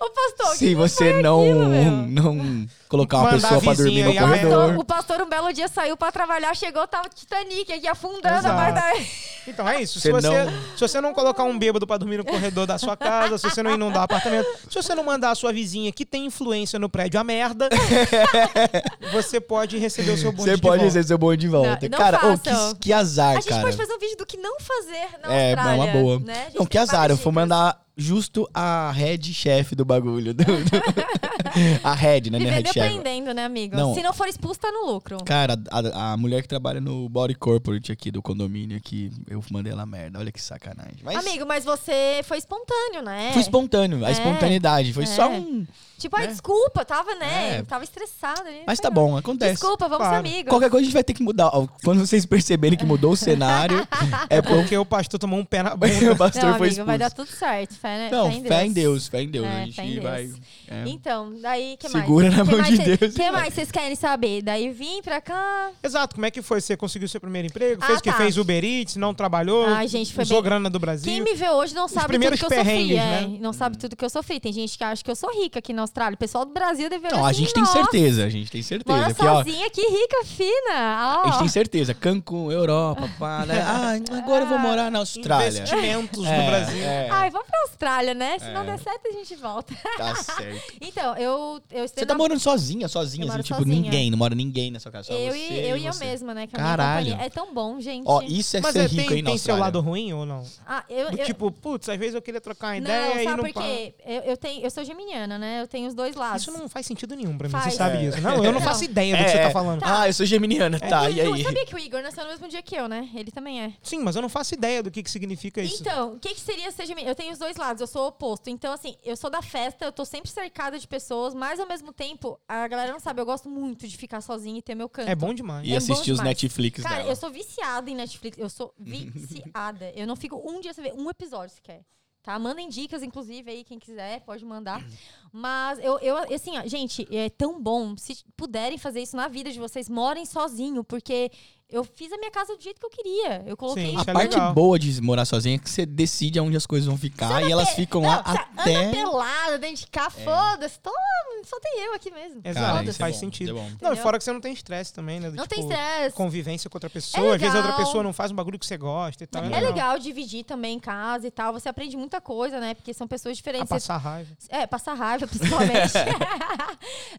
Speaker 3: O pastor,
Speaker 2: se
Speaker 3: que
Speaker 2: você
Speaker 3: aquilo,
Speaker 2: não,
Speaker 3: meu?
Speaker 2: não colocar uma
Speaker 1: Mandar
Speaker 2: pessoa pra
Speaker 1: vizinha
Speaker 2: dormir no
Speaker 1: aí, ah, é.
Speaker 2: corredor.
Speaker 3: o pastor um belo dia saiu pra trabalhar, chegou, tava Titanic aqui afundando a
Speaker 1: Exato.
Speaker 3: barra
Speaker 1: Então é isso.
Speaker 2: Você
Speaker 1: Se você,
Speaker 2: não-
Speaker 1: se você não colocar um bêbado pra dormir no corredor da sua casa, se você não inundar o apartamento, se você não mandar a sua vizinha que tem influência no prédio a merda, você pode receber o seu bonde
Speaker 2: Você
Speaker 1: de
Speaker 2: pode
Speaker 1: volta.
Speaker 2: dizer seu bom de volta.
Speaker 3: Não, não
Speaker 2: cara, ô,
Speaker 3: façam.
Speaker 2: que, que azar,
Speaker 3: A gente
Speaker 2: É, cara.
Speaker 3: pode fazer um vídeo do que não fazer na
Speaker 2: é,
Speaker 3: Austrália.
Speaker 2: é uma boa.
Speaker 3: Né? A gente
Speaker 2: Não,
Speaker 3: tem
Speaker 2: que azar. Eu
Speaker 3: várias
Speaker 2: vou
Speaker 3: dicas.
Speaker 2: mandar justo a head chefe do bagulho. do- do- a head, né? Não é
Speaker 3: Viver
Speaker 2: head chef.
Speaker 3: dependendo, né, amigo?
Speaker 2: Não.
Speaker 3: Se não for expulso, tá no lucro.
Speaker 2: Cara, a, a mulher que trabalha no Body Corporate aqui do condomínio aqui, eu mandei ela merda. Olha que sacanagem. Mas
Speaker 3: Amigo, mas você foi espontâneo, né?
Speaker 2: foi espontâneo, a
Speaker 3: É.
Speaker 2: espontaneidade. Foi só
Speaker 3: É.
Speaker 2: um.
Speaker 3: Tipo, ai,
Speaker 2: né?
Speaker 3: desculpa, tava, né?
Speaker 2: É.
Speaker 3: Tava estressada. né?
Speaker 2: Mas
Speaker 3: Foi
Speaker 2: tá
Speaker 3: não.
Speaker 2: bom, acontece.
Speaker 3: Desculpa, vamos ser
Speaker 1: Claro.
Speaker 3: amigos.
Speaker 2: Qualquer coisa a gente vai ter que mudar. Ó, Quando vocês perceberem que mudou o cenário, é por...
Speaker 1: Porque o pastor tomou um pé na boca.
Speaker 2: o pastor
Speaker 3: Não,
Speaker 2: foi
Speaker 3: amigo,
Speaker 2: expulso.
Speaker 3: vai dar tudo certo. Fé, né?
Speaker 2: Não, fé em Deus, fé em Deus.
Speaker 3: É,
Speaker 2: a
Speaker 3: fé em
Speaker 2: gente
Speaker 3: Deus.
Speaker 2: vai. é.
Speaker 3: Então, daí, que
Speaker 2: Segura
Speaker 3: mais?
Speaker 2: na
Speaker 3: que
Speaker 2: mão
Speaker 3: mais
Speaker 2: de
Speaker 3: cê-
Speaker 2: Deus né? e
Speaker 3: que
Speaker 2: vai.
Speaker 3: mais vocês querem saber? Daí vim pra cá.
Speaker 1: Exato, como é que foi? Você conseguiu seu primeiro emprego?
Speaker 3: Ah,
Speaker 1: Fez o que
Speaker 3: tá.
Speaker 1: fez Uber Eats, não trabalhou?
Speaker 3: Ai, gente, foi
Speaker 1: usou
Speaker 3: bem-
Speaker 1: grana do Brasil?
Speaker 3: Quem me vê hoje não sabe tudo
Speaker 1: primeiros
Speaker 3: que eu sofri.
Speaker 1: perrengues,
Speaker 3: é.
Speaker 1: né?
Speaker 3: Não sabe tudo que eu sofri. Tem gente que acha que eu sou rica aqui na Austrália. O pessoal do Brasil deve olhar
Speaker 2: Não, a
Speaker 3: assim,
Speaker 2: gente tem
Speaker 3: "Nossa,
Speaker 2: certeza, a gente tem certeza.
Speaker 3: Mora
Speaker 2: porque, ó,
Speaker 3: sozinha, que rica, fina.
Speaker 2: a gente
Speaker 3: ó.
Speaker 2: tem certeza. Cancún, Europa, pá, né? Ah, agora eu vou morar na Austrália.
Speaker 1: Investimentos
Speaker 2: É,
Speaker 1: no Brasil.
Speaker 2: é,
Speaker 3: Ai, vamos pra Austrália, né? Se não
Speaker 2: É.
Speaker 3: der certo, a gente volta.
Speaker 2: tá certo.
Speaker 3: Então, eu, eu estudei
Speaker 2: Você tá
Speaker 3: na-
Speaker 2: morando sozinha, sozinha,
Speaker 3: Eu
Speaker 2: assim,
Speaker 3: moro
Speaker 2: tipo,
Speaker 3: sozinha.
Speaker 2: ninguém, não mora ninguém na sua casa. Só
Speaker 3: Eu,
Speaker 2: você
Speaker 3: e, eu e eu
Speaker 2: você.
Speaker 3: mesma, né? Que
Speaker 2: Caralho.
Speaker 3: A minha companhia. É tão bom, gente.
Speaker 2: Ó, isso é
Speaker 1: Mas
Speaker 2: ser
Speaker 1: é, tem,
Speaker 2: rico aí na
Speaker 1: tem seu
Speaker 2: Austrália.
Speaker 1: lado ruim ou não?
Speaker 3: Ah, eu,
Speaker 1: Do
Speaker 3: eu-
Speaker 1: tipo, putz, às vezes eu queria trocar uma
Speaker 3: não,
Speaker 2: é
Speaker 1: ideia e
Speaker 3: sabe
Speaker 1: não
Speaker 3: por
Speaker 1: pá.
Speaker 3: quê? Eu, eu, tenho, eu sou geminiana, né? Eu tenho os dois lados.
Speaker 1: Isso não faz sentido nenhum pra mim,
Speaker 3: Faz.
Speaker 1: você sabe
Speaker 2: É.
Speaker 1: disso. Não, eu não
Speaker 3: Não.
Speaker 1: faço ideia do que você tá falando.
Speaker 2: Ah, eu sou geminiana, tá, e
Speaker 3: Inclu-
Speaker 2: aí?
Speaker 3: Sabia que o Igor nasceu no mesmo dia que eu, né? Ele também é.
Speaker 1: Sim, mas eu não faço ideia do que, que significa isso.
Speaker 3: Então, o que, que seria ser geminiana? Eu tenho os dois lados, eu sou o oposto. Então, assim, eu sou da festa, eu tô sempre cercada de pessoas, mas ao mesmo tempo, a galera não sabe, eu gosto muito de ficar sozinha e ter meu canto.
Speaker 1: é bom demais.
Speaker 2: E
Speaker 3: É
Speaker 2: assistir
Speaker 3: bom
Speaker 2: os
Speaker 3: demais.
Speaker 2: Netflix
Speaker 3: Cara,
Speaker 2: dela.
Speaker 3: eu sou viciada em Netflix. Eu sou viciada. eu não fico um dia sem ver um episódio sequer. Tá? Mandem dicas, inclusive, aí, quem quiser, pode mandar. Mas eu, eu assim, ó, gente, é tão bom. Se puderem fazer isso na vida de vocês, morem sozinho, porque eu fiz a minha casa do jeito que eu queria. Eu coloquei.
Speaker 1: Sim,
Speaker 2: A
Speaker 1: isso é
Speaker 2: parte
Speaker 1: legal.
Speaker 2: boa de morar sozinha é que você decide aonde as coisas vão ficar e elas ficam
Speaker 3: Não,
Speaker 2: lá
Speaker 3: você
Speaker 2: até.
Speaker 3: Anda pelada, dentro de cá, foda-se. tô- Só tem eu aqui mesmo.
Speaker 1: Exato,
Speaker 2: isso é
Speaker 1: faz
Speaker 2: bom,
Speaker 1: sentido.
Speaker 2: isso é bom.
Speaker 1: Não, e
Speaker 3: Entendeu?
Speaker 1: fora que você não tem estresse também, né? Do
Speaker 3: Não
Speaker 1: tipo,
Speaker 3: tem stress.
Speaker 1: Convivência com outra pessoa. Às vezes a outra
Speaker 3: legal.
Speaker 1: pessoa não faz um bagulho que você gosta e tal.
Speaker 3: É legal dividir também em casa e tal. Você aprende muita coisa, né? Porque são pessoas
Speaker 1: A
Speaker 3: diferentes. Você
Speaker 1: Ah, passar raiva.
Speaker 3: É, passar raiva, principalmente.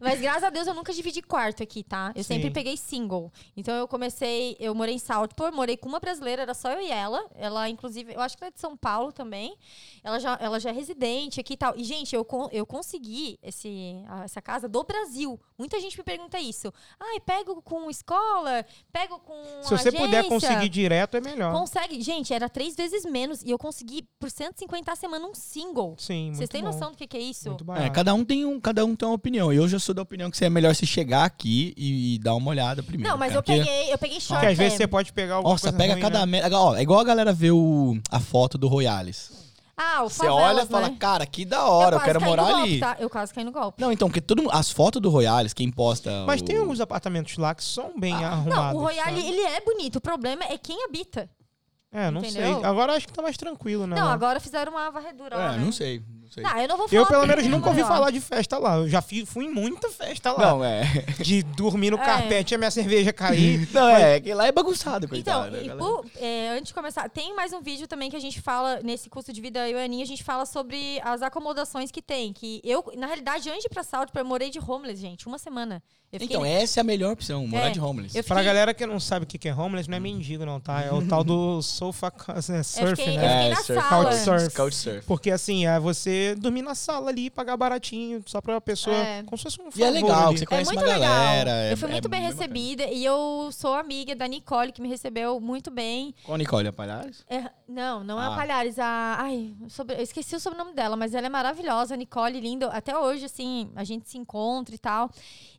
Speaker 3: Mas graças a Deus eu nunca dividi quarto aqui, tá? Eu sempre
Speaker 1: Sim.
Speaker 3: peguei single. Então eu comecei, eu morei em Southport, morei com uma brasileira, era só eu e ela. Ela, inclusive, eu acho que ela é de São Paulo também. Ela já, ela já é residente aqui e tal. E, gente, eu, con- eu consegui esse, a- essa casa do Brasil. Muita gente me pergunta isso. Ai, pego com escola, pego com.
Speaker 1: Se você puder
Speaker 3: agência.
Speaker 1: conseguir direto, é melhor.
Speaker 3: Consegue. Gente, era três vezes menos e eu consegui por 150 a semana um single.
Speaker 1: Sim, muito
Speaker 3: Vocês têm
Speaker 1: bom.
Speaker 3: noção do que, que é isso?
Speaker 1: Muito
Speaker 2: É,
Speaker 1: barato.
Speaker 2: cada um tem um, cada um tem uma opinião. E hoje eu sou da opinião que é melhor você chegar aqui e, e dar uma olhada primeiro.
Speaker 3: Não, mas
Speaker 2: cara,
Speaker 3: eu
Speaker 2: É porque-
Speaker 3: peguei, eu peguei short.
Speaker 1: Porque às vezes
Speaker 3: é.
Speaker 1: você pode pegar alguma
Speaker 2: Nossa,
Speaker 1: coisa
Speaker 2: pega
Speaker 1: ruim,
Speaker 2: cada
Speaker 1: né?
Speaker 2: merda. Ó, É igual a galera ver o- a foto do Royales.
Speaker 3: Ah, o
Speaker 2: Você
Speaker 3: favelas,
Speaker 2: olha e fala,
Speaker 3: né?
Speaker 2: cara, que da hora, eu,
Speaker 3: quase
Speaker 2: quero
Speaker 3: caí no
Speaker 2: morar
Speaker 3: golpe,
Speaker 2: ali.
Speaker 3: tá? Eu quase caí no golpe.
Speaker 2: Não, então, porque todo mundo- as fotos do Royales, quem posta.
Speaker 1: Mas
Speaker 2: o-
Speaker 1: tem um alguns apartamentos lá que são
Speaker 2: Ah.
Speaker 1: bem arrumados.
Speaker 3: Não, o Royale,
Speaker 1: sabe?
Speaker 3: ele é bonito. O problema é quem habita.
Speaker 1: É, não
Speaker 3: Entendeu?
Speaker 1: sei. Agora acho que tá mais tranquilo, né?
Speaker 3: Não,
Speaker 1: lá.
Speaker 3: agora fizeram uma varredura lá,
Speaker 2: É,
Speaker 3: né?
Speaker 2: não sei. Não, sei.
Speaker 3: Não, eu não vou falar.
Speaker 1: Eu, pelo menos,
Speaker 3: bem,
Speaker 1: nunca ouvi
Speaker 3: melhor.
Speaker 1: falar de festa lá. Eu já fui, fui em muita festa lá.
Speaker 2: não é.
Speaker 1: De dormir no
Speaker 3: É.
Speaker 1: carpete e a minha cerveja cair.
Speaker 2: Não, é. Que lá é bagunçado,
Speaker 3: Então,
Speaker 2: coitado.
Speaker 3: e
Speaker 2: a galera.
Speaker 3: por- é, antes de começar, tem mais um vídeo também que a gente fala nesse curso de vida eu e a Aninha, a gente fala sobre as acomodações que tem. Que eu, na realidade, antes de ir pra Southport, eu morei de homeless, gente, uma semana. Eu fiquei
Speaker 2: Então, essa é a melhor opção, morar
Speaker 3: É,
Speaker 2: de homeless.
Speaker 3: eu
Speaker 1: Pra
Speaker 3: fiquei-
Speaker 1: galera que não sabe o que que é homeless, não é mendigo, não, tá? É o tal do sofa cus- né, surf,
Speaker 3: eu fiquei, eu
Speaker 1: né?
Speaker 3: fiquei
Speaker 2: É,
Speaker 3: na
Speaker 2: surf.
Speaker 3: sala.
Speaker 1: Couchsurf.
Speaker 2: Couchsurf.
Speaker 1: Porque assim, é você dormir na sala ali, pagar baratinho, só pra pessoa.
Speaker 3: É.
Speaker 1: Como se fosse um favor
Speaker 2: E é legal,
Speaker 1: ali.
Speaker 2: que você
Speaker 3: É
Speaker 2: conhece
Speaker 3: muito
Speaker 2: uma galera.
Speaker 3: legal.
Speaker 2: é-
Speaker 3: eu fui
Speaker 2: é
Speaker 3: muito bem
Speaker 2: bacana.
Speaker 3: recebida e eu sou amiga da Nicole, que me recebeu muito bem.
Speaker 2: Qual a Nicole Palhares?
Speaker 3: É, não, não é
Speaker 2: Ah.
Speaker 3: a Palhares. A, ai, sobre- eu esqueci o sobrenome dela, mas ela é maravilhosa, a Nicole, linda. Até hoje, assim, a gente se encontra e tal.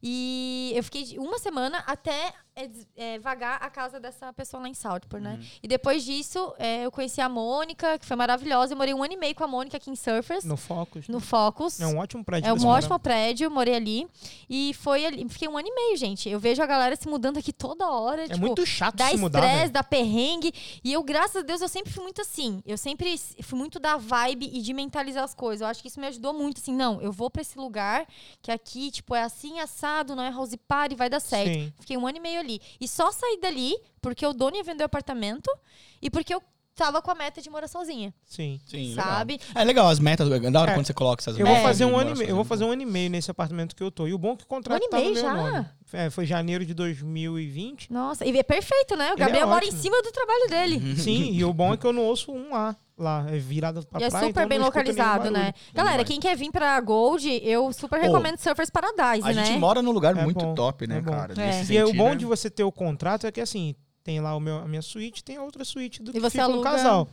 Speaker 3: E eu fiquei de uma semana até é, des- é, vagar a casa dessa pessoa lá em Southport, né?
Speaker 2: Uhum. Hum,
Speaker 3: E depois disso, é, eu conheci a Mônica, que foi maravilhosa. Eu morei um ano e meio com a Mônica aqui em Surfers, no,
Speaker 1: No Focus.
Speaker 3: Focus.
Speaker 1: É um ótimo prédio.
Speaker 3: É
Speaker 1: pra
Speaker 3: um
Speaker 1: se morar.
Speaker 3: ótimo prédio, morei ali. E foi ali. Fiquei um ano e meio, gente. Eu vejo a galera se mudando aqui toda hora.
Speaker 1: É
Speaker 3: tipo,
Speaker 1: muito chato
Speaker 3: dá
Speaker 1: se mudar.
Speaker 3: estresse,
Speaker 1: velho.
Speaker 3: dá perrengue. E eu, graças a Deus, eu sempre fui muito assim. Eu sempre s- fui muito da vibe e de mentalizar as coisas. Eu acho que isso me ajudou muito. Assim, não, eu vou pra esse lugar que aqui, tipo, é assim, assado, não é house party, vai dar certo.
Speaker 1: Sim.
Speaker 3: Fiquei um ano e meio ali. E só saí dali porque o dono ia vender o apartamento e porque eu tava com a meta de morar sozinha,
Speaker 1: Sim.
Speaker 2: Sim,
Speaker 3: sabe?
Speaker 2: legal. É legal, as metas. É da hora
Speaker 1: É.
Speaker 2: quando você coloca essas
Speaker 1: Eu
Speaker 2: metas.
Speaker 1: vou fazer
Speaker 2: de
Speaker 1: um
Speaker 2: morar
Speaker 1: ano e meio. Eu
Speaker 2: sozinho.
Speaker 1: vou fazer um ano e meio nesse apartamento que eu tô. E o bom é que o contrato
Speaker 3: Um ano e
Speaker 1: tá no
Speaker 3: meio
Speaker 1: meu
Speaker 3: já?
Speaker 1: nome. É, foi janeiro de 2020.
Speaker 3: Nossa, e é perfeito, né?
Speaker 1: Ele
Speaker 3: O
Speaker 1: é
Speaker 3: Gabriel mora em
Speaker 1: ótimo.
Speaker 3: cima do trabalho dele.
Speaker 1: Sim, e o bom é que eu não ouço um A. lá, é virada pra
Speaker 3: E é
Speaker 1: praia.
Speaker 3: super
Speaker 1: então
Speaker 3: bem
Speaker 1: não escuta nenhum
Speaker 3: localizado,
Speaker 1: barulho.
Speaker 3: né? Galera,
Speaker 2: Demais.
Speaker 3: quem quer vir pra Gold, eu super
Speaker 2: Pô,
Speaker 3: recomendo Surfers Paradise,
Speaker 2: A
Speaker 3: né?
Speaker 2: gente mora num lugar
Speaker 1: É
Speaker 2: muito
Speaker 1: bom,
Speaker 2: top, né,
Speaker 1: é bom.
Speaker 2: cara?
Speaker 3: É.
Speaker 2: Nesse
Speaker 1: E é, o
Speaker 2: sentido,
Speaker 1: bom
Speaker 2: é-
Speaker 1: de você ter o contrato é que assim, tem lá o meu, a minha suíte, tem a outra suíte do
Speaker 3: E
Speaker 1: que
Speaker 3: você
Speaker 1: fica um
Speaker 3: aluga?
Speaker 1: casal.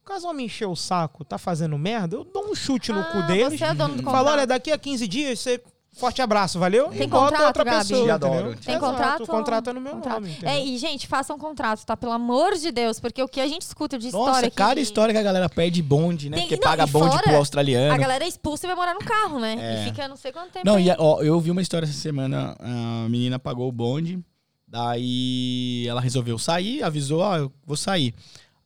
Speaker 1: O casal me encheu o saco, tá fazendo merda, eu dou um chute no
Speaker 3: Ah,
Speaker 1: cu deles.
Speaker 3: Você é dono do
Speaker 1: Falo,
Speaker 3: contrato.
Speaker 1: olha, daqui a 15 dias você. Forte abraço, valeu?
Speaker 3: Tem
Speaker 1: E bota
Speaker 3: contrato,
Speaker 1: outra
Speaker 3: Gabi?
Speaker 1: pessoa.
Speaker 2: Te adoro.
Speaker 1: entendeu?
Speaker 3: Tem
Speaker 1: Exato,
Speaker 3: contrato?
Speaker 1: O contrato é no meu
Speaker 3: Contrato.
Speaker 1: nome.
Speaker 3: É,
Speaker 1: entendeu?
Speaker 3: e, gente, façam um contrato, tá? Pelo amor de Deus, porque o que a gente escuta de história
Speaker 2: Nossa,
Speaker 3: aqui
Speaker 2: cada
Speaker 3: de-
Speaker 2: história que a galera perde bonde, né?
Speaker 3: Tem-
Speaker 2: Porque
Speaker 3: não,
Speaker 2: paga
Speaker 3: e
Speaker 2: bonde
Speaker 3: fora,
Speaker 2: pro
Speaker 3: A
Speaker 2: australiano.
Speaker 3: galera é expulsa e vai morar no carro, né? E fica não sei quanto tempo.
Speaker 2: É. Não,
Speaker 3: aí.
Speaker 2: e ó, eu ouvi uma história essa semana. A menina pagou o bonde, daí ela resolveu sair, avisou, ó, eu vou sair.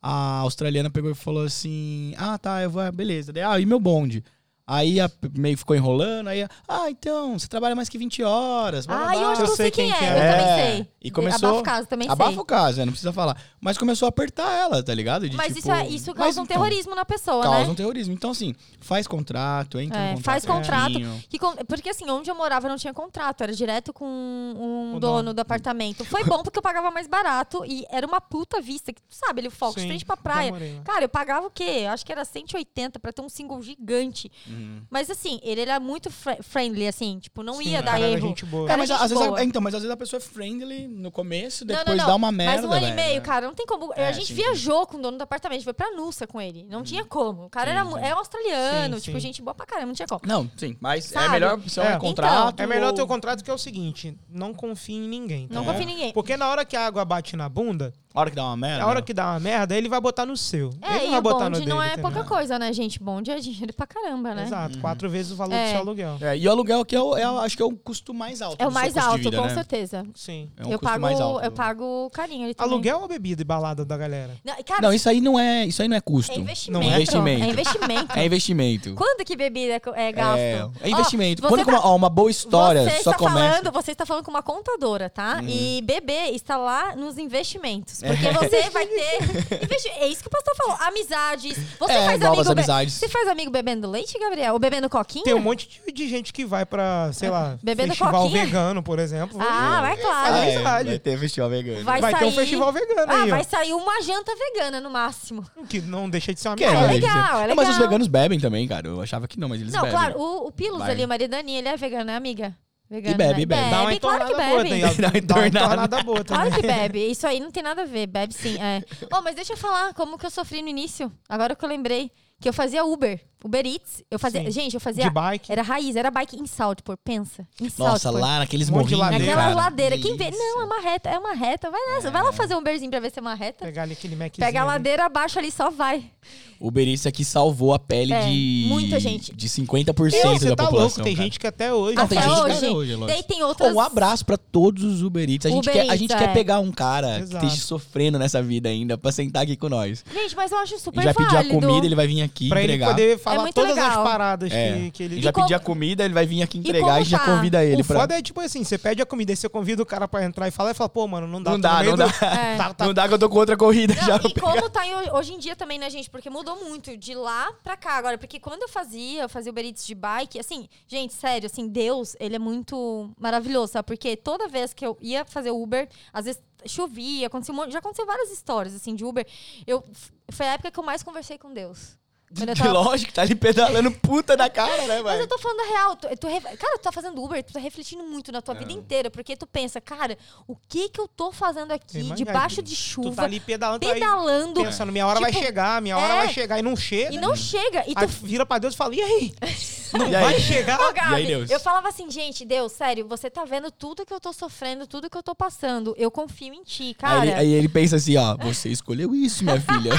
Speaker 2: A australiana pegou e falou assim: Ah, tá, eu vou, ah, beleza. Daí, ah, e meu bonde? Aí a, meio ficou enrolando, aí, ah, então, você trabalha mais que 20 horas. blá, blá,
Speaker 3: Ah, e
Speaker 2: blá."
Speaker 3: hoje eu sei quem, é, eu também sei.
Speaker 2: E começou-
Speaker 3: Abafa o caso, também sei.
Speaker 2: Abafa o caso, é, não precisa falar. Mas começou a apertar ela, tá ligado? De,
Speaker 3: Mas
Speaker 2: tipo,
Speaker 3: isso, é- isso
Speaker 2: "Mas
Speaker 3: causa um
Speaker 2: então,
Speaker 3: terrorismo na pessoa,
Speaker 2: Causa
Speaker 3: né?
Speaker 2: um terrorismo. Então, assim, faz contrato, entra
Speaker 3: É,
Speaker 2: em contrato.
Speaker 3: faz contrato.
Speaker 2: certinho.
Speaker 3: Que con- Porque assim, onde eu morava não tinha contrato, era direto com um
Speaker 1: O
Speaker 3: dono,
Speaker 1: dono.
Speaker 3: do apartamento. Foi bom porque eu pagava mais barato e era uma puta vista, que tu sabe, ele foca de
Speaker 1: Sim,
Speaker 3: frente pra
Speaker 1: já
Speaker 3: praia.
Speaker 1: morei né? lá.
Speaker 3: Cara, eu pagava o quê? Acho que era 180 pra ter um single gigante.
Speaker 2: Uhum.
Speaker 3: Mas assim, ele era muito fri- friendly, assim, tipo, não
Speaker 1: Sim, Ah,
Speaker 3: ia dar
Speaker 1: cara,
Speaker 3: erro.
Speaker 1: Gente boa.
Speaker 2: É,
Speaker 3: Cara,
Speaker 2: mas
Speaker 3: gente
Speaker 2: às vezes,
Speaker 3: boa.
Speaker 2: a, é, então, mas às vezes a pessoa é friendly no começo,
Speaker 3: Não, não,
Speaker 2: depois
Speaker 3: não.
Speaker 2: dá uma merda.
Speaker 3: Mas um ano e
Speaker 2: velho,
Speaker 3: meio,
Speaker 2: né?
Speaker 3: cara, não tem como.
Speaker 2: É,
Speaker 3: a gente
Speaker 2: sim,
Speaker 3: viajou com o dono do apartamento, foi pra Nussa com ele. Não tinha como. O cara era, mu- é australiano,
Speaker 1: Hum. Sim,
Speaker 3: tipo,
Speaker 1: sim.
Speaker 3: gente boa pra caramba, não tinha como.
Speaker 2: Não, sim. Mas é a
Speaker 3: Sabe?
Speaker 2: melhor opção
Speaker 1: É.
Speaker 2: é, contrato.
Speaker 1: É melhor
Speaker 2: ou-
Speaker 1: ter o contrato que é o seguinte: não confie em ninguém. tá
Speaker 3: um. Não
Speaker 1: ligado?
Speaker 3: confia em ninguém.
Speaker 1: Porque na hora que a água bate na bunda,
Speaker 2: A hora que dá uma merda.
Speaker 1: a hora que dá uma merda, ele vai botar no seu.
Speaker 3: É,
Speaker 1: ele
Speaker 3: e
Speaker 1: vai
Speaker 3: o
Speaker 1: botar no
Speaker 3: bonde não
Speaker 1: dele,
Speaker 3: é
Speaker 1: entendeu?
Speaker 3: pouca coisa, né, gente? Bonde é dinheiro pra caramba, né?
Speaker 2: Uhum.
Speaker 1: Exato, quatro vezes o valor
Speaker 3: É.
Speaker 1: do seu aluguel.
Speaker 2: É, e o aluguel que é, o- é o- acho que é o custo mais alto.
Speaker 3: É o
Speaker 2: do seu
Speaker 3: mais
Speaker 2: custo de
Speaker 3: alto,
Speaker 2: vida,
Speaker 3: com
Speaker 2: né?
Speaker 3: certeza.
Speaker 1: Sim.
Speaker 2: É um
Speaker 3: eu,
Speaker 2: custo
Speaker 3: pago,
Speaker 2: mais alto.
Speaker 3: eu pago carinho ali também.
Speaker 1: Aluguel ou bebida e balada da galera?
Speaker 3: Não, cara,
Speaker 2: Não, isso aí não é, isso aí não é custo.
Speaker 3: é investimento.
Speaker 1: Não
Speaker 2: é investimento.
Speaker 3: É investimento.
Speaker 2: É investimento.
Speaker 3: Quando que bebida é co- é gasto?
Speaker 2: É, é
Speaker 3: Ó,
Speaker 2: investimento.
Speaker 3: você
Speaker 2: Quando que
Speaker 3: tá-
Speaker 2: uma, ó, uma boa história
Speaker 3: você
Speaker 2: só Uhum.
Speaker 3: está
Speaker 2: começa.
Speaker 3: falando, você está falando com uma contadora, tá? E bebê está lá nos investimentos,
Speaker 2: É.
Speaker 3: porque você vai ter investi- é isso que o pastor falou, amizades. Você
Speaker 2: É,
Speaker 3: faz
Speaker 2: novas
Speaker 3: amigo be-
Speaker 2: amizades.
Speaker 3: Você faz amigo bebendo leite, Gabriel? Ou bebendo coquinha?
Speaker 1: Tem um monte de, de gente que vai pra, sei lá,
Speaker 3: Bebendo
Speaker 1: festival
Speaker 3: coquinha?
Speaker 1: vegano, por exemplo.
Speaker 3: Ah, vai claro.
Speaker 1: Faz
Speaker 2: Ah, é,
Speaker 1: amizade.
Speaker 2: vai ter festival vegano.
Speaker 3: Vai,
Speaker 1: vai
Speaker 3: sair
Speaker 1: ter um festival vegano
Speaker 3: Ah,
Speaker 1: aí,
Speaker 3: vai
Speaker 1: ó.
Speaker 3: sair uma janta vegana no máximo.
Speaker 1: Que não deixa de ser uma
Speaker 2: Que é,
Speaker 1: merda.
Speaker 3: legal, é
Speaker 2: Não, mas os
Speaker 3: legal.
Speaker 2: veganos bebem também, cara. Eu achava que não, mas eles
Speaker 3: Não,
Speaker 2: bebem.
Speaker 3: claro, o, o Pilos
Speaker 2: Vai.
Speaker 3: ali, o marido da Aninha, ele é vegano, né, amiga? Vegano,
Speaker 2: E bebe,
Speaker 3: né?
Speaker 2: e bebe.
Speaker 1: Dá uma
Speaker 3: claro
Speaker 1: entornada
Speaker 3: que
Speaker 1: boa,
Speaker 3: bebe.
Speaker 1: tem a-
Speaker 2: Dá uma
Speaker 1: dá uma
Speaker 2: entornada.
Speaker 1: entornada boa
Speaker 3: Claro
Speaker 1: também.
Speaker 3: que bebe. Isso aí não tem nada a ver. Bebe sim. É. Ô, mas deixa eu falar como que eu sofri no início. Agora que eu lembrei. Que eu fazia Uber. Uber Eats. Eu fazia.
Speaker 1: Sim.
Speaker 3: Gente, eu fazia.
Speaker 1: De bike.
Speaker 3: Era raiz, era bike em Saltpur. Pensa. Em
Speaker 2: Nossa,
Speaker 3: Saltpur.
Speaker 2: lá naqueles
Speaker 1: Um monte de
Speaker 2: morrinhos.
Speaker 1: ladeira.
Speaker 3: Aquela
Speaker 2: cara.
Speaker 3: ladeira. tipo, Quem vê.
Speaker 2: Delícia.
Speaker 3: Não, é uma reta. É uma reta. Vai lá, vai lá fazer um Uberzinho pra ver se é uma reta.
Speaker 1: Pegar ali aquele Maczinho.
Speaker 3: Pega a
Speaker 1: ali.
Speaker 3: ladeira abaixo ali, só vai.
Speaker 2: O Berício aqui salvou a pele
Speaker 3: É,
Speaker 2: de.
Speaker 3: muita gente.
Speaker 2: De 50%
Speaker 1: Não,
Speaker 2: da
Speaker 1: Você tá
Speaker 2: população.
Speaker 1: louco, tem
Speaker 2: cara.
Speaker 1: gente que até hoje. né?
Speaker 2: Não, tem
Speaker 3: Até
Speaker 2: gente que
Speaker 3: hoje.
Speaker 2: até hoje, é lógico.
Speaker 3: Daí tem
Speaker 2: Pô,
Speaker 3: outras.
Speaker 2: Um abraço pra todos os Uber Eats. A gente,
Speaker 3: Uber
Speaker 2: quer, a
Speaker 3: Eats,
Speaker 2: gente
Speaker 3: é.
Speaker 2: quer pegar um cara
Speaker 1: Exato.
Speaker 2: que esteja sofrendo nessa vida ainda pra sentar aqui com nós.
Speaker 3: Gente, mas eu acho
Speaker 2: A
Speaker 3: super
Speaker 2: gente vai pedir a
Speaker 3: válido.
Speaker 2: comida, ele vai vir aqui
Speaker 1: Pra ele
Speaker 2: entregar.
Speaker 1: poder falar
Speaker 3: É muito
Speaker 1: todas
Speaker 3: legal.
Speaker 1: as paradas
Speaker 2: É.
Speaker 1: que, que
Speaker 2: A
Speaker 1: ele. tipo,
Speaker 2: gente vai
Speaker 3: como-
Speaker 2: pedir a comida, ele vai vir aqui
Speaker 3: como
Speaker 2: entregar, a gente já
Speaker 3: tá?
Speaker 2: convida ele
Speaker 1: o
Speaker 2: pra.
Speaker 1: foda é tipo assim, você pede a comida e você convida o cara pra entrar e fala, e fala, pô, mano, não dá.
Speaker 2: Não
Speaker 1: tô no
Speaker 2: dá,
Speaker 1: meio
Speaker 2: não dá.
Speaker 1: do-
Speaker 3: É.
Speaker 1: Tá, tá,
Speaker 2: Não dá que eu tô com outra corrida
Speaker 3: Não,
Speaker 2: já.
Speaker 3: e como tá em- hoje em dia também, né, gente? Porque mudou muito de lá pra cá agora. Porque quando eu fazia, eu fazia Uber Eats de bike, assim, gente, sério, assim, Deus, ele é muito maravilhoso, sabe? Porque toda vez que eu ia fazer Uber, às vezes chovia, aconteceu um monte, já aconteceu várias histórias, assim, de Uber. Eu, foi a época que eu mais conversei com Deus. Quando eu tava-
Speaker 2: Lógico, tá ali pedalando puta na cara, né,
Speaker 3: Mas
Speaker 2: velho?
Speaker 3: eu tô falando a real. Tu, tu ref- Cara, tu tá fazendo Uber, tu tá refletindo muito na tua vida inteira, porque tu pensa, cara, o que que eu tô fazendo aqui,
Speaker 1: Imagina,
Speaker 3: debaixo de
Speaker 1: Tu
Speaker 3: chuva,
Speaker 1: tá ali pedalando, aí
Speaker 3: pedalando,
Speaker 1: pensando, minha hora vai
Speaker 3: Tipo,
Speaker 1: chegar, minha hora
Speaker 3: é.
Speaker 1: vai chegar e não chega. né?
Speaker 3: e não chega, e tu
Speaker 1: Aí vira pra Deus e fala, e aí? Não
Speaker 2: E aí?
Speaker 1: vai chegar?
Speaker 3: Ô, Gabi,
Speaker 2: E aí, Deus?
Speaker 3: Eu falava assim, gente, Deus, sério, você tá vendo tudo que eu tô sofrendo, tudo que eu tô passando. Eu confio em ti, cara.
Speaker 2: Aí ele, aí ele pensa assim, ó, você escolheu isso, minha filha.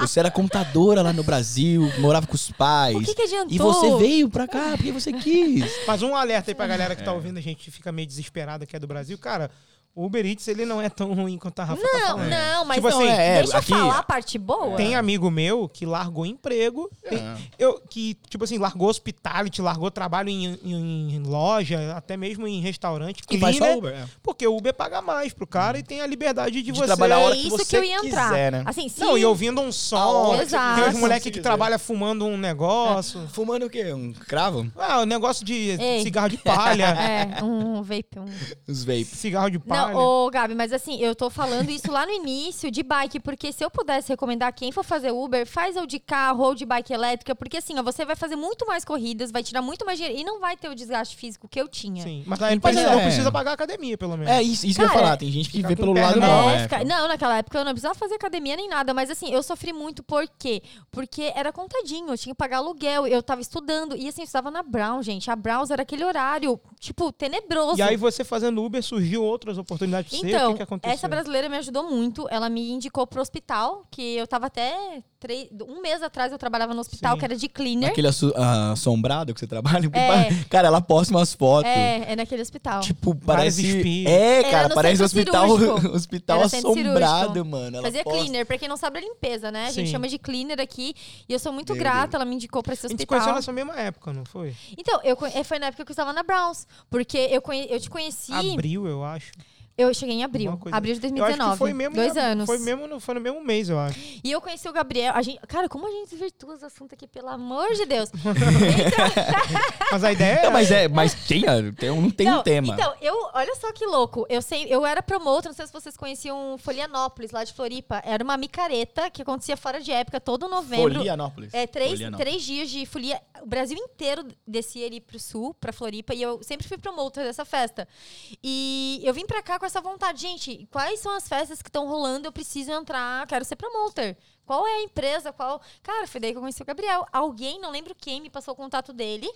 Speaker 2: Você era contadora lá no Brasil, morava com os pais.
Speaker 3: O que que adiantou?
Speaker 2: E você veio pra cá porque você quis.
Speaker 1: Mas um alerta aí pra galera
Speaker 2: É.
Speaker 1: que tá ouvindo, a gente que fica meio desesperada que é do Brasil. Cara, o Uber Eats, ele não é tão ruim quanto a Rafa tá
Speaker 3: Não,
Speaker 1: falando.
Speaker 3: não, mas
Speaker 1: Tipo assim,
Speaker 2: é,
Speaker 3: deixa
Speaker 2: aqui-
Speaker 3: eu falar a parte boa.
Speaker 1: Tem amigo meu que largou emprego,
Speaker 2: É.
Speaker 1: tem- eu, que, tipo assim, largou hospitality, largou trabalho em, em- em loja, até mesmo em restaurante,
Speaker 2: E faz só
Speaker 3: né?
Speaker 1: cleaner,
Speaker 2: Uber. Hum. é.
Speaker 1: Porque o Uber paga mais pro cara e tem a liberdade de,
Speaker 2: De
Speaker 1: você...
Speaker 2: trabalhar a hora
Speaker 3: é
Speaker 2: que
Speaker 3: isso que,
Speaker 2: você
Speaker 3: eu ia entrar.
Speaker 2: quiser, né?
Speaker 3: Assim, sim.
Speaker 1: Não, e ouvindo um som.
Speaker 2: A hora
Speaker 3: que você quiser.
Speaker 1: Tem uns moleque que
Speaker 2: Se quiser.
Speaker 1: trabalha fumando um
Speaker 3: É.
Speaker 1: negócio.
Speaker 2: Fumando o quê? Um cravo?
Speaker 1: Ah, o negócio de
Speaker 3: Ei.
Speaker 1: cigarro de palha.
Speaker 3: É, um vape, um...
Speaker 2: Os vape.
Speaker 1: Cigarro de palha. trabalha.
Speaker 3: Não, ô, Gabi, mas assim, eu tô falando isso lá no início de bike, porque se eu pudesse recomendar quem for fazer Uber, faz ou de carro ou de bike elétrica, porque assim, ó, você vai fazer muito mais corridas, vai tirar muito mais dinheiro e não vai ter o desgaste físico que eu tinha.
Speaker 1: Sim, mas aí ele
Speaker 2: Mas
Speaker 1: precisa-
Speaker 2: é.
Speaker 1: não precisa pagar a academia, pelo menos.
Speaker 2: É isso, isso que eu ia
Speaker 3: Cara,
Speaker 2: falar. Tem gente que
Speaker 1: fica
Speaker 2: vê
Speaker 1: com
Speaker 2: pelo
Speaker 1: perna
Speaker 2: lado
Speaker 1: na
Speaker 2: bom.
Speaker 1: mão.
Speaker 3: É,
Speaker 2: é.
Speaker 3: fica- Não, naquela época eu não precisava fazer academia nem nada, mas assim, eu sofri muito por quê? Porque era contadinho, eu tinha que pagar aluguel, eu tava estudando, e assim, eu estudava na Brown, gente. A Brown era aquele horário, tipo, tenebroso.
Speaker 1: E aí você fazendo Uber, surgiu outras oportunidades pra você? o
Speaker 3: Então,
Speaker 1: que, que aconteceu?
Speaker 3: essa brasileira me ajudou muito. Ela me indicou pro hospital, que eu tava até três- um mês atrás eu trabalhava no hospital,
Speaker 1: Sim.
Speaker 3: que era de cleaner.
Speaker 2: Aquele assu- ah, assombrado que você trabalha.
Speaker 3: É.
Speaker 2: Cara, ela posta umas fotos.
Speaker 3: É, é naquele hospital.
Speaker 2: Tipo,
Speaker 1: Vários
Speaker 2: parece.
Speaker 1: espinhos.
Speaker 2: É,
Speaker 3: Era
Speaker 2: cara,
Speaker 3: no
Speaker 2: parece um
Speaker 3: centro
Speaker 2: hospital,
Speaker 3: cirúrgico.
Speaker 2: hospital
Speaker 3: Era centro
Speaker 2: assombrado,
Speaker 3: cirúrgico.
Speaker 2: mano. Ela
Speaker 3: Fazia
Speaker 2: posta.
Speaker 3: cleaner, pra quem não sabe, é limpeza, né? A gente
Speaker 1: Sim.
Speaker 3: chama de cleaner aqui. E eu sou muito
Speaker 2: Meu
Speaker 3: grata,
Speaker 2: Deus.
Speaker 3: ela me indicou pra esse
Speaker 1: A gente se
Speaker 3: hospital.
Speaker 1: conheceu nessa mesma época, não foi?
Speaker 3: Então, eu, conhe- foi na época que eu estava na Browns. Porque eu, conhe- eu te conheci.
Speaker 1: Abril, eu acho.
Speaker 3: Eu cheguei em abril.
Speaker 1: Alguma coisa.
Speaker 3: Abril de
Speaker 1: Eu
Speaker 3: 2019.
Speaker 1: acho que foi mesmo.
Speaker 3: dois
Speaker 1: na-
Speaker 3: anos.
Speaker 1: Foi, mesmo no, foi no mesmo mês, eu acho.
Speaker 3: E eu conheci o Gabriel. A gente, cara, como a gente desvirtua os assuntos aqui, pelo amor de Deus. Então,
Speaker 1: Mas a ideia
Speaker 2: Não,
Speaker 1: é.
Speaker 2: mas é, mas tem, tem um- não tem um
Speaker 3: então,
Speaker 2: tema.
Speaker 3: Então, eu, olha só que louco. Eu sei, eu era promotor, não sei se vocês conheciam Folianópolis, lá de Floripa. Era uma micareta que acontecia fora de época, todo novembro.
Speaker 2: Folianópolis.
Speaker 3: É, três,
Speaker 2: Folianópolis.
Speaker 3: três dias de folia. O Brasil inteiro descia ali pro sul, pra Floripa, e eu sempre fui promotor dessa festa. E eu vim pra cá com essa vontade, gente, quais são as festas que estão rolando? Eu preciso entrar, quero ser promotor. Qual é a empresa? Qual. Cara, foi daí que eu conheci o Gabriel. Alguém, não lembro quem, me passou o contato dele.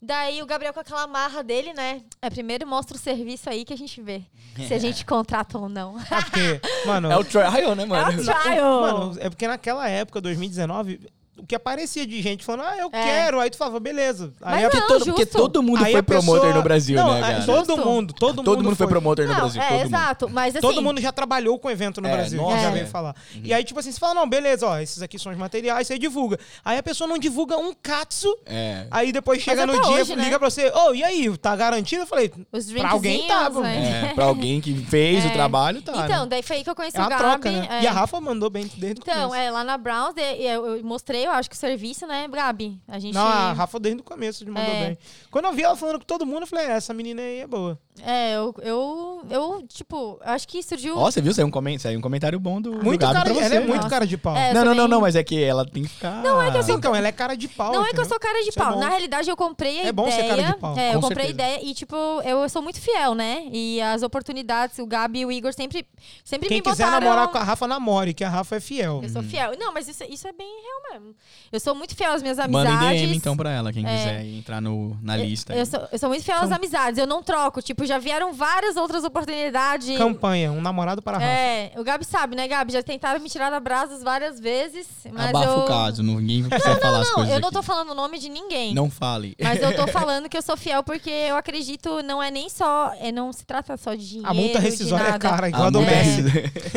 Speaker 3: Daí o Gabriel com aquela marra dele, né? É, primeiro mostra o serviço aí que a gente vê. Se
Speaker 1: É.
Speaker 3: a gente contrata ou não.
Speaker 1: Ah, porque, mano,
Speaker 2: É o trial, né,
Speaker 3: É o
Speaker 2: mano?
Speaker 3: trial!
Speaker 1: Mano, é porque naquela época, 2019, o que aparecia de gente falando, ah, eu
Speaker 3: É.
Speaker 1: quero. Aí tu falava, beleza. Aí
Speaker 3: Mas
Speaker 1: a
Speaker 2: é Porque
Speaker 3: Não,
Speaker 2: todo, porque
Speaker 3: justo.
Speaker 2: todo mundo
Speaker 1: aí
Speaker 2: foi
Speaker 1: a pessoa-
Speaker 2: promotor no Brasil,
Speaker 1: Não,
Speaker 2: né,
Speaker 1: a-
Speaker 2: cara?
Speaker 1: Todo
Speaker 3: Justo.
Speaker 1: mundo, todo,
Speaker 2: Todo,
Speaker 1: mundo,
Speaker 2: mundo foi promotor no
Speaker 3: Não,
Speaker 2: Brasil.
Speaker 3: é,
Speaker 2: todo mundo.
Speaker 3: exato. Mas assim.
Speaker 1: Todo mundo já trabalhou com evento no
Speaker 2: É,
Speaker 1: Brasil,
Speaker 2: nossa, Uhum.
Speaker 1: já
Speaker 3: é.
Speaker 1: veio falar. E aí, tipo assim, você fala, não, beleza, ó, esses aqui são os materiais, você divulga. Aí a pessoa não divulga um katsu,
Speaker 2: É.
Speaker 1: aí depois chega
Speaker 3: até
Speaker 1: no dia,
Speaker 3: hoje, né?
Speaker 1: liga pra você, ô, e aí, tá garantido? Eu falei,
Speaker 3: Os
Speaker 1: pra alguém tá,
Speaker 3: drinkzinhos, né?
Speaker 2: É, pra alguém que fez o trabalho, tá.
Speaker 3: Então,
Speaker 2: né?
Speaker 3: daí foi aí que eu conheci
Speaker 1: É uma
Speaker 3: o Gabi.
Speaker 1: troca, né?
Speaker 3: é.
Speaker 1: E a Rafa mandou bem desde o
Speaker 3: Então,
Speaker 1: começo.
Speaker 3: é, lá na Browns, de- eu, eu mostrei, eu acho que o serviço, né, Gabi? A gente.
Speaker 1: Não, a Rafa desde o começo de mandou
Speaker 3: É.
Speaker 1: bem. Quando eu vi ela falando com todo mundo, eu falei, essa menina aí é boa.
Speaker 3: É, eu, eu, eu, tipo, eu acho que surgiu.
Speaker 2: Ó, você viu? Saiu um, comen- saiu um comentário bom do,
Speaker 1: Muito
Speaker 2: do Gabi
Speaker 1: cara
Speaker 2: pra
Speaker 1: de,
Speaker 2: você.
Speaker 1: ela é
Speaker 2: né?
Speaker 1: muito
Speaker 3: Nossa.
Speaker 1: cara de pau.
Speaker 2: Não,
Speaker 3: É,
Speaker 2: não, não,
Speaker 3: também-
Speaker 2: não, mas é que ela tem que ficar. Não, é que eu
Speaker 1: Então, ela é cara de pau.
Speaker 3: Não é que
Speaker 1: entendeu?
Speaker 3: eu sou cara de
Speaker 1: Isso é
Speaker 3: pau.
Speaker 1: bom.
Speaker 3: Na realidade, eu comprei a
Speaker 1: É bom
Speaker 3: ideia.
Speaker 1: ser cara de pau.
Speaker 3: É, eu
Speaker 2: Com
Speaker 3: comprei a
Speaker 2: certeza.
Speaker 3: ideia e, tipo, eu, sou muito fiel, né? E as oportunidades, o Gabi e o Igor sempre, sempre
Speaker 1: Quem
Speaker 3: me
Speaker 1: quiser
Speaker 3: botaram.
Speaker 1: namorar com a Rafa, namore, que a Rafa é fiel.
Speaker 3: Eu sou
Speaker 2: Hum.
Speaker 3: fiel. Não, mas isso, isso é bem real mesmo. Eu sou muito fiel às minhas
Speaker 2: Manda
Speaker 3: amizades.
Speaker 2: em DM então pra ela, quem
Speaker 3: É.
Speaker 2: quiser entrar no, na lista. aí.
Speaker 3: Eu sou, eu sou muito fiel às
Speaker 1: Cam-
Speaker 3: amizades, eu não troco. Tipo, já vieram várias outras oportunidades.
Speaker 1: Campanha, um namorado para a Rafa.
Speaker 3: É, o Gabi sabe, né, Gabi? Já tentaram me tirar da brasas várias vezes, mas
Speaker 2: Abafa
Speaker 3: eu...
Speaker 2: o caso, ninguém precisa falar as
Speaker 3: Não,
Speaker 2: coisas.
Speaker 3: eu não tô
Speaker 2: aqui.
Speaker 3: falando o nome de ninguém.
Speaker 2: Não fale.
Speaker 3: Mas eu tô falando que eu sou fiel porque eu acredito, não é nem só... É, não se trata só de dinheiro,
Speaker 1: A multa
Speaker 3: de
Speaker 1: rescisória é
Speaker 3: nada.
Speaker 1: cara, igual a do
Speaker 3: multa
Speaker 1: Messi.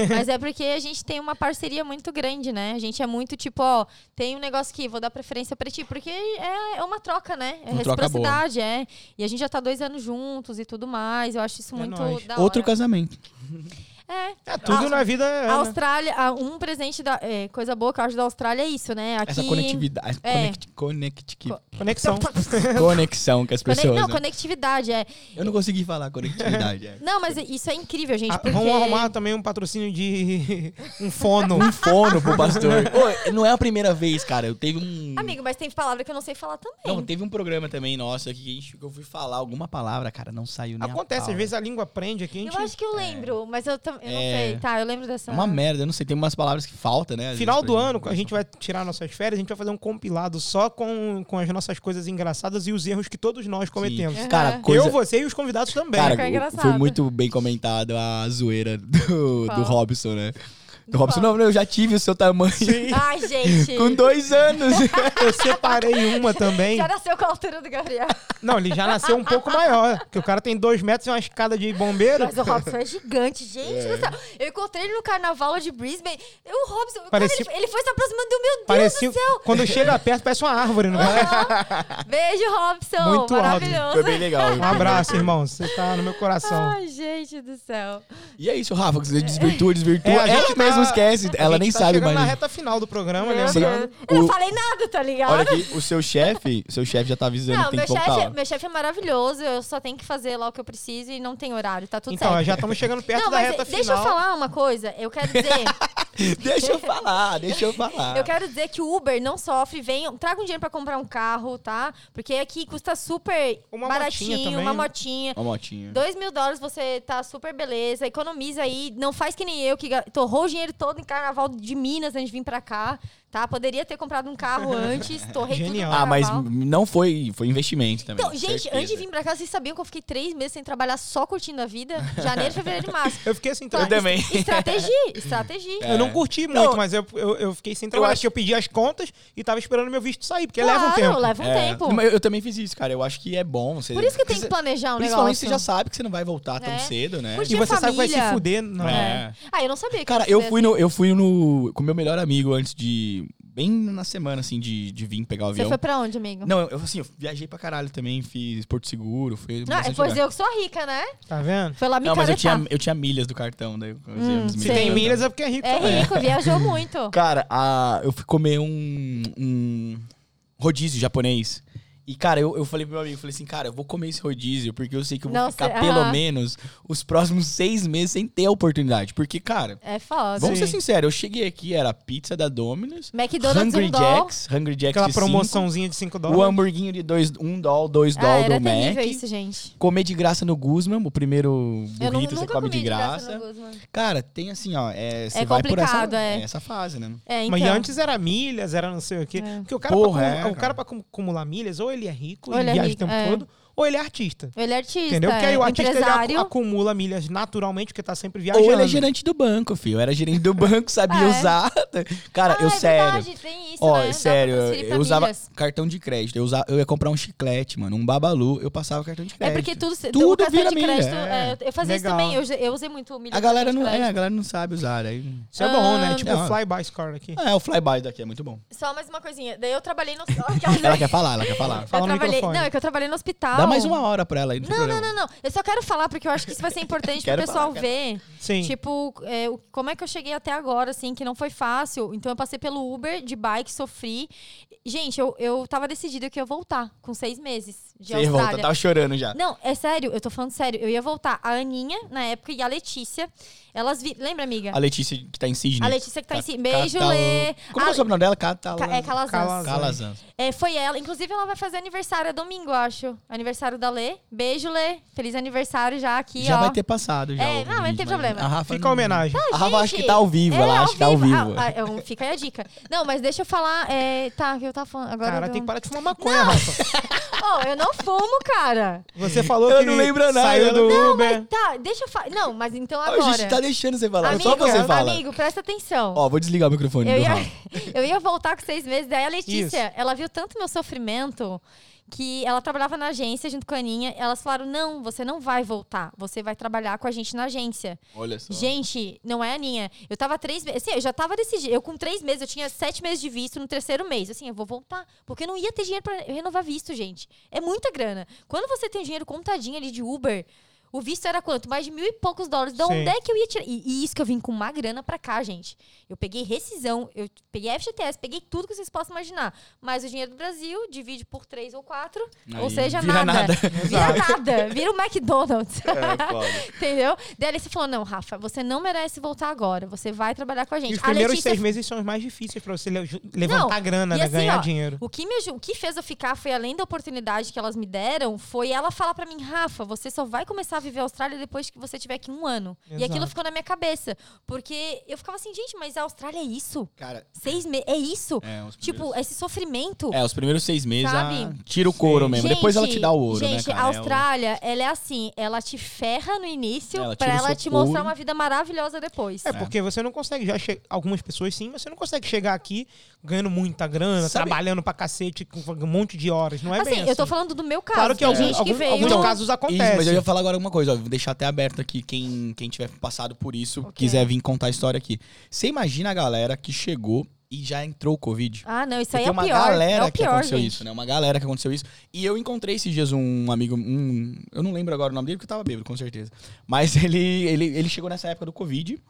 Speaker 3: Mas é porque a gente tem uma parceria muito grande, né? A gente é muito tipo, ó, tem um negócio que vou dar preferência pra ti, porque é, é uma troca, né? É
Speaker 2: Uma troca boa.
Speaker 3: reciprocidade, é. E a gente já tá dois anos juntos e tudo mais. Eu acho isso
Speaker 1: É
Speaker 3: muito
Speaker 1: nóis.
Speaker 3: da
Speaker 2: Outro
Speaker 3: hora.
Speaker 2: casamento.
Speaker 3: É.
Speaker 1: É, tudo
Speaker 3: A-
Speaker 1: na vida é.
Speaker 3: A
Speaker 1: né?
Speaker 3: Austrália, a- um presente da. é, coisa boa que eu acho da Austrália é isso, né? Aqui.
Speaker 2: Essa conectividade.
Speaker 3: É.
Speaker 2: Conect, conect,
Speaker 1: Conexão.
Speaker 2: conexão com as
Speaker 3: Cone-
Speaker 2: pessoas.
Speaker 3: Não,
Speaker 2: né?
Speaker 3: conectividade, é.
Speaker 2: Eu não consegui falar conectividade. é.
Speaker 3: Não, mas isso é incrível, gente.
Speaker 1: Ah,
Speaker 3: Porque...
Speaker 1: Vamos arrumar também um patrocínio de um fono.
Speaker 2: Um fono pro pastor. Ô, não é a primeira vez, cara. Eu teve um.
Speaker 3: Amigo, mas tem palavra que eu não sei falar também.
Speaker 2: Não, teve um programa também nosso aqui que a gente- que eu fui falar alguma palavra, cara, não saiu nem a
Speaker 1: Acontece,
Speaker 2: pau.
Speaker 1: às vezes a língua prende aqui, a
Speaker 3: eu
Speaker 1: gente.
Speaker 3: acho que eu lembro, mas eu, tam... eu não
Speaker 2: É.
Speaker 3: sei. Tá, eu lembro dessa.
Speaker 2: É uma merda, eu não sei, tem umas palavras que faltam, né? às
Speaker 1: Final
Speaker 2: vezes,
Speaker 1: do
Speaker 2: pra
Speaker 1: ano, a gente vai tirar nossas férias, a gente vai fazer um compilado só com, com as nossas coisas engraçadas e os erros que todos nós cometemos.
Speaker 2: Sim.
Speaker 3: Aham.
Speaker 2: Cara,
Speaker 3: Eu
Speaker 2: coisa,
Speaker 1: Eu, você e os convidados também.
Speaker 2: Cara,
Speaker 3: Fica
Speaker 2: o-
Speaker 3: engraçado.
Speaker 2: foi muito bem comentado a zoeira do,
Speaker 3: Qual?
Speaker 2: do Robson, né? Do
Speaker 3: Qual?
Speaker 2: Robson, não, não, eu já tive o seu tamanho
Speaker 3: Ai, gente.
Speaker 2: com dois anos.
Speaker 1: Eu separei uma também.
Speaker 3: Já nasceu com a altura do Gabriel.
Speaker 1: Não, ele já nasceu um pouco maior. Porque o cara tem dois metros e uma escada de bombeiro.
Speaker 3: Mas o Robson é gigante, gente do céu. Eu encontrei ele no carnaval de Brisbane. Eu, o Robson, cara,
Speaker 1: Parecia-
Speaker 3: ele, ele foi se aproximando do meu Deus
Speaker 1: Parecia,
Speaker 3: do céu.
Speaker 1: quando chega perto, parece uma árvore, não é?
Speaker 3: Beijo, Robson.
Speaker 1: Muito alto.
Speaker 3: Maravilhoso.
Speaker 2: Um Foi bem legal.
Speaker 1: Um abraço, irmão. Você tá no meu coração.
Speaker 3: Ai, gente do céu.
Speaker 2: E é isso, Rafa, que você desvirtua, desvirtua.
Speaker 1: É, a
Speaker 2: ela
Speaker 1: gente tá-
Speaker 2: mesmo esquece, ela
Speaker 1: A gente
Speaker 2: nem
Speaker 1: tá
Speaker 2: sabe
Speaker 1: chegando
Speaker 2: mais.
Speaker 1: na reta final do programa, né?
Speaker 3: Meu
Speaker 2: Sim.
Speaker 3: Deus. Eu
Speaker 2: O-
Speaker 3: não falei nada, tá ligado?
Speaker 2: Olha aqui, o seu chefe, seu chefe já tá avisando
Speaker 3: não,
Speaker 2: que tem
Speaker 3: meu
Speaker 2: que voltar
Speaker 3: chefe,
Speaker 2: lá.
Speaker 3: meu chefe é maravilhoso, eu só tenho que fazer lá o que eu preciso e não tem horário, tá tudo
Speaker 1: Então,
Speaker 3: certo.
Speaker 1: já estamos chegando perto
Speaker 3: não,
Speaker 1: da
Speaker 3: mas
Speaker 1: reta final.
Speaker 3: deixa eu falar uma coisa. Eu quero dizer,
Speaker 2: Deixa eu falar, deixa eu falar.
Speaker 3: é- eu quero dizer que o Uber não sofre, venham, tragam dinheiro pra comprar um carro, tá? Porque aqui custa super
Speaker 1: Uma
Speaker 3: baratinho,
Speaker 1: motinha também,
Speaker 3: uma
Speaker 1: né?
Speaker 3: motinha.
Speaker 2: Uma motinha.
Speaker 3: Dois mil dólares você tá super beleza, economiza aí, não faz que nem eu que ga- torrou o dinheiro todo em carnaval de Minas antes de vir pra cá, tá? Poderia ter comprado um carro antes, torrei
Speaker 1: Genial.
Speaker 3: tudo no
Speaker 2: Ah, mas
Speaker 3: carnaval.
Speaker 2: não foi, foi investimento também.
Speaker 3: Então, gente,
Speaker 2: certeza.
Speaker 3: antes de vir pra cá, vocês sabiam que eu fiquei três meses sem trabalhar, só curtindo a vida? Janeiro, fevereiro e março.
Speaker 1: Eu fiquei assim,
Speaker 3: Tá,
Speaker 1: tra-
Speaker 2: Eu também. É.
Speaker 3: es- Estratégia, estratégia.
Speaker 1: Eu não curti muito,
Speaker 2: Não.
Speaker 1: mas eu, eu, eu fiquei sem trabalho.
Speaker 2: acho-
Speaker 1: porque eu pedi as contas e tava esperando meu visto sair, porque
Speaker 3: claro,
Speaker 1: leva um tempo.
Speaker 3: leva um
Speaker 2: É.
Speaker 3: tempo.
Speaker 2: Mas Eu, eu também fiz isso, cara. Eu acho que é bom. Você,
Speaker 3: Por isso que tem
Speaker 2: você-
Speaker 3: que planejar um
Speaker 2: Principalmente
Speaker 3: negócio.
Speaker 2: você já sabe que você não vai voltar tão
Speaker 3: É.
Speaker 2: cedo, né?
Speaker 3: Por
Speaker 1: E
Speaker 3: Tinha
Speaker 1: você sabe que vai se
Speaker 3: família.
Speaker 1: fuder. Não.
Speaker 2: É.
Speaker 3: Ah, eu não sabia que
Speaker 2: Cara,
Speaker 3: tinha
Speaker 2: eu
Speaker 3: que
Speaker 2: fui
Speaker 3: ser
Speaker 2: no. Eu fui no. Com meu melhor amigo antes de. Bem na semana, assim, de, de vir pegar o
Speaker 3: assim. Você
Speaker 2: avião.
Speaker 3: foi pra onde, amigo?
Speaker 2: Não, eu- eu assim, eu viajei pra caralho também, fiz Porto Seguro, fui.
Speaker 3: Ah,
Speaker 2: bastante
Speaker 3: pois
Speaker 2: lugar.
Speaker 3: eu que sou rica, né?
Speaker 1: Tá vendo?
Speaker 3: Foi lá me
Speaker 2: Não, mas eu
Speaker 3: caretar.
Speaker 2: tinha, eu tinha milhas do cartão, daí eu fazia
Speaker 3: Hum,
Speaker 2: as
Speaker 3: sei.
Speaker 1: Se
Speaker 3: Sim.
Speaker 1: tem milhas é porque é rico.
Speaker 3: É
Speaker 1: também.
Speaker 3: rico, viajou muito.
Speaker 2: Cara, a- eu fui comer um, um rodízio japonês. E, cara, eu, eu falei pro meu amigo, eu falei assim, cara, eu vou comer esse rodízio, porque eu sei que eu vou
Speaker 3: Não
Speaker 2: ficar
Speaker 3: sei,
Speaker 2: pelo
Speaker 3: aham.
Speaker 2: menos os próximos seis meses sem ter a oportunidade. Porque, cara,
Speaker 3: É foda.
Speaker 2: vamos
Speaker 1: Sim.
Speaker 2: ser sinceros, eu cheguei aqui, era pizza da Domino's,
Speaker 3: McDonald's
Speaker 2: Hungry
Speaker 3: um dólar.
Speaker 2: Jacks, Hungry Jacks
Speaker 1: Aquela né?
Speaker 2: de cinco,
Speaker 1: promoçãozinha de 5
Speaker 2: o
Speaker 1: dólares.
Speaker 2: hamburguinho de dois, um dólar, dois
Speaker 3: Ah,
Speaker 2: dólar
Speaker 3: era
Speaker 2: do
Speaker 3: terrível
Speaker 2: Mac.
Speaker 3: isso, gente.
Speaker 2: Comer de graça no Guzman, o primeiro
Speaker 3: eu não,
Speaker 2: burrito você
Speaker 3: nunca
Speaker 2: come
Speaker 3: comi
Speaker 2: de graça.
Speaker 3: no Guzman.
Speaker 2: Cara, tem assim, ó, é, você
Speaker 3: É
Speaker 2: vai por
Speaker 3: complicado,
Speaker 2: essa,
Speaker 3: é.
Speaker 2: essa fase, né?
Speaker 3: É, então.
Speaker 1: Mas antes era milhas, era não sei o quê.
Speaker 3: É.
Speaker 1: Porque o cara,
Speaker 2: Porra,
Speaker 1: pra,
Speaker 2: é,
Speaker 1: acumu- o
Speaker 2: cara.
Speaker 1: cara pra acu- acumular milhas, ou ele é rico,
Speaker 3: Ou
Speaker 1: ele,
Speaker 3: ele é
Speaker 1: viaja
Speaker 3: rico,
Speaker 1: o tempo
Speaker 3: é.
Speaker 1: todo, ou ele é artista.
Speaker 3: Ele é artista,
Speaker 1: Entendeu? Porque aí o
Speaker 3: é,
Speaker 1: artista ele
Speaker 3: empresário.
Speaker 1: acu- acumula milhas naturalmente, porque tá sempre viajando.
Speaker 2: Ou ele é gerente do banco, filho. Eu era gerente do banco, sabia
Speaker 3: Ah, é?
Speaker 2: usar. Cara,
Speaker 3: Ah,
Speaker 2: eu
Speaker 3: é
Speaker 2: sério.
Speaker 3: Verdade, tem isso,
Speaker 2: Ó,
Speaker 3: né? Dá pra
Speaker 2: sério,
Speaker 3: transferir pra
Speaker 2: eu usava
Speaker 3: milhas.
Speaker 2: cartão de crédito. Eu, usava, eu ia comprar um chiclete, mano, um babalu, eu passava cartão de
Speaker 3: É
Speaker 2: crédito.
Speaker 3: porque tudo, se-
Speaker 2: Tudo
Speaker 3: o cartão
Speaker 2: vira
Speaker 3: de
Speaker 2: milha,
Speaker 3: crédito.
Speaker 1: é.
Speaker 3: é, eu fazia
Speaker 1: Legal.
Speaker 3: isso também, eu, já- eu usei muito milha.
Speaker 2: a
Speaker 3: no
Speaker 2: galera
Speaker 3: cartão
Speaker 2: não,
Speaker 3: de
Speaker 2: é, a
Speaker 3: crédito.
Speaker 2: galera não sabe usar. Aí...
Speaker 1: Isso é bom, né?
Speaker 3: Ah,
Speaker 1: Tipo
Speaker 2: não.
Speaker 1: o fly by score aqui.
Speaker 2: Ah, é, o flyby daqui é muito bom.
Speaker 3: Só mais uma coisinha. Daí eu trabalhei no.
Speaker 2: Ela quer falar, ela quer falar.
Speaker 1: Fala
Speaker 3: eu
Speaker 1: no
Speaker 3: trabalhei...
Speaker 1: microfone.
Speaker 3: Não, é que eu trabalhei no hospital.
Speaker 2: Dá mais uma hora pra ela aí, não tem
Speaker 3: Não, não,
Speaker 2: problema.
Speaker 3: não, não. Eu só quero falar, porque eu acho que isso vai ser importante pro
Speaker 2: Quero
Speaker 3: pessoal
Speaker 2: falar, quero
Speaker 3: ver.
Speaker 1: Sim.
Speaker 3: Tipo, é, o- como é que eu cheguei até agora, assim, que não foi fácil. Então eu passei pelo Uber de bike, sofri. Gente, eu, eu tava decidida que eu ia voltar com seis meses de
Speaker 2: Você volta,
Speaker 3: Austrália.
Speaker 2: tava chorando já.
Speaker 3: Não, é sério, eu tô falando sério. Eu ia voltar. A Aninha, na época, e a Letícia. Elas vi... Lembra, amiga?
Speaker 2: A Letícia que tá em Sydney.
Speaker 3: A Letícia que tá em cima.
Speaker 2: Ca-
Speaker 3: Beijo,
Speaker 2: Catal-
Speaker 3: Lê.
Speaker 2: Como que é o
Speaker 3: A-
Speaker 2: sobrenome dela? Catal... né?
Speaker 3: Ca- É Calazans.
Speaker 1: Calazans.
Speaker 2: Calazans.
Speaker 3: É, foi ela. Inclusive, ela vai fazer aniversário é domingo, eu acho. Aniversário da Lê. Beijo, Lê. Feliz aniversário já aqui,
Speaker 2: Já
Speaker 3: ó.
Speaker 2: vai ter passado já.
Speaker 3: É,
Speaker 2: o
Speaker 3: não, mas não
Speaker 2: vídeo,
Speaker 3: tem problema.
Speaker 2: A Rafa
Speaker 1: Fica a
Speaker 2: não-
Speaker 1: homenagem.
Speaker 3: Ah,
Speaker 2: A Rafa acho
Speaker 3: Gente,
Speaker 2: que tá ao vivo,
Speaker 3: é,
Speaker 2: ela acha que tá ao vivo.
Speaker 3: Ah, ah, é um- fica aí a dica. Não, mas deixa eu falar. É, tá, eu tava falando. Agora
Speaker 1: Cara,
Speaker 3: eu... um-
Speaker 1: tem que parar de fumar maconha, Rafa.
Speaker 3: Oh, eu não fumo, cara.
Speaker 1: Você falou
Speaker 2: Eu
Speaker 1: que
Speaker 2: não lembro nada,
Speaker 1: saiu
Speaker 2: eu
Speaker 1: do
Speaker 2: não-
Speaker 1: Uber.
Speaker 3: Tá, deixa eu falar. Não, mas então
Speaker 2: Ó,
Speaker 3: agora.
Speaker 2: A gente tá deixando você falar,
Speaker 3: amigo,
Speaker 2: só você fala.
Speaker 3: amigo, presta atenção.
Speaker 2: Ó, vou desligar o microfone
Speaker 3: Eu
Speaker 2: do
Speaker 3: ia,
Speaker 2: Rafa.
Speaker 3: eu ia voltar com seis meses. Daí a Letícia,
Speaker 1: Isso.
Speaker 3: ela viu tanto meu sofrimento que ela trabalhava na agência junto com a Aninha. Elas falaram: não, você não vai voltar. Você vai trabalhar com a gente na agência.
Speaker 2: Olha só.
Speaker 3: Gente, não é a Aninha. Eu tava três meses. Assim, eu já tava decidida. Eu com três meses, eu tinha sete meses de visto no terceiro mês. Assim, eu vou voltar. Porque eu não ia ter dinheiro pra renovar visto, gente. É muita grana. Quando você tem dinheiro contadinho ali de Uber. O visto era quanto? Mais de mil e poucos dólares. Da
Speaker 1: Sim.
Speaker 3: onde é que eu ia tirar? E, e isso que eu vim com uma grana pra cá, gente. Eu peguei rescisão, eu peguei FGTS, peguei tudo que vocês possam imaginar. Mas o dinheiro do Brasil divide por três ou quatro. ou
Speaker 2: Aí,
Speaker 3: seja,
Speaker 2: vira nada.
Speaker 3: Vira nada. Vira o McDonald's. Entendeu? Daí a Alice falou: não, Rafa, você não merece voltar agora. Você vai trabalhar com a
Speaker 1: E
Speaker 3: gente.
Speaker 1: os
Speaker 3: a
Speaker 1: primeiros
Speaker 3: Letícia.
Speaker 1: seis meses são os mais difíceis pra você le- levantar grana,
Speaker 3: e
Speaker 1: né?
Speaker 3: assim,
Speaker 1: ganhar
Speaker 3: ó,
Speaker 1: dinheiro.
Speaker 3: O que, me, aju- o que fez eu ficar foi, além da oportunidade que elas me deram, foi ela falar pra mim, Rafa, você só vai começar a viver a Austrália depois que você tiver aqui um ano. E aquilo
Speaker 1: Exato.
Speaker 3: ficou na minha cabeça. Porque eu ficava assim, gente, mas a Austrália é isso?
Speaker 2: Cara,
Speaker 3: Seis meses? É isso?
Speaker 2: é, os
Speaker 3: Tipo,
Speaker 2: primeiros...
Speaker 3: esse sofrimento.
Speaker 2: É, os primeiros seis meses,
Speaker 3: Sabe?
Speaker 2: ah, tira o couro
Speaker 1: Sim.
Speaker 2: mesmo. Depois ela te dá o ouro,
Speaker 3: gente,
Speaker 2: né, cara?
Speaker 3: a
Speaker 2: É o-
Speaker 3: Austrália, ela é assim, ela te ferra no início
Speaker 2: Ela
Speaker 3: pra
Speaker 2: tira o
Speaker 3: ela
Speaker 2: seu
Speaker 3: te mostrar
Speaker 2: couro.
Speaker 3: uma vida maravilhosa depois.
Speaker 1: É porque você não consegue já che- algumas pessoas sim, mas você não consegue chegar aqui ganhando muita grana,
Speaker 2: Sabe-
Speaker 1: trabalhando pra cacete com um monte de horas, não é
Speaker 3: assim,
Speaker 1: bem
Speaker 3: eu tô falando do meu caso.
Speaker 1: Claro que
Speaker 3: tem
Speaker 1: algum-
Speaker 3: gente que
Speaker 1: algum-
Speaker 3: veio.
Speaker 1: alguns
Speaker 2: Então,
Speaker 1: casos acontecem.
Speaker 2: Isso, mas eu ia falar agora alguma coisa, ó, vou deixar até aberto aqui quem, quem tiver passado por isso,
Speaker 3: Ok.
Speaker 2: quiser vir contar a história aqui. Você imagina a galera que chegou e já entrou o Covid.
Speaker 3: Ah, não, isso aí
Speaker 2: Porque
Speaker 3: é
Speaker 2: uma
Speaker 3: pior.
Speaker 2: galera
Speaker 3: é o
Speaker 2: que
Speaker 3: pior,
Speaker 2: aconteceu
Speaker 3: gente.
Speaker 2: isso, né? Uma galera que aconteceu isso. E eu encontrei esses dias um amigo, um, eu não lembro agora o nome dele, porque eu tava bêbado, com certeza. Mas ele, ele, ele chegou nessa época do Covid.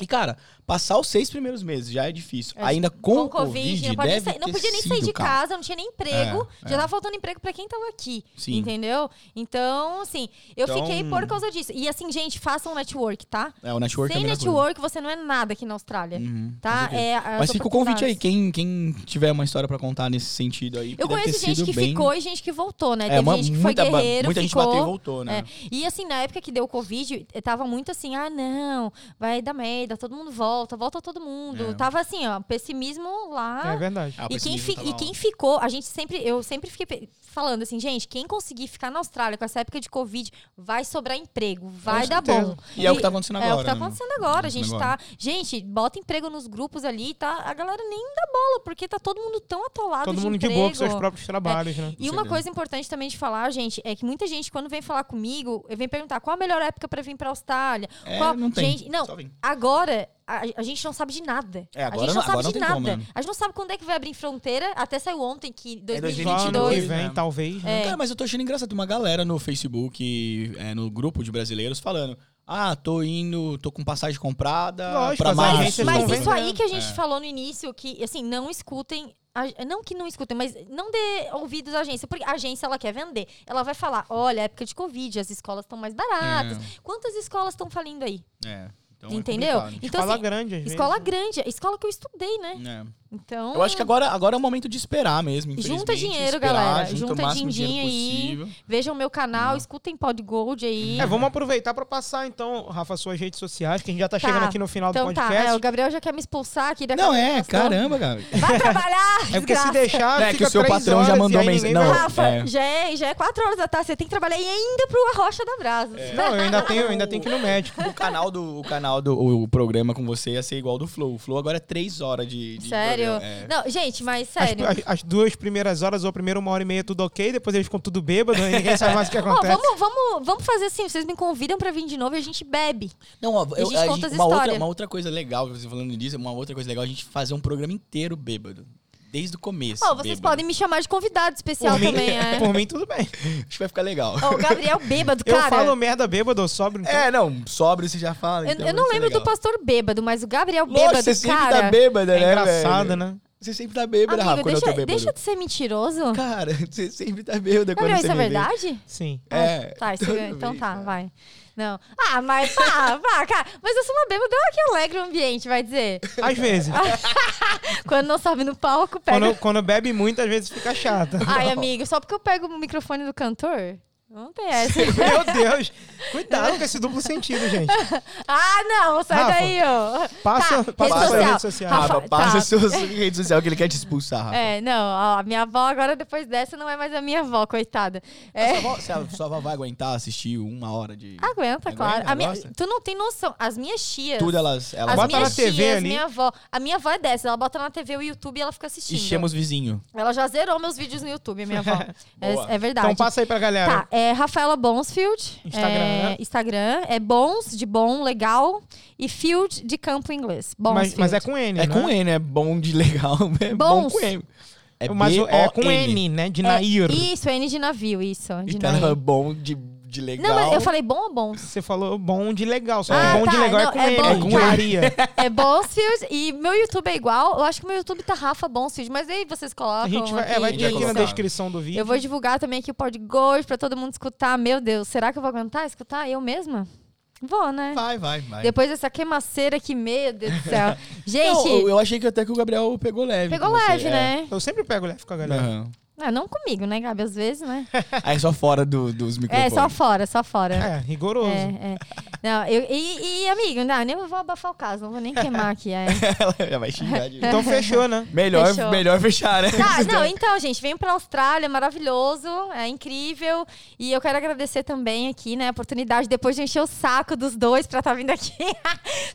Speaker 2: E, cara, passar os seis primeiros meses já é difícil.
Speaker 3: É,
Speaker 2: Ainda com, o Covid,
Speaker 3: não, podia
Speaker 2: deve
Speaker 3: sair- não
Speaker 2: ter
Speaker 3: podia nem
Speaker 2: sido,
Speaker 3: sair de
Speaker 2: cara.
Speaker 3: casa, não tinha nem emprego.
Speaker 2: É,
Speaker 3: já tava faltando emprego pra quem tava aqui.
Speaker 2: Sim.
Speaker 3: Entendeu? Então, assim, eu
Speaker 2: Então-
Speaker 3: fiquei por causa disso. E assim, gente, façam network, tá?
Speaker 2: É, o network é a
Speaker 3: Sem
Speaker 2: mesma coisa.
Speaker 3: network, você não é nada aqui na Austrália.
Speaker 2: Uhum, com
Speaker 3: Tá?
Speaker 2: certeza.
Speaker 3: É, as
Speaker 2: Mas fica o convite aí, quem,
Speaker 3: oportunidades.
Speaker 2: quem tiver uma história pra contar nesse sentido aí. deve
Speaker 3: Eu
Speaker 2: ter
Speaker 3: conheço gente
Speaker 2: sido
Speaker 3: que
Speaker 2: bem...
Speaker 3: ficou e gente que voltou, né?
Speaker 2: É,
Speaker 3: Teve
Speaker 2: uma-
Speaker 3: gente que foi
Speaker 2: muita, ba-
Speaker 3: guerreiro,
Speaker 2: muita
Speaker 3: ficou.
Speaker 2: gente bateu e voltou, né?
Speaker 3: É. E assim, na época que deu o Covid, eh, tava muito assim, ah, não, vai dar merda, todo mundo volta, volta todo mundo.
Speaker 2: É.
Speaker 3: Tava assim, ó, pessimismo lá.
Speaker 1: É verdade.
Speaker 2: Ah,
Speaker 3: E quem,
Speaker 2: pessimismo
Speaker 3: fi-
Speaker 2: tá
Speaker 3: e
Speaker 2: lá,
Speaker 3: quem ficou, a gente sempre, eu sempre fiquei pe- falando assim, gente, quem conseguir ficar na Austrália com essa época de Covid, vai sobrar emprego, vai dar
Speaker 1: certeza.
Speaker 3: bom.
Speaker 2: ó. E é o que tá acontecendo agora.
Speaker 3: É o que tá
Speaker 2: né?
Speaker 3: acontecendo agora. A gente
Speaker 2: Agora.
Speaker 3: tá. Gente, bota emprego nos grupos ali, tá? A galera nem dá bola, porque tá todo mundo tão atolado
Speaker 1: Todo
Speaker 3: de
Speaker 1: mundo de
Speaker 3: emprego. é,
Speaker 1: boa com seus próprios trabalhos, né?
Speaker 3: E
Speaker 2: Com
Speaker 3: uma
Speaker 2: certeza.
Speaker 3: coisa importante também de falar, gente, é que muita gente, quando vem falar comigo, vem perguntar qual a melhor época pra vir pra Austrália.
Speaker 2: É,
Speaker 3: qual...
Speaker 2: não tem.
Speaker 3: Gente, não,
Speaker 2: Só vem.
Speaker 3: agora a, a gente não sabe de nada.
Speaker 2: É, agora
Speaker 3: a gente
Speaker 2: não-
Speaker 3: não sabe
Speaker 2: agora não
Speaker 3: de
Speaker 2: tem
Speaker 3: nada.
Speaker 2: como, né? É
Speaker 3: a gente não sabe quando é que vai abrir fronteira, até saiu ontem que
Speaker 1: Só ano que
Speaker 3: 2022.
Speaker 2: 2022,
Speaker 1: vem,
Speaker 2: né?
Speaker 1: talvez.
Speaker 3: é.
Speaker 1: né?
Speaker 2: Cara, mas eu tô achando engraçado. Tem uma galera no Facebook, é, no grupo de brasileiros, falando: Ah, tô indo, tô com passagem comprada
Speaker 1: Lógico,
Speaker 2: pra
Speaker 1: as
Speaker 2: março.
Speaker 1: agências Vocês
Speaker 3: Mas
Speaker 1: estão
Speaker 3: isso aí
Speaker 1: vendendo.
Speaker 3: que a
Speaker 2: É.
Speaker 3: gente falou no início, que assim, não escutem. a- não que não escutem, mas não dê ouvidos à agência, porque a agência ela quer vender. Ela vai falar: olha, é época de Covid, as escolas estão mais baratas. Quantas escolas estão falindo aí?
Speaker 2: É, então é
Speaker 3: Entendeu?
Speaker 2: complicado, né?
Speaker 3: então,
Speaker 1: Escola
Speaker 3: assim,
Speaker 1: grande, às vezes.
Speaker 3: escola grande, a escola que eu estudei, né?
Speaker 2: É.
Speaker 3: Então.
Speaker 2: Eu acho que agora, agora é o momento de esperar mesmo.
Speaker 3: Junta
Speaker 2: infelizmente,
Speaker 3: dinheiro,
Speaker 2: esperar,
Speaker 3: galera.
Speaker 2: Junta, o
Speaker 3: Junta
Speaker 2: máximo de
Speaker 3: din-din
Speaker 2: dinheiro
Speaker 3: aí.
Speaker 2: possível.
Speaker 3: Vejam o meu canal, escutem Pod Gold aí.
Speaker 1: É, vamos aproveitar pra passar, então, Rafa, suas redes sociais, que a gente já tá
Speaker 3: Tá.
Speaker 1: chegando aqui no final
Speaker 3: então
Speaker 1: do
Speaker 3: tá,
Speaker 1: podcast.
Speaker 3: é, o Gabriel já quer me expulsar aqui da
Speaker 2: Não,
Speaker 3: casa
Speaker 2: é,
Speaker 3: de educação.
Speaker 2: caramba, cara.
Speaker 3: Vai trabalhar!
Speaker 1: É porque se
Speaker 3: desgraça.
Speaker 1: deixar.
Speaker 2: É que
Speaker 1: fica
Speaker 2: o seu
Speaker 1: três
Speaker 2: patrão já
Speaker 1: horas e
Speaker 2: mandou
Speaker 1: aí
Speaker 2: mensagem.
Speaker 1: ninguém vai-
Speaker 2: Não,
Speaker 3: Rafa,
Speaker 2: é.
Speaker 3: já, é, já é 4 horas da tarde, você tem que trabalhar e ainda pro Arrocha da Brasa. né?
Speaker 1: Não, eu ainda tenho, eu ainda tenho que ir no médico.
Speaker 2: O canal do, o canal do o programa com você ia ser igual ao do Flow. O Flow agora é três horas de. de
Speaker 3: Sério?
Speaker 2: programa. É.
Speaker 3: Não, gente, mas
Speaker 1: As,
Speaker 3: sério.
Speaker 1: as- as duas primeiras horas ou a primeira uma hora e meia tudo ok, depois eles ficam tudo bêbado e ninguém sabe mais o que
Speaker 3: Ó,
Speaker 1: acontece.
Speaker 3: vamos, vamos, vamos fazer assim, vocês me convidam pra vir de novo e a gente bebe.
Speaker 2: Não, ó,
Speaker 3: E a
Speaker 2: eu-
Speaker 3: gente
Speaker 2: a
Speaker 3: conta
Speaker 2: gente-
Speaker 3: as
Speaker 2: uma, outra,
Speaker 3: histórias.
Speaker 2: uma outra coisa legal, você falando disso, uma outra coisa legal é a gente fazer um programa inteiro bêbado. Desde o começo.
Speaker 3: Ó, vocês
Speaker 2: bêbado.
Speaker 3: podem me chamar de convidado especial
Speaker 1: por, mim,
Speaker 3: também, é.
Speaker 1: por mim, tudo bem.
Speaker 2: Acho que vai ficar legal.
Speaker 3: Ó, o Gabriel bêbado,
Speaker 1: Eu
Speaker 3: cara.
Speaker 1: falo merda bêbado, eu sobro. Então.
Speaker 2: É, não, sobre você já fala.
Speaker 3: eu,
Speaker 2: então
Speaker 3: eu não
Speaker 1: é
Speaker 2: vai ser
Speaker 3: lembro do
Speaker 2: legal.
Speaker 3: pastor bêbado, mas o Gabriel
Speaker 2: Lógico,
Speaker 3: bêbado,
Speaker 2: você sempre
Speaker 3: cara.
Speaker 2: tá bêbada,
Speaker 1: É
Speaker 2: né?
Speaker 1: engraçado,
Speaker 2: velho?
Speaker 1: né?
Speaker 2: Você sempre tá bêbada, Rafa,
Speaker 3: Amigo,
Speaker 2: quando eu tô
Speaker 3: deixa,
Speaker 2: bêbado.
Speaker 3: deixa de ser mentiroso.
Speaker 2: Cara, você sempre tá bêbada quando
Speaker 3: Gabriel,
Speaker 2: você
Speaker 3: isso é
Speaker 2: me vê.
Speaker 3: verdade?
Speaker 1: Sim.
Speaker 2: É,
Speaker 3: Ah, tá, isso-
Speaker 2: toda
Speaker 3: então
Speaker 2: vez,
Speaker 3: tá,
Speaker 2: cara.
Speaker 3: vai. Não. Ah, mas pá, pá, cara. Mas eu sou uma bêbada que alegra o ambiente, vai dizer.
Speaker 1: Às vezes.
Speaker 3: Quando não sobe no palco,
Speaker 1: quando,
Speaker 3: pega.
Speaker 1: quando bebe muito, às vezes fica chata.
Speaker 3: Ai, amigo, só porque eu pego o microfone do cantor? Não tem essa.
Speaker 1: Meu Deus. Cuidado com esse duplo sentido, gente.
Speaker 3: ah, não, sai
Speaker 1: Rafa,
Speaker 3: daí, ó.
Speaker 1: Passa,
Speaker 3: Tá,
Speaker 1: passa
Speaker 3: rede
Speaker 1: as
Speaker 3: social.
Speaker 1: redes sociais.
Speaker 3: Rafa,
Speaker 2: Rafa, passa
Speaker 3: tá.
Speaker 2: suas redes sociais que ele quer te expulsar, Rafa.
Speaker 3: É, não, ó, a minha avó agora, depois dessa, não é mais a minha avó, coitada.
Speaker 2: Sua
Speaker 3: É.
Speaker 2: avó- Se a sua avó vai aguentar assistir uma hora de.
Speaker 3: Aguenta, claro. A minha-
Speaker 2: é gosta?
Speaker 3: tu não tem noção. As minhas tias.
Speaker 2: Tudo elas. elas
Speaker 3: As
Speaker 1: Bota
Speaker 3: minhas
Speaker 1: na TV
Speaker 3: tias,
Speaker 1: ali.
Speaker 3: minha avó. A minha avó é dessa. Ela bota na TV o YouTube e ela fica
Speaker 2: E
Speaker 3: assistindo.
Speaker 2: chama os vizinhos.
Speaker 3: Ela já zerou meus vídeos no YouTube, minha avó.
Speaker 2: Boa.
Speaker 3: é, é verdade.
Speaker 1: Então passa aí pra galera.
Speaker 3: Tá, é Rafaela Bonsfield.
Speaker 1: Instagram,
Speaker 3: é,
Speaker 1: né?
Speaker 3: Instagram. É Bons, de bom, legal. E Field, de campo em inglês.
Speaker 1: mas,
Speaker 3: Bonsfield.
Speaker 1: mas é com N, né?
Speaker 2: É com N, é bom de legal. É bom
Speaker 3: Bons.
Speaker 2: com N. É
Speaker 1: Mas o- é com
Speaker 2: B-O-N.
Speaker 1: N, né? De
Speaker 3: É,
Speaker 1: Nair.
Speaker 3: Isso, é N de navio, isso. De
Speaker 2: Então
Speaker 3: navio.
Speaker 2: é bom de, de legal.
Speaker 3: Não, mas eu falei bom ou bons?
Speaker 1: Você falou bom de legal, só
Speaker 3: Ah,
Speaker 1: que bom de
Speaker 3: tá,
Speaker 1: legal é
Speaker 3: não,
Speaker 1: com
Speaker 3: é
Speaker 1: N,
Speaker 3: bom,
Speaker 1: de
Speaker 3: tá.
Speaker 1: Maria.
Speaker 3: É Bonsfield e meu YouTube é igual. Eu acho que meu YouTube tá Rafa Bonsfield, mas aí vocês colocam.
Speaker 1: A gente vai, é, vai
Speaker 3: aqui,
Speaker 2: ter
Speaker 1: ter aqui na
Speaker 2: colocar.
Speaker 1: descrição do vídeo.
Speaker 3: Eu vou divulgar também aqui o Pod Gold pra todo mundo escutar. Meu Deus, será que eu vou aguentar escutar eu mesma? Vou, né?
Speaker 2: Vai, vai, vai.
Speaker 3: Depois dessa queimaceira aqui, meu Deus do céu.
Speaker 2: Não,
Speaker 3: Gente,
Speaker 2: eu, eu achei que até que o Gabriel pegou leve.
Speaker 3: pegou
Speaker 2: com você,
Speaker 3: leve,
Speaker 2: é.
Speaker 3: né?
Speaker 1: Eu sempre pego leve com a galera.
Speaker 2: Aham.
Speaker 3: Ah, não comigo, né, Gabi? Às vezes, né?
Speaker 2: Aí é só fora do- dos
Speaker 3: é,
Speaker 2: microfones.
Speaker 3: só fora, só fora.
Speaker 1: É, rigoroso.
Speaker 3: É, é. Não, eu, e, e, amigo, não, nem vou abafar o caso, não vou nem queimar aqui. É.
Speaker 2: Ela já vai xingar de...
Speaker 1: Então fechou, né?
Speaker 2: melhor,
Speaker 3: fechou.
Speaker 2: melhor fechar, né?
Speaker 3: Tá, não, então, gente, venham pra Austrália, é maravilhoso, é incrível. E eu quero agradecer também aqui, né, a oportunidade, depois de encher o saco dos dois pra estar vindo aqui.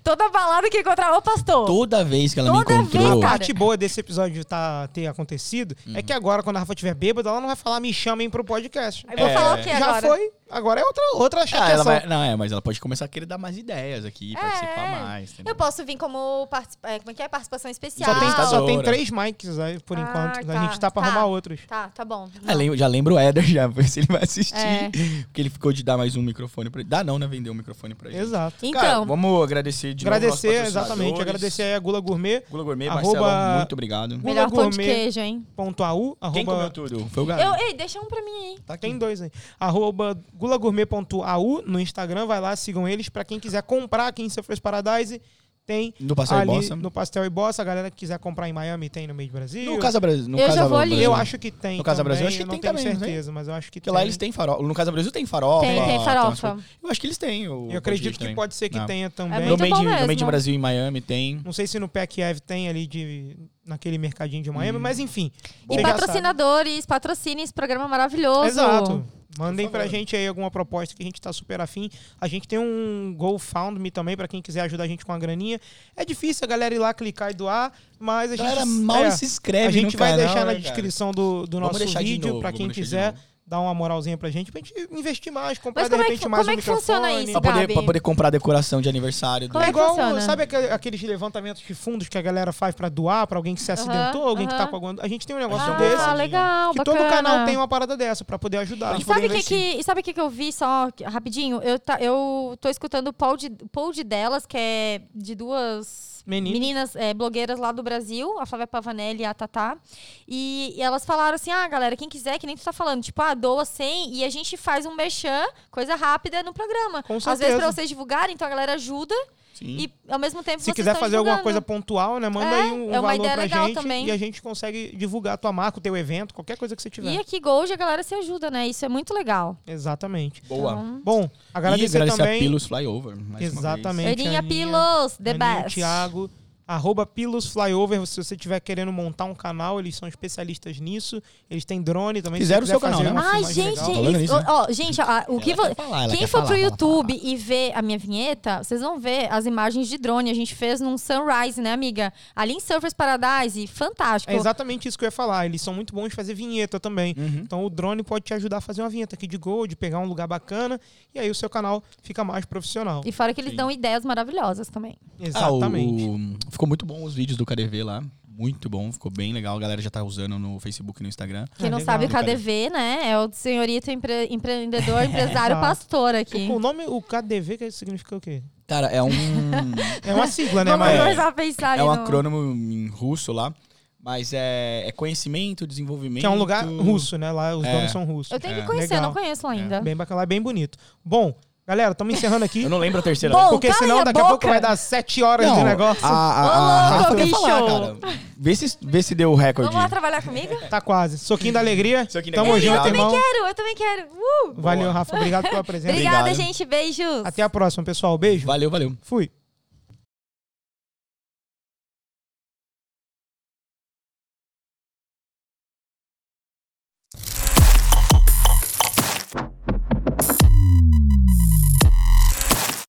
Speaker 3: Toda balada que encontrar. Ô, pastor!
Speaker 2: Toda vez que ela
Speaker 3: Toda
Speaker 2: me
Speaker 3: vez,
Speaker 2: encontrou... Ah,
Speaker 1: A
Speaker 3: cara.
Speaker 1: parte boa desse episódio tá, ter
Speaker 2: Hum.
Speaker 1: acontecido é que agora, quando a Rafa estiver bêbada, ela não vai falar me chamem pro podcast.
Speaker 3: Eu vou
Speaker 2: É.
Speaker 3: falar o quê
Speaker 1: Já
Speaker 3: agora?
Speaker 1: foi. Agora é outra, outra
Speaker 2: Ah, ela
Speaker 1: chateação.
Speaker 2: vai, não, é, mas ela pode começar a querer dar mais ideias aqui, participar mais. entendeu?
Speaker 3: É. Eu posso vir como, partici- é, como é que é? participação especial.
Speaker 1: Só tem, só
Speaker 2: Entrevistadora.
Speaker 1: tem três mics aí, por
Speaker 3: Ah,
Speaker 1: enquanto.
Speaker 3: tá,
Speaker 1: A gente tá pra
Speaker 3: tá.
Speaker 1: arrumar outros.
Speaker 3: Tá, tá bom.
Speaker 1: É
Speaker 2: Ah, lembro- já lembro o Éder, já, ver se ele vai assistir.
Speaker 3: É.
Speaker 2: Porque ele ficou de dar mais um microfone pra ele. Dá não, né? Vender um microfone pra ele.
Speaker 1: Exato.
Speaker 3: Então,
Speaker 2: vamos agradecer de novo.
Speaker 1: agradecer,
Speaker 2: aos patrocinadores.
Speaker 1: exatamente. Agradecer aí a Gula Gourmet.
Speaker 2: Gula Gourmet,
Speaker 1: Arroba-
Speaker 2: Marcelo, muito obrigado.
Speaker 1: Gula
Speaker 3: melhor pão de
Speaker 1: Gourmet.
Speaker 3: queijo, hein?
Speaker 1: .au,
Speaker 2: Quem comeu
Speaker 1: arroba,
Speaker 2: tudo? Foi o
Speaker 3: Eu,
Speaker 2: Gabi.
Speaker 3: ei, deixa um pra mim aí.
Speaker 2: Tá aqui.
Speaker 1: tem dois aí. Arroba gulagourmet.au no Instagram, vai lá, sigam eles. Pra quem quiser comprar aqui em Surfers Paradise, tem
Speaker 2: No Pastel e
Speaker 1: ali
Speaker 2: Bossa.
Speaker 1: no Pastel e Bossa. A galera que quiser comprar em Miami tem no meio do Brasil.
Speaker 2: No Casa Brasil. No
Speaker 3: Eu já
Speaker 2: Casa
Speaker 3: vou ali.
Speaker 2: Brasil.
Speaker 1: eu acho que tem.
Speaker 2: No Casa
Speaker 1: também,
Speaker 2: Brasil, acho que
Speaker 1: eu não
Speaker 2: tem
Speaker 1: tenho
Speaker 2: também, não tem?
Speaker 1: certeza, mas eu acho que
Speaker 2: Porque
Speaker 1: tem.
Speaker 2: lá eles têm farofa. No Casa Brasil tem farofa.
Speaker 3: Tem, tem farofa.
Speaker 2: umas coisas. Eu acho que eles têm. O
Speaker 1: Eu acredito que
Speaker 2: também.
Speaker 1: pode ser que
Speaker 2: Não.
Speaker 1: tenha
Speaker 3: É
Speaker 1: também.
Speaker 2: No
Speaker 3: Muito
Speaker 2: meio,
Speaker 3: bom
Speaker 2: de, no meio de
Speaker 3: mesmo.
Speaker 2: Brasil, em Miami, tem.
Speaker 1: Não sei se no PEC Ev tem ali de, naquele mercadinho de
Speaker 2: Hum.
Speaker 1: Miami, mas enfim.
Speaker 3: E
Speaker 1: você já sabe.
Speaker 3: patrocinadores, patrocinem esse programa maravilhoso.
Speaker 1: Exato. Mandem
Speaker 2: Por
Speaker 1: pra
Speaker 2: favor.
Speaker 1: gente aí alguma proposta que a gente tá super afim. A gente tem um GoFundMe também pra quem quiser ajudar a gente com a graninha. É difícil a galera ir lá clicar e doar, mas a gente
Speaker 2: Galera, mal
Speaker 1: é,
Speaker 2: se inscreve
Speaker 1: A gente
Speaker 2: no
Speaker 1: vai
Speaker 2: canal,
Speaker 1: deixar na
Speaker 2: né, cara?
Speaker 1: descrição do, do
Speaker 2: Vamos
Speaker 1: nosso
Speaker 2: deixar de novo,
Speaker 1: vídeo pra quem
Speaker 2: vamos deixar de
Speaker 1: quiser
Speaker 2: novo.
Speaker 1: dar uma moralzinha pra gente, pra gente investir mais, comprar
Speaker 3: Mas
Speaker 1: de
Speaker 3: como é que
Speaker 1: repente
Speaker 3: fu-
Speaker 1: mais
Speaker 3: como
Speaker 1: um
Speaker 3: é que funciona
Speaker 1: microfone.
Speaker 2: Pra
Speaker 3: isso?
Speaker 2: poder,
Speaker 3: Gabi.
Speaker 2: pra poder comprar decoração de aniversário. do-
Speaker 3: Como é
Speaker 1: É
Speaker 3: que
Speaker 1: igual,
Speaker 3: funciona?
Speaker 1: sabe aquele- aqueles levantamentos de fundos que a galera faz pra doar pra alguém que se acidentou, alguém que tá
Speaker 3: aham.
Speaker 1: com alguma. A gente tem um negócio
Speaker 2: Acho
Speaker 3: Ah,
Speaker 2: que é um
Speaker 1: desse.
Speaker 2: bom.
Speaker 3: legal,
Speaker 1: que
Speaker 3: bacana.
Speaker 1: todo canal tem uma parada dessa pra poder ajudar.
Speaker 2: Pra
Speaker 3: E
Speaker 2: gente poder
Speaker 3: sabe o que, que,
Speaker 2: investir.
Speaker 3: e sabe o que, que eu vi só que- rapidinho? Eu, tá, eu tô escutando o Paul de, Paul de Delas, que é de duas
Speaker 1: Meninas.
Speaker 3: é, blogueiras lá do Brasil, a Flávia Pavanelli e a Tatá. E, e elas falaram assim: ah, galera, quem quiser, que nem tu tá falando, tipo, ah, doa 100 e a gente faz um merchan, coisa rápida, no programa.
Speaker 1: Com
Speaker 3: Às vezes
Speaker 1: certeza.
Speaker 3: pra vocês divulgarem, então a galera ajuda
Speaker 2: Sim.
Speaker 3: e ao mesmo tempo
Speaker 1: Se
Speaker 3: vocês
Speaker 1: quiser
Speaker 3: tão
Speaker 1: fazer alguma coisa
Speaker 3: divulgando.
Speaker 1: pontual, né? Manda
Speaker 3: É,
Speaker 1: aí um
Speaker 3: é uma
Speaker 1: valor
Speaker 3: ideia
Speaker 1: pra
Speaker 3: legal
Speaker 1: gente
Speaker 3: também.
Speaker 1: e a gente consegue divulgar a tua marca, o teu evento, qualquer coisa que você tiver.
Speaker 3: E aqui, Gold, a galera se ajuda, né? Isso é muito legal.
Speaker 1: Exatamente.
Speaker 3: então,
Speaker 2: Boa.
Speaker 3: Uhum.
Speaker 1: Bom, agradecer,
Speaker 2: e agradecer a
Speaker 1: também.
Speaker 2: Pilos Flyover. mais uma
Speaker 1: Exatamente. Gente,
Speaker 3: Aninha
Speaker 1: Aninha,
Speaker 3: Pilos, the
Speaker 1: Aninha e
Speaker 3: best.
Speaker 1: Thiago, arroba Pilos Flyover, se você estiver querendo montar um canal, eles são especialistas nisso. Eles têm drone também. se
Speaker 2: Fizeram
Speaker 1: você
Speaker 2: o seu
Speaker 1: quiser
Speaker 2: canal,
Speaker 1: fazer
Speaker 2: né?
Speaker 1: uma
Speaker 3: Ai,
Speaker 1: filmagem
Speaker 3: gente,
Speaker 1: legal.
Speaker 2: Falando
Speaker 3: eles-
Speaker 2: nisso, né?
Speaker 3: ó, ó, gente, ó, o que
Speaker 2: Ela
Speaker 3: vo-
Speaker 2: quer falar, ela
Speaker 3: quem
Speaker 2: quer
Speaker 3: for
Speaker 2: falar,
Speaker 3: pro
Speaker 2: fala,
Speaker 3: YouTube e ver a minha vinheta, vocês vão ver as imagens de drone. A gente fez num Sunrise, né, amiga? Ali em Surfers Paradise, fantástico.
Speaker 1: É exatamente isso que eu ia falar. Eles são muito bons em fazer vinheta também.
Speaker 3: Uhum.
Speaker 2: Uhum.
Speaker 1: Então o drone pode te ajudar a fazer uma vinheta aqui de gold, pegar um lugar bacana, e aí o seu canal fica mais profissional.
Speaker 3: E fora que eles
Speaker 2: Sim.
Speaker 3: dão ideias maravilhosas também.
Speaker 2: Ah, o-
Speaker 1: Exatamente.
Speaker 2: o- ficou muito bom os vídeos do KDV lá. Muito bom, ficou bem legal. A galera já tá usando no Facebook e no Instagram.
Speaker 3: Quem
Speaker 1: Ah,
Speaker 3: não
Speaker 1: legal.
Speaker 3: sabe o KDV, né? É o senhorito empre-
Speaker 2: É,
Speaker 3: empreendedor, empresário,
Speaker 1: Exato.
Speaker 3: pastor aqui.
Speaker 2: Tipo, né,
Speaker 1: O nome, o KDV, que significa o quê?
Speaker 2: Cara, é um.
Speaker 1: É uma sigla, né?
Speaker 3: Vamos
Speaker 1: Mas
Speaker 2: Maria?
Speaker 3: começar a pensar ali
Speaker 2: é um
Speaker 3: no-
Speaker 2: acrônimo em russo lá. Mas é, é conhecimento, desenvolvimento.
Speaker 1: que é um lugar russo, né? Lá os
Speaker 2: É.
Speaker 1: donos são russos.
Speaker 3: Eu tenho
Speaker 2: É,
Speaker 3: que conhecer, eu
Speaker 1: legal.
Speaker 3: não conheço ainda.
Speaker 1: Bem bacana, lá é bem bonito. Bom, galera, estamos encerrando aqui.
Speaker 2: Eu não lembro a terceira.
Speaker 3: Bom,
Speaker 1: Porque
Speaker 3: cala
Speaker 1: senão
Speaker 3: a
Speaker 1: daqui a
Speaker 3: boca.
Speaker 1: pouco vai dar sete horas de negócio.
Speaker 2: A, a,
Speaker 3: Ô,
Speaker 2: a-
Speaker 3: louco,
Speaker 2: eu ia falar,
Speaker 3: bicho.
Speaker 2: cara. Vê se, vê se deu o recorde.
Speaker 3: Vamos lá trabalhar comigo?
Speaker 2: Então
Speaker 1: Tá quase. Soquinho da alegria.
Speaker 2: Soquinho da
Speaker 1: Tamo
Speaker 2: alegria.
Speaker 1: junto,
Speaker 2: Eu também
Speaker 1: irmão.
Speaker 3: Quero, eu também quero. Uh!
Speaker 1: Valeu, Rafa. Obrigado pela presença.
Speaker 3: Obrigada,
Speaker 2: Obrigado.
Speaker 3: gente. Beijos.
Speaker 1: Até a próxima, pessoal. Beijo.
Speaker 2: Valeu, valeu.
Speaker 1: Fui.